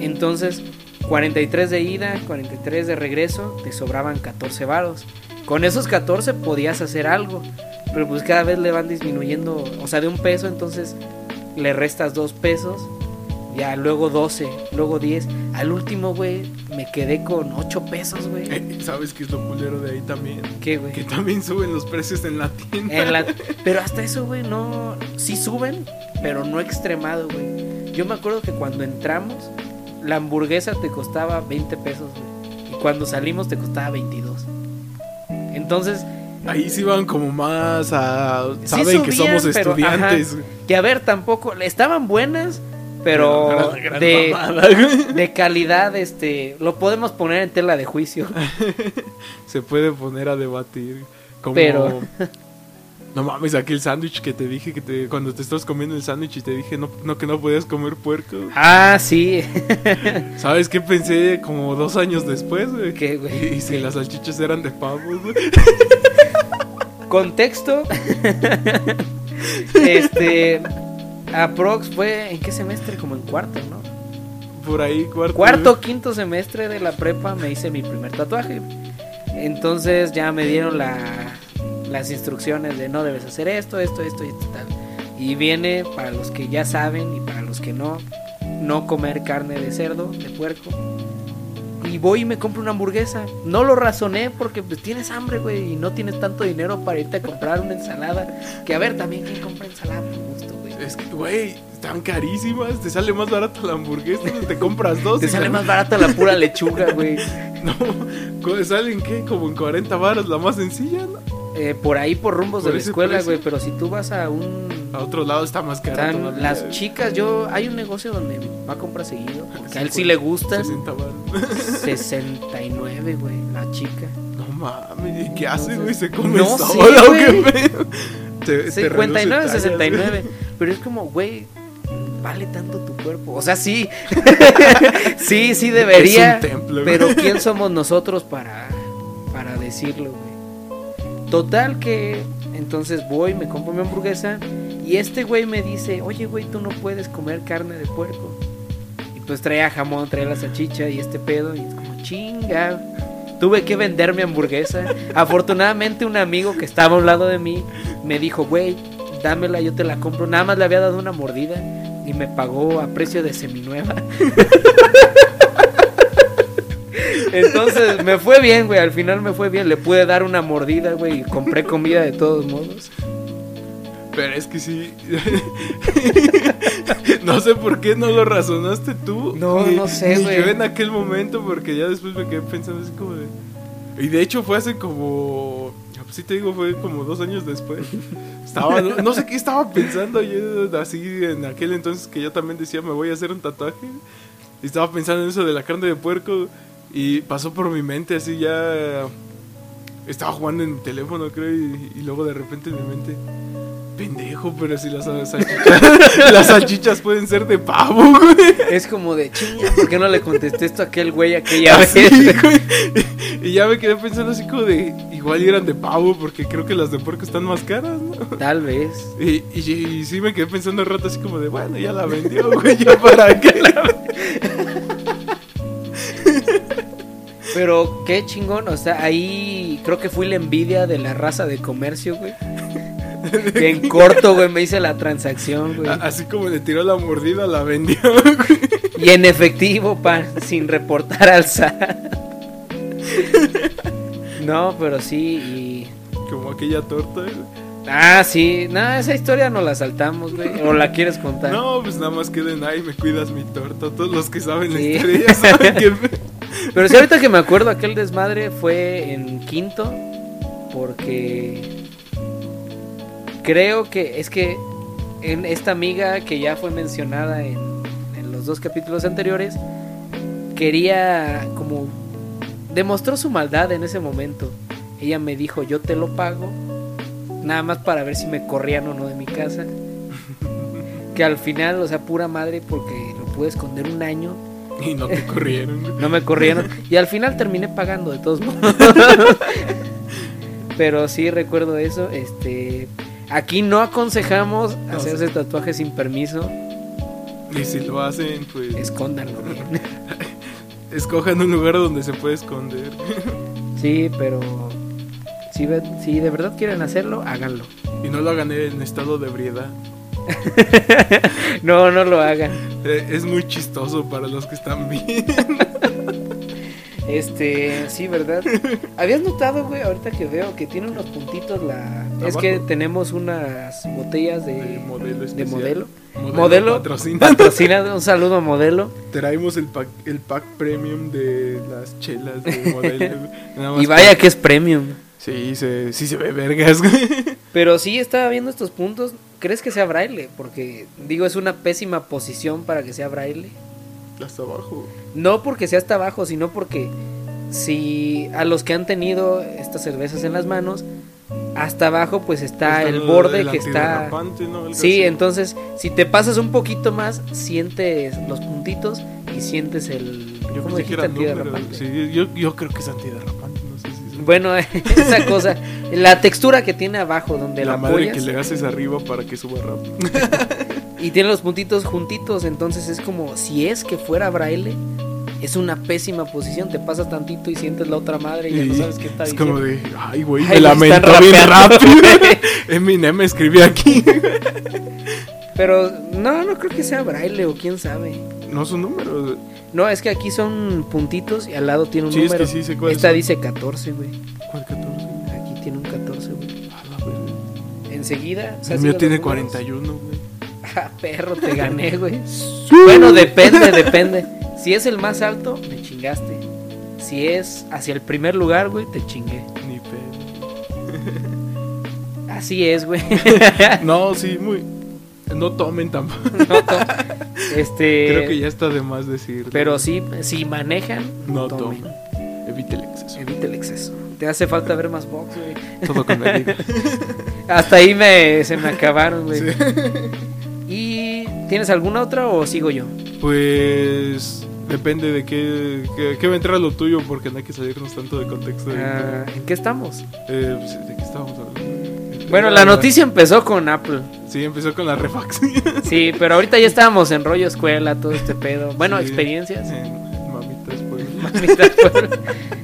A: Entonces, 43 de ida, 43 de regreso, te sobraban 14 varos. Con esos 14 podías hacer algo, pero pues cada vez le van disminuyendo, o sea, de un peso, entonces le restas dos pesos, ya luego 12, luego 10. Al último, güey, me quedé con 8 pesos, güey.
B: Eh, ¿Sabes qué es lo culero de ahí también?
A: ¿Qué, güey?
B: Que también suben los precios en la tienda.
A: En la- Pero hasta eso, güey, no. Sí suben, pero no extremado, güey. Yo me acuerdo que cuando entramos, la hamburguesa te costaba 20 pesos, güey. Y cuando salimos te costaba 22. Entonces,
B: Ahí sí van como más a...
A: Sí
B: Saben que
A: subían,
B: somos
A: pero,
B: estudiantes.
A: ajá. que a ver, tampoco. Estaban buenas, pero.
B: Gran- gran
A: de,
B: mamada, güey.
A: de calidad, este. Lo podemos poner en tela de juicio.
B: Se puede poner a debatir. Como...
A: Pero-
B: No mames, aquel sándwich que te dije que te, cuando te estás comiendo el sándwich y te dije no, no que no podías comer puerco.
A: Ah, sí.
B: ¿Sabes qué pensé como dos años después, güey?
A: ¿Qué, güey?
B: Y si las salchichas eran de pavo, güey.
A: Contexto. este. Aprox fue en qué semestre, como en cuarto, ¿no?
B: Por ahí, cuarto.
A: Cuarto, quinto semestre de la prepa me hice mi primer tatuaje. Entonces ya me dieron la- las instrucciones de no debes hacer esto, esto, esto y esto, tal. Y viene para los que ya saben y para los que no, no comer carne de cerdo, de puerco. Y voy y me compro una hamburguesa. No lo razoné porque pues, tienes hambre, güey, y no tienes tanto dinero para irte a comprar una ensalada. Que a ver, también quién compra ensalada por gusto, güey.
B: güey. Es que, güey, están carísimas. Te sale más barata la hamburguesa. Te compras dos.
A: Te
B: y
A: sale
B: la-
A: más barata la pura lechuga, güey.
B: No, cu- ¿salen qué? Como en 40 varas, la más sencilla, ¿no?
A: Eh, por ahí por rumbos
B: Por
A: de la
B: ese
A: escuela,
B: precio.
A: güey, pero si tú vas a un
B: A otro lado está más cara.
A: tan-
B: todavía,
A: las
B: güey.
A: chicas, yo hay un negocio donde mi papá compra
B: Ah,
A: seguido, porque a él sí
B: 50,
A: le gusta
B: 60 varas.
A: 69, güey, la chica.
B: No mames, ¿y ¿qué hace,
A: Entonces-
B: güey? Se come
A: No sé,
B: solo,
A: güey.
B: qué pedo. Te- te
A: 59,
B: reduce tallas,
A: 69, pero es como, güey, vale tanto tu cuerpo. O sea, sí. sí, sí debería,
B: Es un templo, güey.
A: pero quién somos nosotros para para decirlo, güey. Total que entonces voy, me compro mi hamburguesa y este güey me dice, oye güey, tú no puedes comer carne de puerco. Y pues traía jamón, traía la salchicha y este pedo y es como chinga. Tuve que vender mi hamburguesa. Afortunadamente un amigo que estaba a un lado de mí me dijo, güey, dámela, yo te la compro. Nada más le había dado una mordida y me pagó a precio de seminueva. Entonces me fue bien, güey. Al final me fue bien. Le pude dar una mordida, güey. Y compré comida de todos modos.
B: Pero es que sí. no sé por qué no lo razonaste tú.
A: No,
B: ni-
A: no sé,
B: ni
A: güey.
B: yo en aquel momento, porque ya después me quedé pensando así como de. Y de hecho fue hace como. Sí te digo, fue como dos años después. Estaba, no, no sé qué estaba pensando yo así en aquel entonces que yo también decía me voy a hacer un tatuaje. Y estaba pensando en eso de la carne de puerco. Y pasó por mi mente así ya. Estaba jugando en mi teléfono, creo, y, y luego de repente en mi mente. Pendejo, pero si las salchichas, las salchichas pueden ser de pavo, güey.
A: Es como de chinga. ¿Por qué no le contesté esto a aquel güey
B: Ah,
A: aquella vez?
B: Así, güey. Y ya me quedé pensando así como de. Igual y eran de pavo, porque creo que las de puerco están más caras, ¿no?
A: Tal vez.
B: Y, y, y sí me quedé pensando un rato así como de, bueno, ya la vendió, güey, ya para qué la...
A: Pero qué chingón, o sea, ahí creo que fui la envidia de la raza de comercio, güey. Que en corto, güey, me hice la transacción, güey.
B: A- Así como le tiró la mordida, la vendió, güey.
A: Y en efectivo, pan, sin reportar al SAT. No, pero sí, y...
B: Como aquella torta, ¿eh? güey.
A: Ah, sí, no, esa historia no la saltamos, güey. ¿O la quieres contar?
B: No, pues nada más queden ahí, me cuidas mi torta. Todos los que saben la
A: Sí.
B: historia ya saben que...
A: Pero sí, ahorita que me acuerdo, aquel desmadre fue en quinto. Porque creo que es que en esta amiga que ya fue mencionada en, en los dos capítulos anteriores, quería como... demostró su maldad en ese momento. Ella me dijo, yo te lo pago, nada más para ver si me corrían o no de mi casa. Que al final, o sea, pura madre, porque lo pude esconder un año
B: Y no te corrieron, güey.
A: no me corrieron. Y al final terminé pagando de todos modos. Pero sí recuerdo eso. Este. Aquí no aconsejamos
B: No,
A: hacerse tatuajes sin permiso.
B: Y si lo hacen, pues
A: Escóndanlo bien.
B: escojan un lugar donde se puede esconder.
A: Sí, pero. Si, ve- si de verdad quieren hacerlo, háganlo.
B: Y no lo hagan en estado de ebriedad.
A: No, no lo hagan.
B: Eh, Es muy chistoso para los que están bien.
A: Este, sí, ¿verdad? ¿Habías notado, güey, ahorita que veo que tiene unos puntitos la... Es
B: Abajo.
A: que tenemos unas botellas de,
B: De modelo
A: de
B: especial.
A: modelo.
B: Modelo
A: Modelo.
B: patrocina.
A: Patrocina, un saludo modelo.
B: Traemos el pack, el pack premium de las chelas de modelo. güey. Nada más
A: Y vaya que es premium.
B: Sí, se, sí se ve vergas, güey.
A: Pero sí, estaba viendo estos puntos. ¿Crees que sea braille? Porque, digo, es una pésima posición para que sea braille.
B: Hasta abajo.
A: No porque sea hasta abajo, sino porque si a los que han tenido estas cervezas en las manos, hasta abajo pues está, el
B: lo-
A: borde
B: el
A: que está...
B: antiderrapante, ¿no? Algo
A: Sí,
B: así.
A: entonces si te pasas un poquito más, sientes los puntitos y sientes el...
B: Yo
A: ¿cómo
B: pensé
A: dijiste?
B: que era número.
A: Antiderrapante.
B: Sí, yo, yo creo que es antiderrapante. No sé si es
A: Bueno, esa cosa, la textura que tiene abajo donde la,
B: la madre que
A: apoyas,
B: le haces arriba para que suba rápido.
A: y tiene los puntitos juntitos, entonces es como si es que fuera braille. Es una pésima posición, te pasas tantito y sientes la otra madre y ya no
B: Y
A: sabes qué está
B: Es
A: diciendo.
B: como de, ay, güey,
A: Ay,
B: me
A: lo están
B: lamentó bien
A: rapeando.
B: rápido. Eminem escribí aquí.
A: Pero no, no creo que sea braille o quién sabe.
B: No son números.
A: No, es que aquí son puntitos y al lado tiene un
B: Sí, es
A: número.
B: que sí sé cuál
A: Esta
B: es.
A: dice 14, güey.
B: ¿Cuál 14?
A: Aquí tiene un 14, güey.
B: A la verga.
A: Enseguida.
B: El
A: ¿sabes
B: mío
A: los
B: tiene
A: números?
B: 41, güey.
A: Ah, perro, te gané, güey. bueno, depende, depende. Si es el más alto, me chingaste. Si es hacia el primer lugar, güey, te chingué.
B: Ni pedo.
A: Así es, güey.
B: No, sí, muy. No tomen tampoco.
A: No, to- este.
B: Creo que ya está de más decir.
A: Pero sí, si manejan,
B: No
A: no
B: tomen.
A: tomen.
B: Evite el exceso.
A: Evita el exceso. Te hace falta ver más box, güey.
B: Todo con medida.
A: Hasta ahí me, se me acabaron, güey.
B: Sí.
A: ¿Y tienes alguna otra o sigo yo?
B: Pues. Depende de qué, qué, qué va a entrar lo tuyo, porque no hay que salirnos tanto de contexto.
A: Ah, ¿En qué estamos?
B: Eh, pues, ¿De qué estábamos hablando?
A: Bueno,
B: Ah,
A: la noticia empezó con Apple.
B: Sí, empezó con la refax.
A: Sí, pero ahorita ya estábamos en rollo escuela, todo este pedo. Bueno,
B: Sí.
A: experiencias.
B: En Mamitas, pues.
A: Amistad, pero-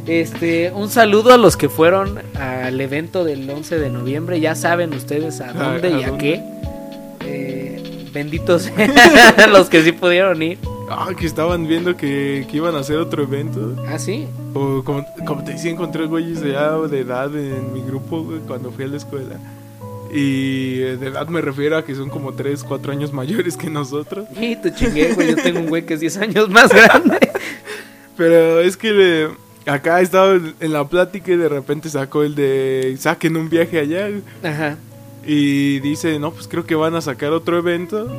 A: Este, un saludo a los que fueron al evento del 11 de noviembre. Ya saben ustedes a
B: A-
A: dónde
B: Ah, a
A: y a
B: dónde.
A: qué. Eh, benditos los que sí pudieron ir.
B: Ah, que estaban viendo que, que iban a hacer otro evento.
A: ¿Ah, sí?
B: O como, como te decía, encontré güeyes de, ya de edad en mi grupo güey, cuando fui a la escuela. Y eh, de edad me refiero a que son como 3, 4 años mayores que nosotros.
A: Y te chingué, güey. Yo tengo un güey que es 10 años más grande.
B: Pero es que eh, acá estaba en la plática y de repente sacó el de saquen un viaje allá. güey.
A: Ajá.
B: Y dice, no, pues creo que van a sacar otro evento,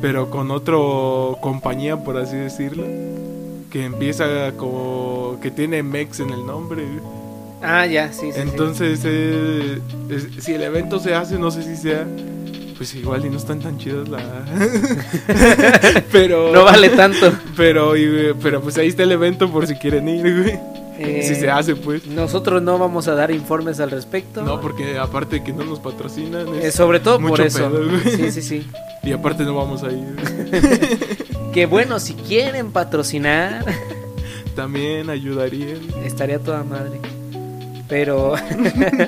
B: pero con otra compañía, por así decirlo. Que empieza como... que tiene Mex en el nombre. güey.
A: Ah, ya, sí, sí, sí.
B: Entonces, eh, es- si el evento se hace, no sé si sea, pues igual y no están tan chidas la... pero...
A: No vale tanto.
B: Pero, y, eh, pero pues ahí está el evento por si quieren ir, güey.
A: Eh,
B: Si se hace, pues.
A: Nosotros no vamos a dar informes al respecto.
B: No, porque aparte de que no nos patrocinan,
A: Eh,
B: es-
A: sobre todo
B: mucho
A: por eso.
B: pedo, güey.
A: Sí, sí, sí.
B: y aparte no vamos a ir.
A: Que bueno, si quieren patrocinar,
B: También ayudarían.
A: estaría toda madre. Pero.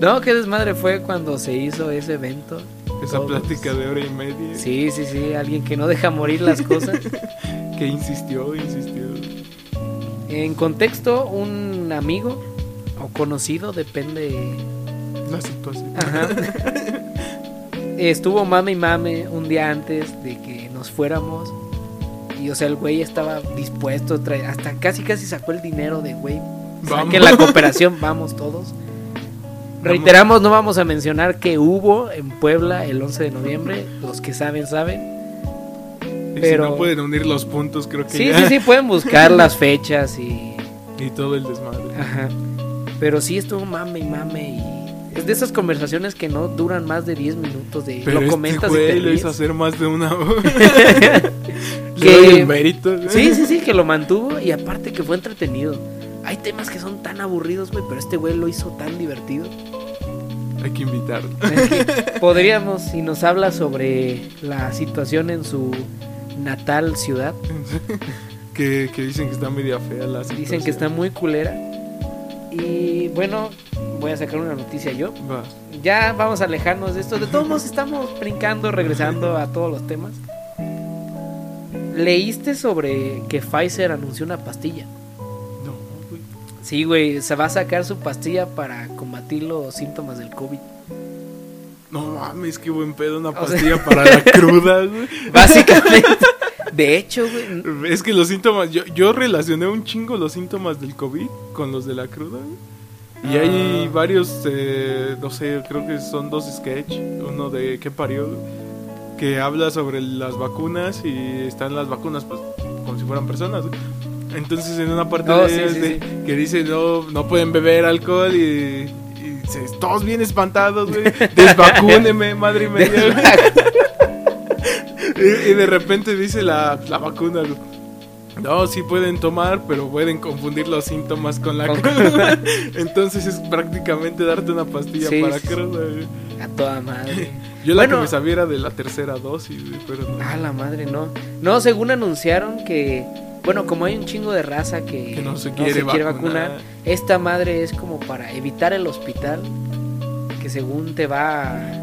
A: no, qué desmadre fue cuando se hizo ese evento.
B: Esa
A: Todos.
B: plática de hora y media.
A: Sí, sí, sí. Alguien que no deja morir las cosas.
B: Que insistió, insistió.
A: En contexto, un amigo o conocido, depende
B: La situación.
A: Ajá. Estuvo mame y mame un día antes de que nos fuéramos. Y o sea, el güey estaba dispuesto, a traer- hasta casi casi sacó el dinero de güey.
B: Vamos.
A: Que la cooperación, vamos todos. Reiteramos, no vamos a mencionar que hubo en Puebla el 11 de noviembre. Los que saben, saben.
B: Y si
A: pero-
B: no pueden unir los puntos, creo que
A: Sí,
B: ya.
A: sí, sí, pueden buscar las fechas y.
B: Y todo el desmadre.
A: Ajá. Pero sí estuvo mame y mame. Y es de esas conversaciones que no duran más de 10 minutos. De,
B: Pero
A: lo comentas
B: este
A: y te
B: güey lo
A: ríes.
B: hizo hacer más de una hora.
A: Que-
B: Le doy el mérito. ¿no?
A: Sí, sí, sí, que lo mantuvo y aparte que fue entretenido. Hay temas que son tan aburridos, güey, pero este güey lo hizo tan divertido.
B: Hay que invitarlo.
A: Es que podríamos, si nos habla sobre la situación en su natal ciudad,
B: que, que dicen que está media fea la situación.
A: dicen que está muy culera. Y bueno, voy a sacar una noticia yo.
B: Va.
A: Ya vamos a alejarnos de esto. De todos modos, estamos brincando, regresando a todos los temas. ¿Leíste sobre que Pfizer anunció una pastilla?
B: No.
A: Sí, güey, se va a sacar su pastilla para combatir los síntomas del COVID.
B: No mames, qué buen pedo, una pastilla para la cruda, güey.
A: Básicamente. De hecho, güey.
B: Es que los síntomas, yo, yo relacioné un chingo los síntomas del COVID con los de la cruda, güey. Y hay
A: Ah.
B: varios, eh, no sé, creo que son dos sketch, uno de qué parió, güey, que habla sobre las vacunas y están las vacunas pues como si fueran personas. güey. Entonces en una parte
A: Oh,
B: de-
A: sí, sí,
B: de-
A: sí.
B: que dice no no pueden beber alcohol y, y se- todos bien espantados, güey, desvacúneme, madre mía. güey. Y, y de repente dice la, la vacuna. güey, No, sí pueden tomar, pero pueden confundir los síntomas con la
A: Con-
B: cruda. Entonces es prácticamente darte una pastilla
A: Sí,
B: para
A: sí, sí.
B: cruda. güey.
A: A toda madre.
B: Yo la
A: Bueno.
B: que me sabía era de la tercera dosis, güey, pero no,
A: A Ah, la madre, no. No, según anunciaron que. Bueno, como hay un chingo de raza que,
B: que no se quiere, vacunar.
A: esta madre es como para evitar el hospital. Que según te va. a-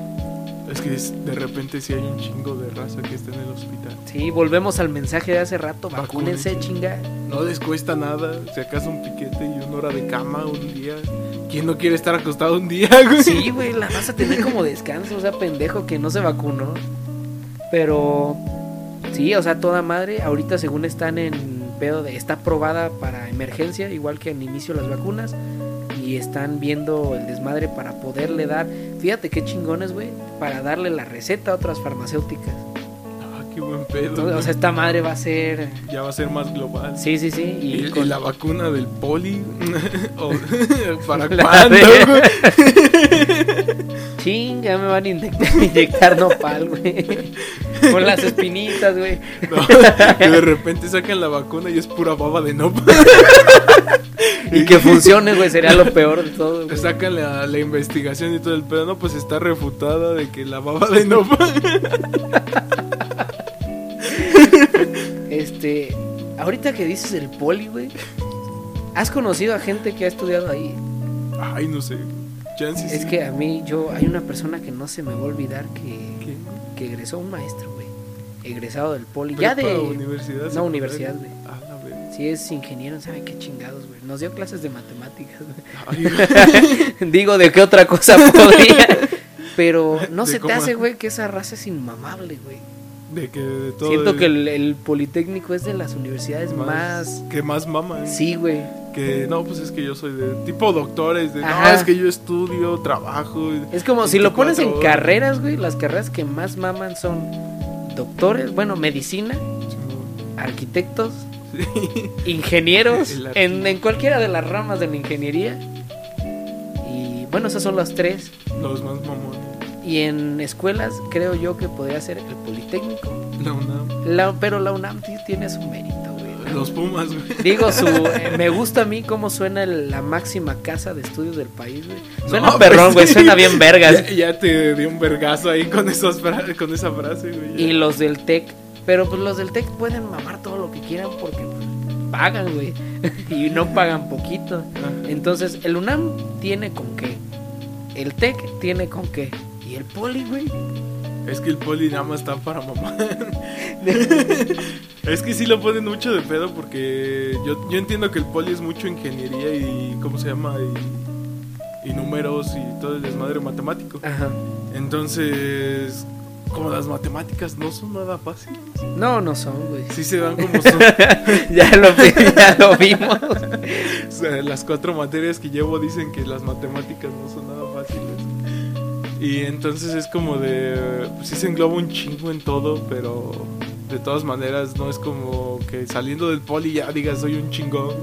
B: Es que es- de repente sí hay un chingo de raza que está en el hospital.
A: Sí, volvemos al mensaje de hace rato. Vacúnense,
B: Vacúnense.
A: chinga.
B: No les cuesta nada, si acaso un piquete y una hora de cama un día. ¿Quién no quiere estar acostado un día, güey?
A: Sí, güey, la vas a tener como descanso, o sea, pendejo que no se vacunó. Pero sí, o sea, toda madre, ahorita según están en pedo de está aprobada para emergencia, igual que al inicio las vacunas y están viendo el desmadre para poderle dar, fíjate qué chingones, güey, para darle la receta a otras farmacéuticas.
B: Ah, qué buen pedo.
A: Entonces, o sea, esta madre va a ser
B: güey. ya va a ser más global.
A: Sí, sí, sí,
B: ¿Y,
A: y,
B: y
A: con-
B: la vacuna del poli? ¿O ¿Para
A: La
B: cuándo?
A: de-
B: güey?
A: chinga me van a inyectar, inyectar nopal, güey. Con las espinitas, güey.
B: No, que de repente sacan la vacuna y es pura baba de no.
A: Y que funcione, güey, sería lo peor de todo. güey.
B: Sacan la, la investigación y todo el pedo. No, pues está refutada de que la baba de no.
A: Este, ahorita que dices el poli, güey, ¿has conocido a gente que ha estudiado ahí?
B: Ay, no sé. Chances.
A: Es
B: sí.
A: que a mí, yo, hay una persona que no se me va a olvidar que,
B: ¿Qué?
A: que egresó un maestro, güey. Egresado del poli. Ya
B: Prepa,
A: de...
B: universidad.
A: no,
B: secundaria.
A: universidad, güey.
B: Ah, la verga.
A: Si es ingeniero, no sabe qué chingados, güey. Nos dio clases de matemáticas,
B: Ay, güey.
A: güey. Digo, ¿de qué otra cosa podría? Pero no
B: De
A: se te
B: cómo-
A: hace, güey, que esa raza es inmamable, güey.
B: De que de todo.
A: Siento
B: el-
A: que el, el Politécnico es de las universidades más...
B: Que más maman.
A: Sí, güey.
B: Que no, pues es que yo soy de tipo doctores. De
A: Ajá.
B: no, es que yo estudio, trabajo. y-
A: Es como si lo pones en
B: 24 horas.
A: carreras, güey. Las carreras que más maman son doctores, bueno, medicina, arquitectos,
B: Sí.
A: ingenieros,
B: El arqui-
A: en, en cualquiera de las ramas de la ingeniería. Y bueno, esas son las tres.
B: Los más mamones.
A: Y en escuelas creo yo que podría ser el Politécnico.
B: La UNAM.
A: La- pero la UNAM sí tiene su mérito, güey.
B: Los Pumas, güey.
A: Digo, su, eh, me gusta a mí cómo suena el- la máxima casa de estudios del país, güey. Suena
B: No,
A: perrón,
B: pues
A: güey,
B: sí.
A: suena bien vergas.
B: Ya, ya te di un vergazo ahí con, esas fra- con esa frase, güey.
A: y los del TEC. Pero pues los del TEC pueden mamar todo lo que quieran porque pues, pagan, güey. y no pagan poquito.
B: Ajá.
A: Entonces, el UNAM tiene con qué. El TEC tiene con qué. Y el Poli, güey.
B: Es que el poli nada más está para mamá. es que sí lo ponen mucho de pedo porque yo, yo entiendo que el poli es mucho ingeniería y. ¿Cómo se llama? Y, y números y todo el desmadre matemático.
A: Ajá.
B: Entonces. Como las matemáticas no son nada fáciles.
A: No, no son, güey.
B: Sí se dan como son.
A: ya, lo, ya lo vimos.
B: o sea, las cuatro materias que llevo dicen que las matemáticas no son nada fáciles. Y entonces es como de. pues Sí se engloba un chingo en todo, pero de todas maneras no es como que saliendo del poli ya digas soy un chingón.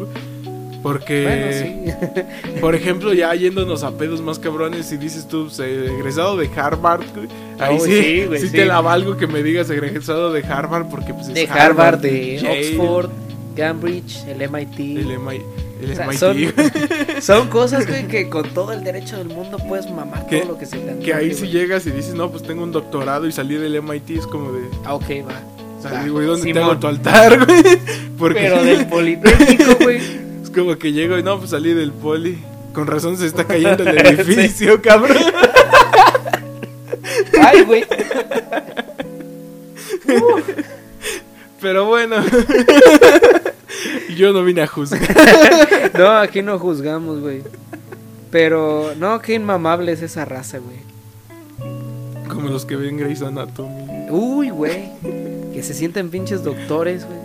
B: Porque,
A: Bueno, sí.
B: por ejemplo, ya yéndonos a pedos más cabrones, si dices tú, pues, eh, egresado de Harvard, güey, ahí
A: Oh,
B: sí,
A: sí, güey,
B: sí
A: sí.
B: te la valgo que me digas egresado de Harvard, porque pues,
A: De
B: es
A: Harvard, de
B: Yale,
A: Oxford, Cambridge, el MIT.
B: el MI el
A: O sea,
B: MIT,
A: son-
B: güey.
A: Son cosas, güey, que con todo el derecho del mundo puedes mamar
B: Que-
A: todo lo que se te antoje,
B: Que ahí si
A: güey.
B: llegas y dices, no, pues tengo un doctorado y salí del MIT, es como de,
A: Ah, ok, va.
B: salí,
A: Va,
B: güey, ¿dónde
A: Ah, Simón.
B: te hago tu altar, güey? Porque
A: Pero del Politécnico, güey.
B: es como que llego y no, pues salí del poli. Con razón se está cayendo el edificio, cabrón.
A: Ay, güey.
B: Pero bueno, Yo no vine a juzgar.
A: No, aquí no juzgamos, güey. Pero, no, qué inmamable es esa raza, güey.
B: Como los que ven Grey's Anatomy.
A: Uy, güey. Que se sienten pinches doctores, güey.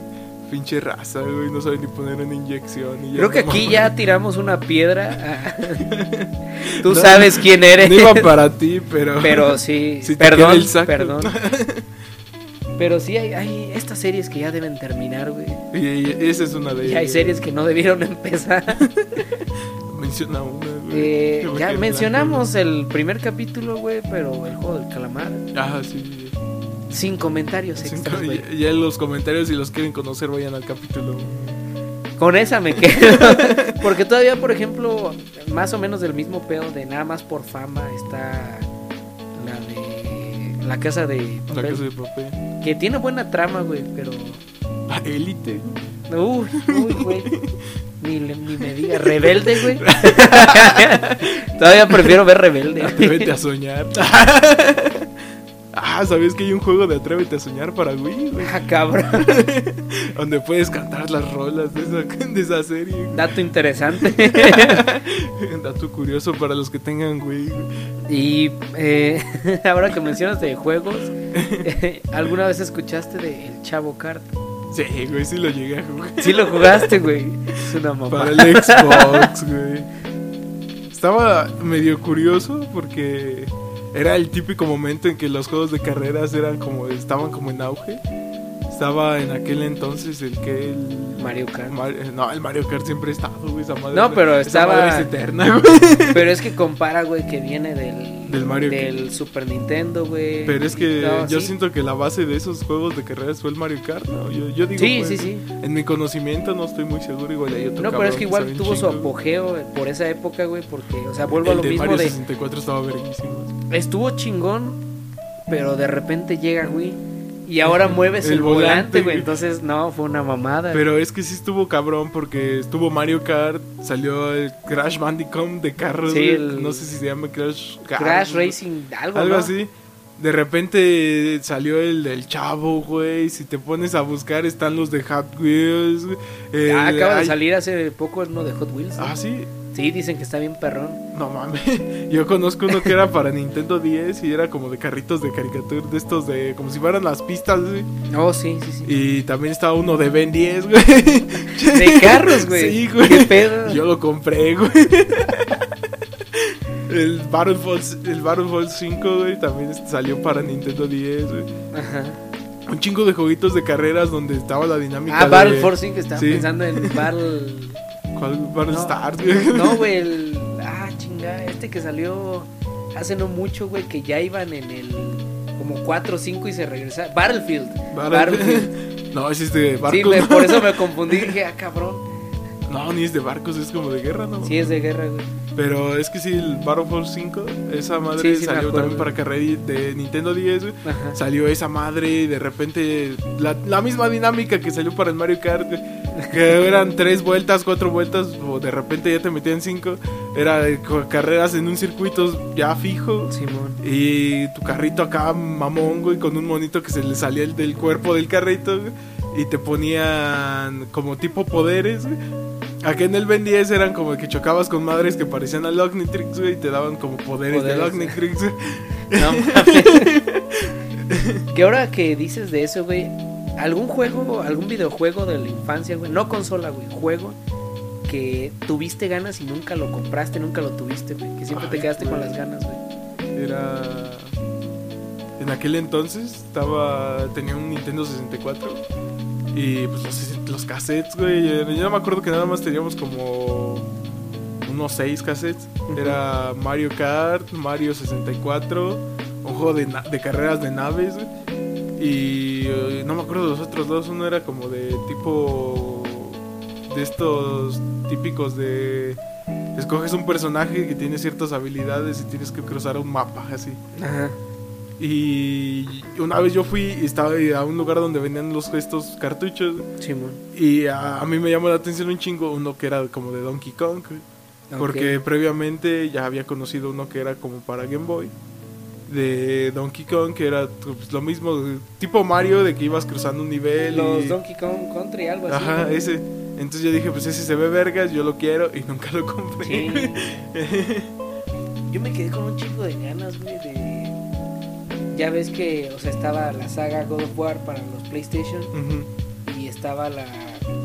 B: Pinche raza, güey. No saben ni poner una inyección. y ya
A: Creo que
B: no
A: aquí
B: mames.
A: ya tiramos una piedra. a- Tú
B: No,
A: sabes quién eres.
B: No iba para ti, pero.
A: Pero sí,
B: Si te queda
A: perdón,
B: el saco.
A: perdón. Pero sí hay, hay estas series que ya deben terminar, güey.
B: Y, y esa es una de ellas.
A: Y hay series que no debieron empezar.
B: Menciona una, güey.
A: Eh,
B: que me
A: ya
B: quedé
A: mencionamos el primer capítulo, güey, pero el juego del calamar.
B: blanco. Ajá, Ah, sí, sí. sí.
A: Sin comentarios
B: Sin-
A: extras, güey.
B: ya, ya en los comentarios, si los quieren conocer, vayan al capítulo.
A: Con esa me quedo. Porque todavía, por ejemplo, más o menos del mismo pedo de nada más por fama está la de La Casa de
B: La
A: Papel.
B: casa de papel.
A: Que tiene buena trama, güey, pero.
B: La élite.
A: Uy, uy, güey. Ni, le- ni me diga. Rebelde, güey. todavía prefiero ver Rebelde. güey.
B: Atrévete a soñar. ah, ¿sabías que hay un juego de Atrévete a soñar para Wii, güey?
A: Ah, cabrón.
B: Donde puedes cantar las rolas de esa, de esa serie. güey.
A: Dato interesante.
B: Dato curioso para los que tengan Wii. güey.
A: Y eh, ahora que mencionas de juegos, eh, ¿alguna vez escuchaste de El Chavo Card?
B: Sí, güey, sí lo llegué a jugar.
A: Sí lo jugaste, güey. Es una mamá.
B: Para el Xbox, güey. Estaba medio curioso porque era el típico momento en que los juegos de carreras eran como estaban como en auge. Estaba en aquel entonces el que el
A: Mario Kart.
B: Mar- no, el Mario Kart siempre ha estado, güey, esa madre.
A: No, pero
B: esa
A: estaba-
B: madre es eterna, güey.
A: Pero es que compara, güey, que viene del,
B: Del Mario
A: del Super Nintendo, güey.
B: Pero es que
A: No,
B: yo
A: sí.
B: siento que la base de esos juegos de carreras fue el Mario Kart, ¿no? Yo, yo digo,
A: Sí,
B: pues,
A: sí, sí.
B: en mi conocimiento no estoy muy seguro, igual hay otro
A: No, pero es que igual tuvo su
B: apoyo
A: apogeo eh, por esa época, güey, porque, o sea, vuelvo a lo
B: de
A: mismo
B: Mario
A: de
B: 64 estaba verguísimo.
A: estuvo chingón, pero de repente llega, güey, y ahora mueves el,
B: El
A: volante,
B: volante,
A: güey,
B: güey.
A: entonces no, fue una mamada.
B: Pero es que sí estuvo cabrón porque estuvo Mario Kart, salió el Crash Bandicoot de carros,
A: Sí,
B: güey,
A: el-
B: no sé si se llama Crash Car-
A: Crash Racing, algo,
B: algo
A: ¿no?
B: así. De repente salió el del chavo, güey. Si te pones a buscar, están los de Hot Wheels. güey. El-
A: Ah, acaba de
B: eh, ay-
A: salir hace poco uno de Hot Wheels.
B: Ah, sí.
A: Sí, dicen que está bien perrón.
B: No mames. Yo conozco uno que era para Nintendo 10 y era como de carritos de caricatura, de estos de. como si fueran las pistas, güey.
A: Oh, sí, sí, sí.
B: Y también estaba uno de Ben 10, güey.
A: De carros, güey.
B: Sí, güey.
A: ¿Qué pedo?
B: Yo lo compré, güey. El Battlefall, el Battlefall 5, güey, también salió para Nintendo 10, güey.
A: Ajá.
B: Un chingo de jueguitos de carreras donde estaba la dinámica
A: Ah,
B: de...
A: Battle Force Inc. Estaba
B: Sí.
A: pensando en Battle.
B: ¿Cuál? Battle
A: No,
B: Stars, güey.
A: No, güey. el- Ah, chingada. Este que salió hace no mucho, güey. Que ya iban en el. Como 4 o 5 y se regresaron. Battlefield.
B: Battle-
A: Battlefield.
B: No, ese es de barcos.
A: Sí, güey.
B: ¿no?
A: Por eso me confundí. Dije, ah, cabrón.
B: No, ni es de barcos, es como de guerra, ¿no?
A: Sí, es de guerra, güey.
B: Pero es que sí, el Battlefall 5, esa madre
A: Sí, sí me
B: salió
A: acuerdo.
B: también para carreras de Nintendo 10, güey.
A: Ajá.
B: Salió esa madre y de repente la, la misma dinámica que salió para el Mario Kart, güey, que eran tres vueltas, cuatro vueltas, o de repente ya te metían cinco, era de co- carreras en un circuito ya fijo.
A: Simón.
B: Y tu carrito acá, mamón, güey, con un monito que se le salía el del cuerpo del carrito, güey, Y te ponían como tipo poderes, güey. Aquí en el Ben 10 eran como que chocabas con madres que parecían a Lognitrix, güey, y te daban como poderes, de
A: Poderes,
B: Lognitrix, güey.
A: No mames. que ahora que dices de eso, güey, algún juego, algún videojuego de la infancia, güey, no consola, güey, juego que tuviste ganas y nunca lo compraste, nunca lo tuviste, güey, que siempre te
B: Ay,
A: quedaste con
B: güey.
A: las ganas, güey.
B: Era. En aquel entonces estaba. Tenía un Nintendo 64. Y pues los, los cassettes, güey. Yo yo me acuerdo que nada más teníamos como. Unos 6 cassettes.
A: Ujú.
B: Era Mario Kart, Mario 64. Un juego de, na- de carreras de naves, güey. Y eh, no me acuerdo de los otros dos. Uno era como de tipo. De estos típicos de. Escoges un personaje que tiene ciertas habilidades y tienes que cruzar un mapa así.
A: Ajá.
B: Y una vez yo fui y estaba a un lugar donde vendían los estos cartuchos
A: Simón.
B: y a, a mí me llamó la atención un chingo uno que era como de Donkey Kong. güey. Porque previamente ya había conocido uno que era como para Game Boy. De Donkey Kong, que era pues, lo mismo, tipo Mario, de que ibas cruzando un nivel.
A: los
B: y-
A: Donkey Kong Country, algo así.
B: Ajá,
A: ¿no?
B: ese. Entonces yo dije, pues ese se ve vergas, yo lo quiero y nunca lo compré.
A: Sí. Yo me quedé con un chico de ganas, güey, de... Ya ves que, o sea, estaba la saga God of War para los PlayStation
B: Ujú.
A: y estaba la...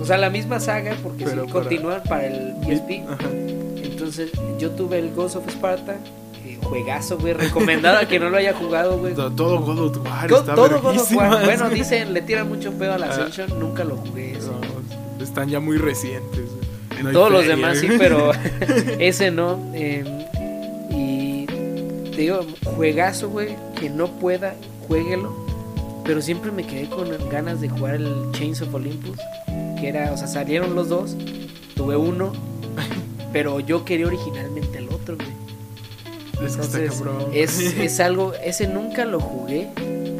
A: O sea, la misma saga porque
B: Pero
A: se
B: para- Ah.
A: continúan para el PSP.
B: Ajá.
A: Entonces, yo tuve el Ghost of Sparta, eh, juegazo, güey, recomendado a quien no lo haya jugado, güey.
B: Todo- Todo God of War
A: Go-
B: está
A: todo God of War.
B: verguísimas,
A: Bueno,
B: güey.
A: dicen, le tiran mucho pedo a la
B: Ah.
A: Ascension. Nunca lo jugué. ese.
B: No, están ya muy recientes. güey. No hay
A: Todos los
B: feria,
A: demás sí,
B: güey.
A: pero ese no. eh, y te digo, juegazo, güey. Quien no pueda, jueguelo. Pero siempre me quedé con ganas de jugar el Chains of Olympus. Que era, o sea, salieron los dos. Tuve uno. Pero yo quería originalmente el otro, güey.
B: Es que está
A: Entonces, eh,
B: cabrón.
A: es, es algo. Ese nunca lo jugué.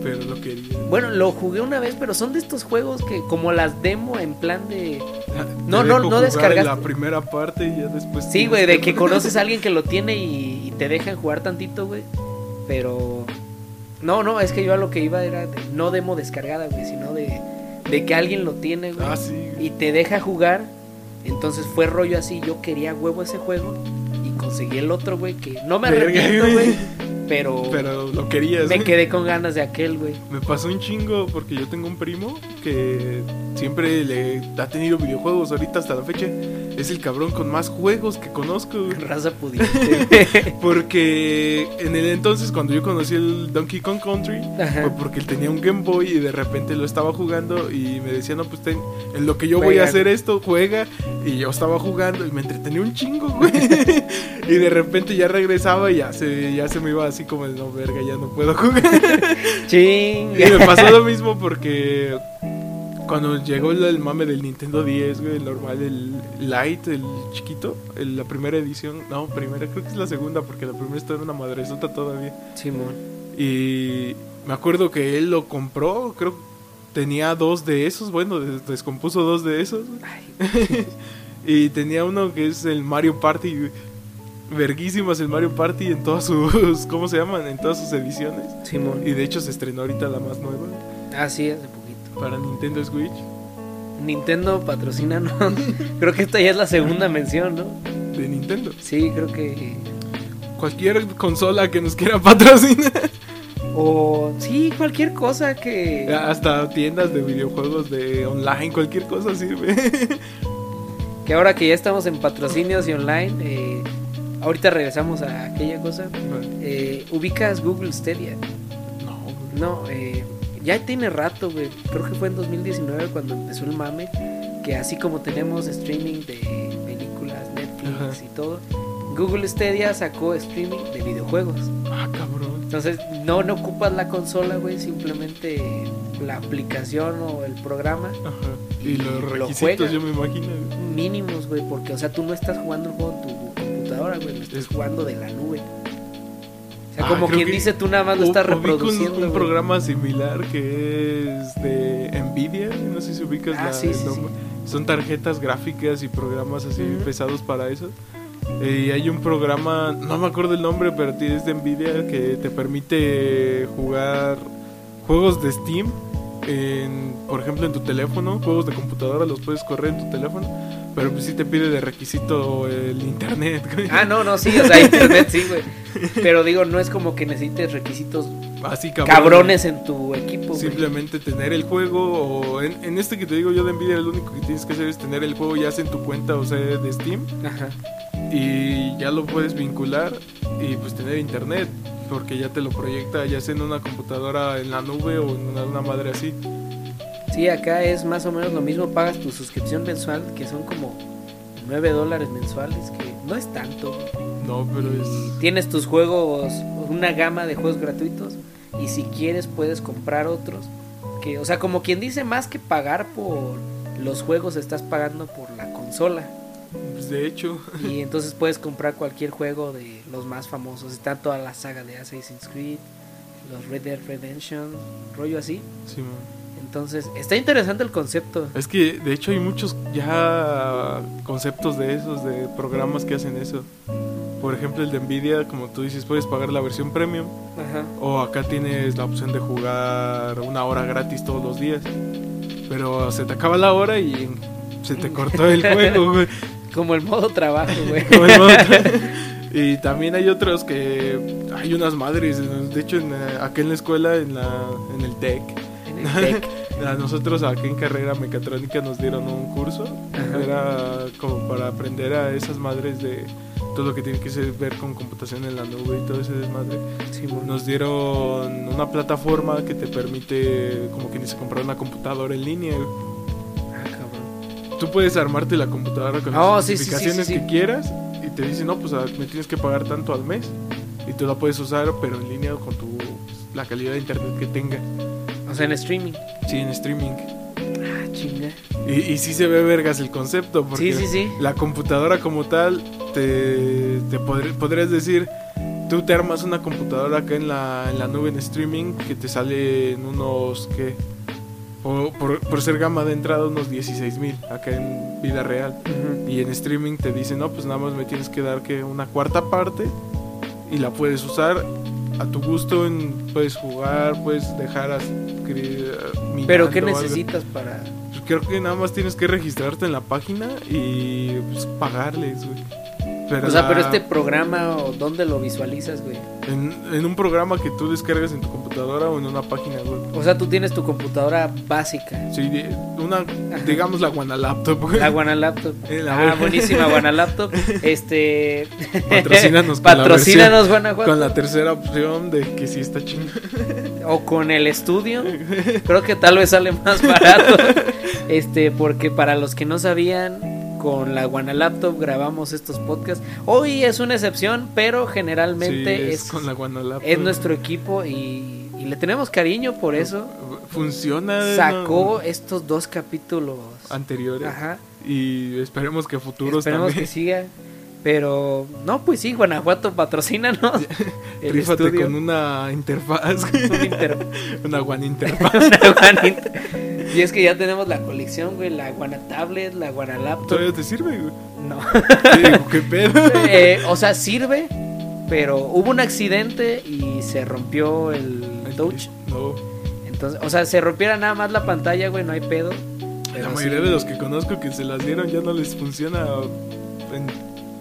B: Pero lo quería.
A: Bueno, lo jugué una vez, pero son de estos juegos que como las demo en plan de...
B: Te
A: No,
B: dejo
A: no, no
B: Ah, jugar
A: descargaste.
B: La primera parte y ya después.
A: Sí, güey, de
B: tienes
A: que conoces a alguien que lo tiene y, y te dejan jugar tantito, güey. Pero... No, no, es que yo a lo que iba era de- no demo descargada, güey, sino de, de que alguien lo tiene, güey.
B: Ah, sí. güey.
A: Y te deja jugar. Entonces fue rollo así, yo quería huevo ese juego y conseguí el otro, güey, que no me
B: Verga,
A: arrepiento,
B: güey.
A: güey. Pero,
B: Pero lo querías.
A: me
B: güey.
A: quedé con ganas de aquel, güey.
B: Me pasó un chingo porque yo tengo un primo que siempre le ha tenido videojuegos ahorita hasta la fecha. Es el cabrón con más juegos que conozco. güey.
A: Raza pudiente.
B: Porque en el entonces cuando yo conocí el Donkey Kong Country
A: Ajá.
B: fue porque él tenía un Game Boy y de repente lo estaba jugando y me decía, no, pues ten, en lo que yo voy a
A: Juega.
B: hacer esto, juega. Y yo estaba jugando y me entretenía un chingo, güey. y de repente ya regresaba y ya se, ya se me iba así como, de, no, verga, ya no puedo jugar.
A: Ching.
B: Y me pasó lo mismo porque cuando llegó el, el mame del Nintendo 10, güey, el normal, el Lite, el chiquito, el- la primera edición, no, primera, creo que es la segunda, porque la primera está en una madresota todavía.
A: Simón.
B: Y me acuerdo que él lo compró, creo que tenía dos de esos, bueno, des- descompuso dos de esos. güey.
A: Ay,
B: Y tenía uno que es el Mario Party, güey. verguísimas el Mario Party en todas sus, ¿cómo se llaman? En todas sus ediciones.
A: Simón.
B: Y de hecho se estrenó ahorita la más nueva
A: Así hace poquito.
B: para Nintendo Switch.
A: Nintendo patrocina, ¿no? creo que esta ya es la segunda mención, ¿no?
B: de Nintendo.
A: Sí, creo que.
B: Cualquier consola que nos quiera patrocinar.
A: O. Sí, cualquier cosa que.
B: Hasta tiendas de videojuegos de online, cualquier cosa sirve.
A: Que ahora que ya estamos en patrocinios y online, eh, ahorita regresamos a aquella cosa. Eh, Ubicas Google Stadia.
B: no, güey.
A: No, eh, ya tiene rato, güey. Creo que fue en 2019 cuando empezó el mame. Que así como tenemos streaming de películas, Netflix
B: Ajá.
A: y todo, Google Stadia sacó streaming de videojuegos.
B: Ah, cabrón.
A: Entonces, no, no ocupas la consola, güey, simplemente la aplicación o el programa
B: Ajá.
A: Y
B: Y los
A: lo
B: requisitos,
A: juega.
B: yo me imagino. güey.
A: mínimos, güey, porque, o sea, tú no estás jugando el juego en tu computadora, güey, lo estás
B: Es-
A: jugando de la nube. O sea,
B: Ah,
A: como
B: creo
A: quien
B: que
A: dice, tú nada más lo estás
B: U- ubico un-
A: reproduciendo.
B: Un,
A: güey.
B: programa similar que es de Nvidia. No sé si ubicas
A: Ah,
B: la-
A: sí,
B: el
A: sí,
B: nombre. Son tarjetas gráficas y programas así
A: Ujú.
B: pesados para eso. Eh, Y hay un programa, no me acuerdo el nombre, pero tienes de Nvidia que te permite jugar juegos de Steam. En, por ejemplo, en tu teléfono, juegos de computadora los puedes correr en tu teléfono, pero pues sí te pide de requisito el internet. güey.
A: Ah, no, no, sí, o sea, internet sí, güey. Pero digo, no es como que necesites requisitos
B: Así
A: cabrones en tu equipo, güey.
B: Simplemente tener el juego o en, en este que te digo yo de Nvidia lo único que tienes que hacer es tener el juego ya sea en tu cuenta o sea de Steam
A: Ajá.
B: y ya lo puedes vincular y pues tener internet porque ya te lo proyecta ya sea en una computadora en la nube o en una, una madre así.
A: Sí, acá es más o menos lo mismo, pagas tu suscripción mensual, que son como 9 dólares mensuales, que no es tanto, güey.
B: No, pero es
A: Y tienes tus juegos, una gama de juegos gratuitos y si quieres puedes comprar otros. Que, o sea, como quien dice, más que pagar por los juegos, estás pagando por la consola.
B: pues, de hecho
A: Y entonces puedes comprar cualquier juego de los más famosos. Está toda la saga de Assassin's Creed, los Red Dead Redemption, rollo así.
B: sí, man.
A: Entonces, está interesante el concepto.
B: es que de hecho hay muchos ya conceptos de esos de programas que hacen eso. Por ejemplo, el de Nvidia, como tú dices, puedes pagar la versión premium
A: Ajá.
B: O acá tienes la opción de jugar una hora gratis todos los días. Pero se te acaba la hora y se te cortó el juego, güey.
A: Como el modo trabajo, güey.
B: Como el otro. y también hay otros que hay unas madres. De hecho, en, eh, aquí en la escuela, en, la, en el TEC,
A: En el tec.
B: a nosotros aquí en carrera mecatrónica nos dieron un curso.
A: Ajá.
B: Era como para aprender a esas madres de todo lo que tiene que ser- ver con computación en la nube y todo ese desmadre.
A: Simón.
B: Nos dieron una plataforma que te permite, como quien dice, comprar una computadora en línea.
A: Ah, cabrón.
B: Tú puedes armarte la computadora con
A: Oh,
B: las
A: sí, sí, sí,
B: especificaciones
A: sí, sí.
B: que quieras y te dicen, no, pues ah, me tienes que pagar tanto al mes y tú la puedes usar, pero en línea o con tu, la calidad de internet que tenga.
A: O sea, en streaming.
B: Sí, en streaming.
A: Ah, chinga.
B: Y, y sí se ve vergas el concepto, porque
A: Sí, sí, sí.
B: la computadora como tal, te, te podr- podrías decir, tú te armas una computadora acá en la, en la nube en streaming que te sale en unos, ¿qué? O por, por ser gama de entrada, unos 16 mil acá en vida real.
A: Ujú.
B: Y en streaming te dicen, no, pues nada más me tienes que dar que una cuarta parte y la puedes usar a tu gusto, en- puedes jugar, puedes dejar as- cre-
A: Pero ¿qué
B: minando o algo.
A: necesitas para...?
B: Pues Creo que nada más tienes que registrarte en la página y pues, pagarles, güey. Pero
A: O sea,
B: la-
A: pero este programa, ¿o ¿dónde lo visualizas, güey?
B: en, en un programa que tú descargas en tu computadora o en una página web.
A: O sea, tú tienes tu computadora básica.
B: Sí, de- una, digamos la Guana Laptop, güey.
A: La Guana Laptop.
B: En la
A: Ah,
B: web.
A: buenísima Guana Laptop. Este...
B: Patrocínanos con la
A: Patrocínanos Guanajuato.
B: Con la tercera opción de que sí está chingo.
A: o con el estudio. Creo que tal vez sale más barato. Este, porque para los que no sabían, con la Guana Laptop grabamos estos podcasts. Hoy es una excepción, pero generalmente
B: Sí,
A: es,
B: es con la Guana Laptop.
A: es nuestro equipo y, y le tenemos cariño por eso.
B: Funciona. ¿no?
A: Sacó estos dos capítulos.
B: Anteriores.
A: Ajá.
B: Y esperemos que futuros
A: Esperemos
B: también.
A: que siga. Pero, no, pues sí, Guanajuato, patrocínanos. El
B: Rífate
A: estudio.
B: con una interfaz, güey.
A: Un inter-
B: una Guana interfaz.
A: Una guanita. Y es que ya tenemos la colección, güey, la guana tablet, la guana laptop.
B: Todavía te sirve, güey.
A: No.
B: Digo, ¿Qué pedo?
A: Eh, o sea, sirve, pero hubo un accidente y se rompió el touch.
B: No.
A: Entonces, o sea, se rompiera nada más la pantalla, güey, no hay pedo.
B: La
A: Pero
B: mayoría
A: sí.
B: de los que conozco que se las dieron ya no les funciona en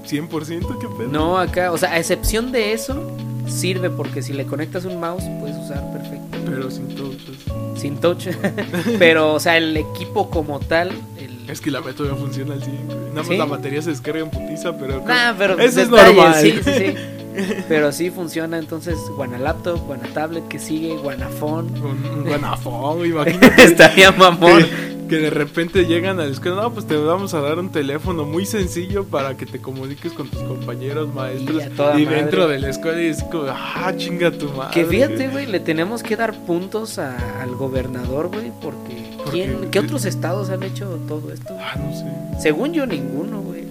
B: 100%. ¿Qué pedo?
A: No, acá, o sea, a excepción de eso, sirve porque si le conectas un mouse puedes usar perfecto,
B: Pero sin touch. pues,
A: sin touch. pero, o sea, el equipo como tal, el...
B: Es que la B todavía funciona al 100. güey. Nada más
A: ¿Sí?
B: la batería se descarga en putiza, pero.
A: Nah, pero
B: Eso es
A: detalles,
B: normal.
A: Sí, sí, sí. Pero sí funciona, entonces Guanalaptop, Guanatablet que sigue, Guanafón.
B: Un, un guanafón, imagínate.
A: Estaría mamón.
B: Que, que de repente llegan a la escuela, no, pues te vamos a dar un teléfono muy sencillo para que te comuniques con tus compañeros maestros.
A: a toda madre.
B: dentro de la escuela y es como, ah, chinga tu madre.
A: Que
B: güey.
A: fíjate, güey, le tenemos que dar puntos a- al gobernador, güey, porque
B: Porque-
A: ¿quién, ¿qué otros estados han hecho todo esto?
B: Ah, no sé.
A: Según yo, ninguno, güey.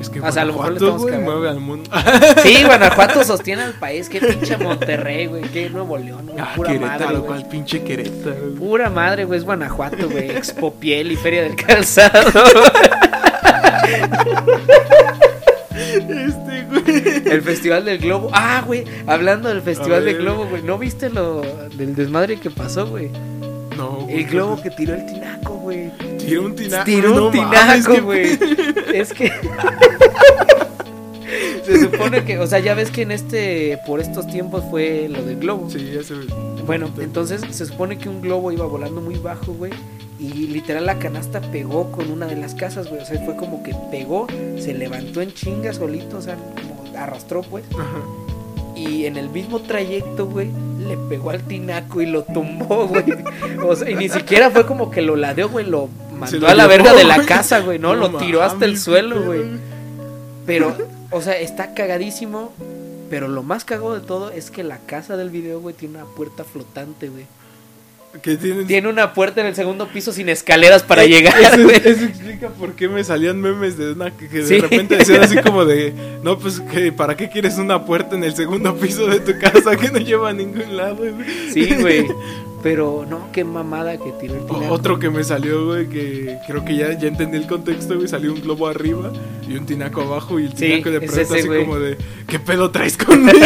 B: Es que
A: O sea, a lo mejor le estamos
B: Guanajuato, güey,
A: cagando. Ah,
B: mueve al mundo.
A: Sí, Guanajuato sostiene al país, qué pinche Monterrey, güey, qué Nuevo León, güey,
B: Ah,
A: pura
B: Querétaro,
A: madre, güey.
B: cual pinche Querétaro.
A: Pura madre, güey, es Guanajuato, güey, Expo Piel y Feria del Calzado.
B: Este, güey.
A: El Festival del Globo. Ah, güey. Hablando del Festival del
B: ver.
A: Globo, güey. ¿No viste lo del desmadre que pasó, güey?
B: No,
A: El globo que tiró el tinaco, güey.
B: Tiró un tinaco.
A: Tiró
B: no
A: un
B: mames,
A: tinaco,
B: qué-
A: güey. Es que. Se supone que, o sea, ya ves que en este, por estos tiempos fue lo del globo.
B: Sí, ya se ve.
A: Bueno, entonces se supone que un globo iba volando muy bajo, güey. Y literal la canasta pegó con una de las casas, güey. O sea, fue como que pegó, se levantó en chinga solito, o sea, como arrastró, pues.
B: Ajá.
A: Y en el mismo trayecto, güey, le pegó al tinaco y lo tumbó, güey. O sea, y ni siquiera fue como que lo ladeó, güey, lo
B: Se
A: mandó
B: lo
A: a la
B: llevó,
A: verga de la
B: güey.
A: casa, güey, ¿no? lo
B: No
A: tiró hasta el
B: mames,
A: suelo,
B: qué
A: güey.
B: pedo,
A: Pero, o sea, está cagadísimo. Pero lo más cagado de todo es que la casa del video, güey, tiene una puerta flotante, güey.
B: Que tienen.
A: Tiene una puerta en el segundo piso sin escaleras para
B: Eh,
A: llegar,
B: eso,
A: güey.
B: eso explica por qué me salían memes de una que, que de
A: Sí.
B: repente decían así como de no pues que para qué quieres una puerta en el segundo piso de tu casa que no lleva a ningún lado güey?
A: Sí, güey. Pero no, qué mamada que tiró el
B: O-
A: tinaco.
B: otro que me salió güey que creo que ya, ya entendí el contexto güey salió un globo arriba y un tinaco abajo y el
A: Sí,
B: tinaco de
A: es
B: pronto
A: ese,
B: así
A: güey.
B: como de qué pedo traes conmigo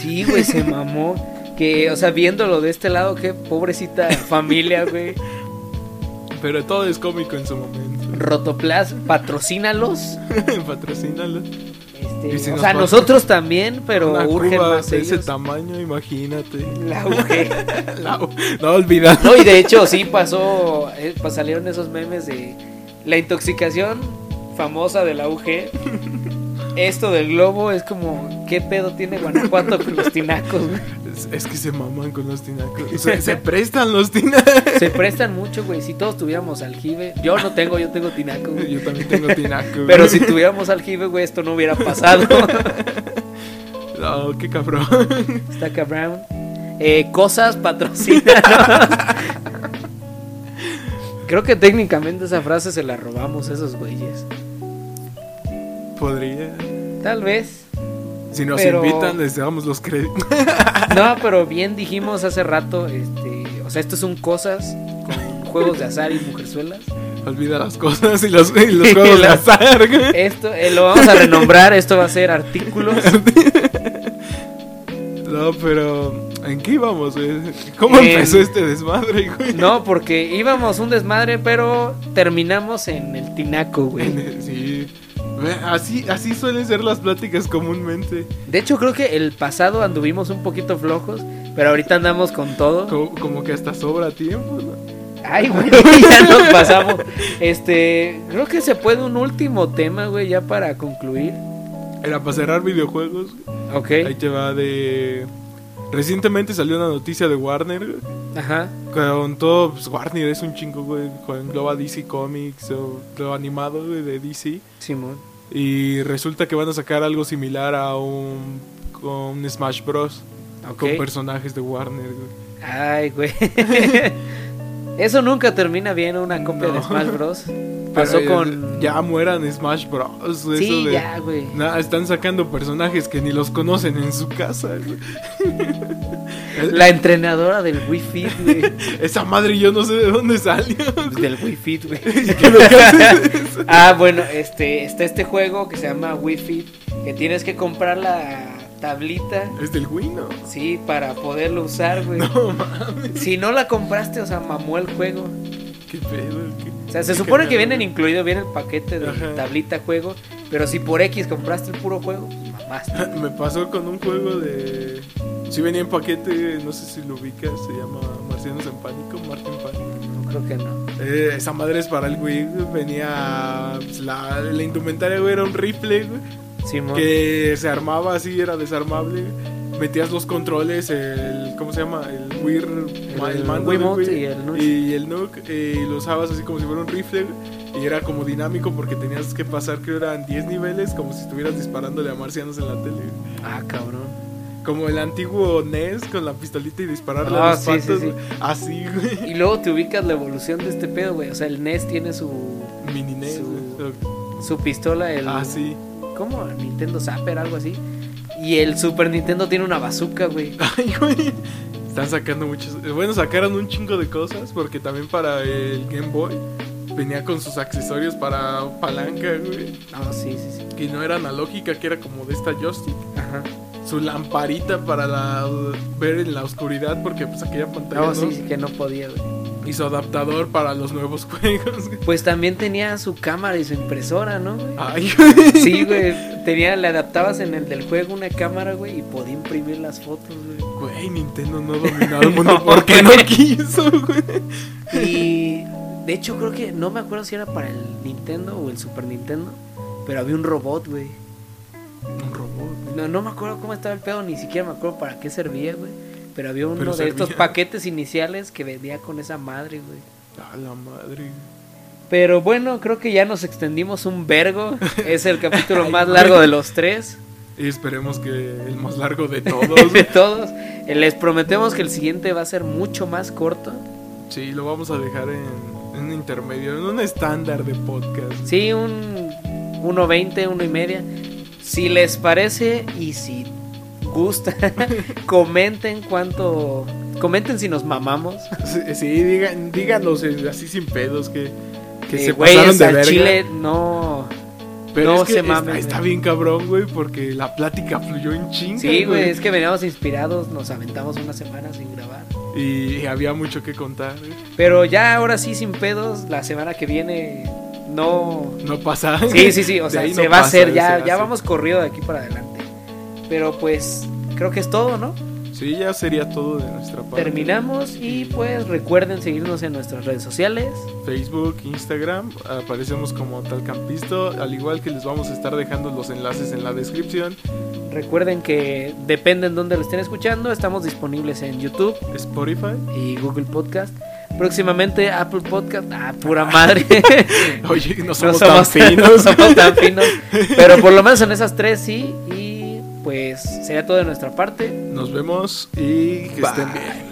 A: Sí, güey, se mamó. Que, o sea, viéndolo de este lado, qué pobrecita familia, güey.
B: Pero todo es cómico en su momento.
A: Rotoplas, patrocínalos.
B: Patrocínalo.
A: Este,
B: Y si
A: o
B: nos
A: sea,
B: pa-
A: nosotros también, pero
B: Una
A: urgen
B: cuba
A: más
B: de ese
A: ellos.
B: tamaño, imagínate.
A: La urge.
B: La- no olvidar.
A: No, y de hecho sí pasó, eh, pa- salieron esos memes de la intoxicación famosa de la UG. Esto del globo es como, ¿qué pedo tiene Guanajuato con los tinacos? güey?
B: Es, es que se maman con los tinacos. Se, se prestan los tinacos.
A: Se prestan mucho, güey. Si todos tuviéramos aljibe, yo no tengo, yo tengo tinaco, güey.
B: Yo también tengo tinaco.
A: Pero
B: güey.
A: si tuviéramos aljibe, güey, esto no hubiera pasado.
B: No, qué cabrón.
A: Está cabrón. Eh, cosas patrocinadas. Creo que técnicamente esa frase se la robamos a esos güeyes.
B: Podría.
A: Tal vez.
B: Si nos
A: Pero-
B: invitan, les damos los créditos.
A: No, pero bien dijimos hace rato, este, o sea, esto son cosas con juegos de azar y mujerzuelas.
B: Olvida las cosas y los, y los juegos de
A: Las-
B: azar. güey.
A: Esto eh, lo vamos a renombrar, esto va a ser artículos.
B: No, pero ¿en qué íbamos? güey? ¿Cómo
A: En-
B: empezó este desmadre, güey?
A: No, porque íbamos un desmadre, pero terminamos en el tinaco, güey.
B: Sí. Ve, Así, así suelen ser las pláticas comúnmente.
A: De hecho, creo que el pasado anduvimos un poquito flojos, pero ahorita andamos con todo.
B: Co- Como, que hasta sobra tiempo. ¿no?
A: Ay, güey, ya nos pasamos. Este, creo que se puede un último tema, güey, ya para concluir.
B: Era para cerrar videojuegos.
A: Ok,
B: Ahí te va de. Recientemente salió una noticia de Warner. güey,
A: ajá.
B: Con todo, pues Warner es un chingo, güey. Con engloba DC Comics o lo animado güey, de DC.
A: Simón.
B: Y resulta que van a sacar algo similar a un, con un Smash Bros. Con
A: Ok.
B: personajes de Warner, güey.
A: Ay, güey. Eso nunca termina bien una copia de
B: No.
A: Smash Bros.
B: Pero,
A: Pasó
B: eh,
A: con.
B: Ya mueran Smash Bros.
A: sí,
B: eso de-
A: ya, güey.
B: Nah, están sacando personajes que ni los conocen en su casa. güey. El-
A: La entrenadora del Wii Fit, güey.
B: Esa madre yo no sé de dónde salió.
A: del Wii Fit, güey.
B: ¿Qué lo que haces?
A: ah, bueno, este, está este juego que se llama Wii Fit. Que tienes que comprar la tablita.
B: Es del Wii, ¿no?
A: Sí, para poderlo usar, güey.
B: No mames.
A: Si no la compraste, o sea, mamó el juego.
B: Qué pedo. qué-
A: O sea, se
B: qué
A: supone que
B: cagado,
A: vienen
B: güey.
A: incluido, viene el paquete de
B: Ajá.
A: tablita juego. Pero si por X compraste el puro juego, pues mamaste.
B: Me pasó con un juego de. Si venía en paquete, no sé si lo ubicas, se llama Marcianos en Pánico, Martin Pánico.
A: No creo que no.
B: Eh, esa madre es para el Wii, güey, venía. pues, la, la indumentaria, güey, era un rifle, güey.
A: Simón.
B: que se armaba así, era desarmable. Metías los controles, el. ¿Cómo se llama? El Wii. El,
A: El
B: mando
A: Wiimote y
B: de Wii
A: el Nuke.
B: Y el Nuke, eh, y lo usabas así como si fuera un rifle. güey, Y era como dinámico porque tenías que pasar, creo eran 10 niveles, como si estuvieras disparándole a marcianos en la tele. güey.
A: Ah, cabrón.
B: Como el antiguo NES con la pistolita y dispararle
A: Ah,
B: a los
A: sí, sí,
B: patos.
A: sí.
B: güey. Así, güey.
A: Y luego te ubicas la evolución de este pedo, güey. O sea, el NES tiene su,
B: Mini NES.
A: Su-
B: güey.
A: su pistola, el.
B: Ah, sí.
A: ¿Cómo? Nintendo Zapper, algo así. Y el Super Nintendo tiene una bazooka, güey.
B: Ay, güey. Están sacando muchos. eh, Bueno, sacaron un chingo de cosas. Porque también para el Game Boy venía con sus accesorios para palanca, güey.
A: Ah, sí, sí, sí.
B: Que no era analógica, que era como de esta joystick.
A: Ajá.
B: Su lamparita para la, ver en la oscuridad. Porque pues aquella pantalla.
A: Ah,
B: ¿no?
A: sí, sí, que no podía, güey.
B: Y su adaptador para los nuevos juegos. güey.
A: Pues también tenía su cámara y su impresora, ¿no, güey?
B: Ay, güey.
A: Sí, güey. Tenía, le adaptabas en el del juego una cámara, güey, y podía imprimir las fotos, güey.
B: Güey, Nintendo no dominaba el mundo
A: No,
B: porque no
A: güey.
B: quiso, güey.
A: Y de hecho creo que no me acuerdo si era para el Nintendo o el Super Nintendo, pero había un robot, güey.
B: Un robot.
A: No, no me acuerdo cómo estaba el pedo, ni siquiera me acuerdo para qué servía, güey. Pero había uno
B: Pero
A: de
B: servía.
A: estos paquetes iniciales que vendía con esa madre, güey.
B: A la madre.
A: Pero bueno, creo que ya nos extendimos un vergo. Es el capítulo más largo de los tres,
B: Y esperemos que el más largo de todos.
A: de todos. Eh, Les prometemos que el siguiente va a ser mucho más corto.
B: Sí, lo vamos a dejar en, en un intermedio, en un estándar de podcast.
A: Sí, un 1.20, 1 y media. Si les parece y si gusta, comenten cuánto. Comenten si nos mamamos.
B: Sí, sí, digan, díganos eh, así sin pedos que, que
A: Eh,
B: se
A: güey,
B: pasaron
A: es
B: de
A: al
B: verga.
A: Chile no.
B: pero
A: no
B: es que
A: se
B: está-
A: mamen,
B: Está,
A: güey.
B: bien cabrón, güey, porque la plática fluyó en chinga.
A: Sí, güey, es que veníamos inspirados, nos aventamos una semana sin grabar.
B: Y había mucho que contar.
A: Pero ya ahora sí, sin pedos, la semana que viene no...
B: No pasa.
A: Sí, sí, sí, o
B: De
A: sea,
B: ahí
A: se
B: no
A: va a
B: pasa,
A: hacer,
B: se
A: ya,
B: hace.
A: ya vamos corrido de aquí para adelante. Pero pues creo que es todo, ¿no?
B: Sí, ya sería todo de nuestra parte.
A: Terminamos y pues recuerden seguirnos en nuestras redes sociales.
B: Facebook, Instagram, aparecemos como Talcampisto, al igual que les vamos a estar dejando los enlaces en la descripción,
A: Recuerden que dependen dónde lo estén escuchando, estamos disponibles en YouTube
B: Spotify.
A: y Google Podcast. Próximamente Apple Podcast. Ah, pura madre.
B: Oye, no
A: no,
B: somos,
A: somos,
B: tan finos.
A: no somos tan finos. Pero por lo menos en esas tres sí. Y pues sería todo de nuestra parte.
B: Nos vemos y que estén bien.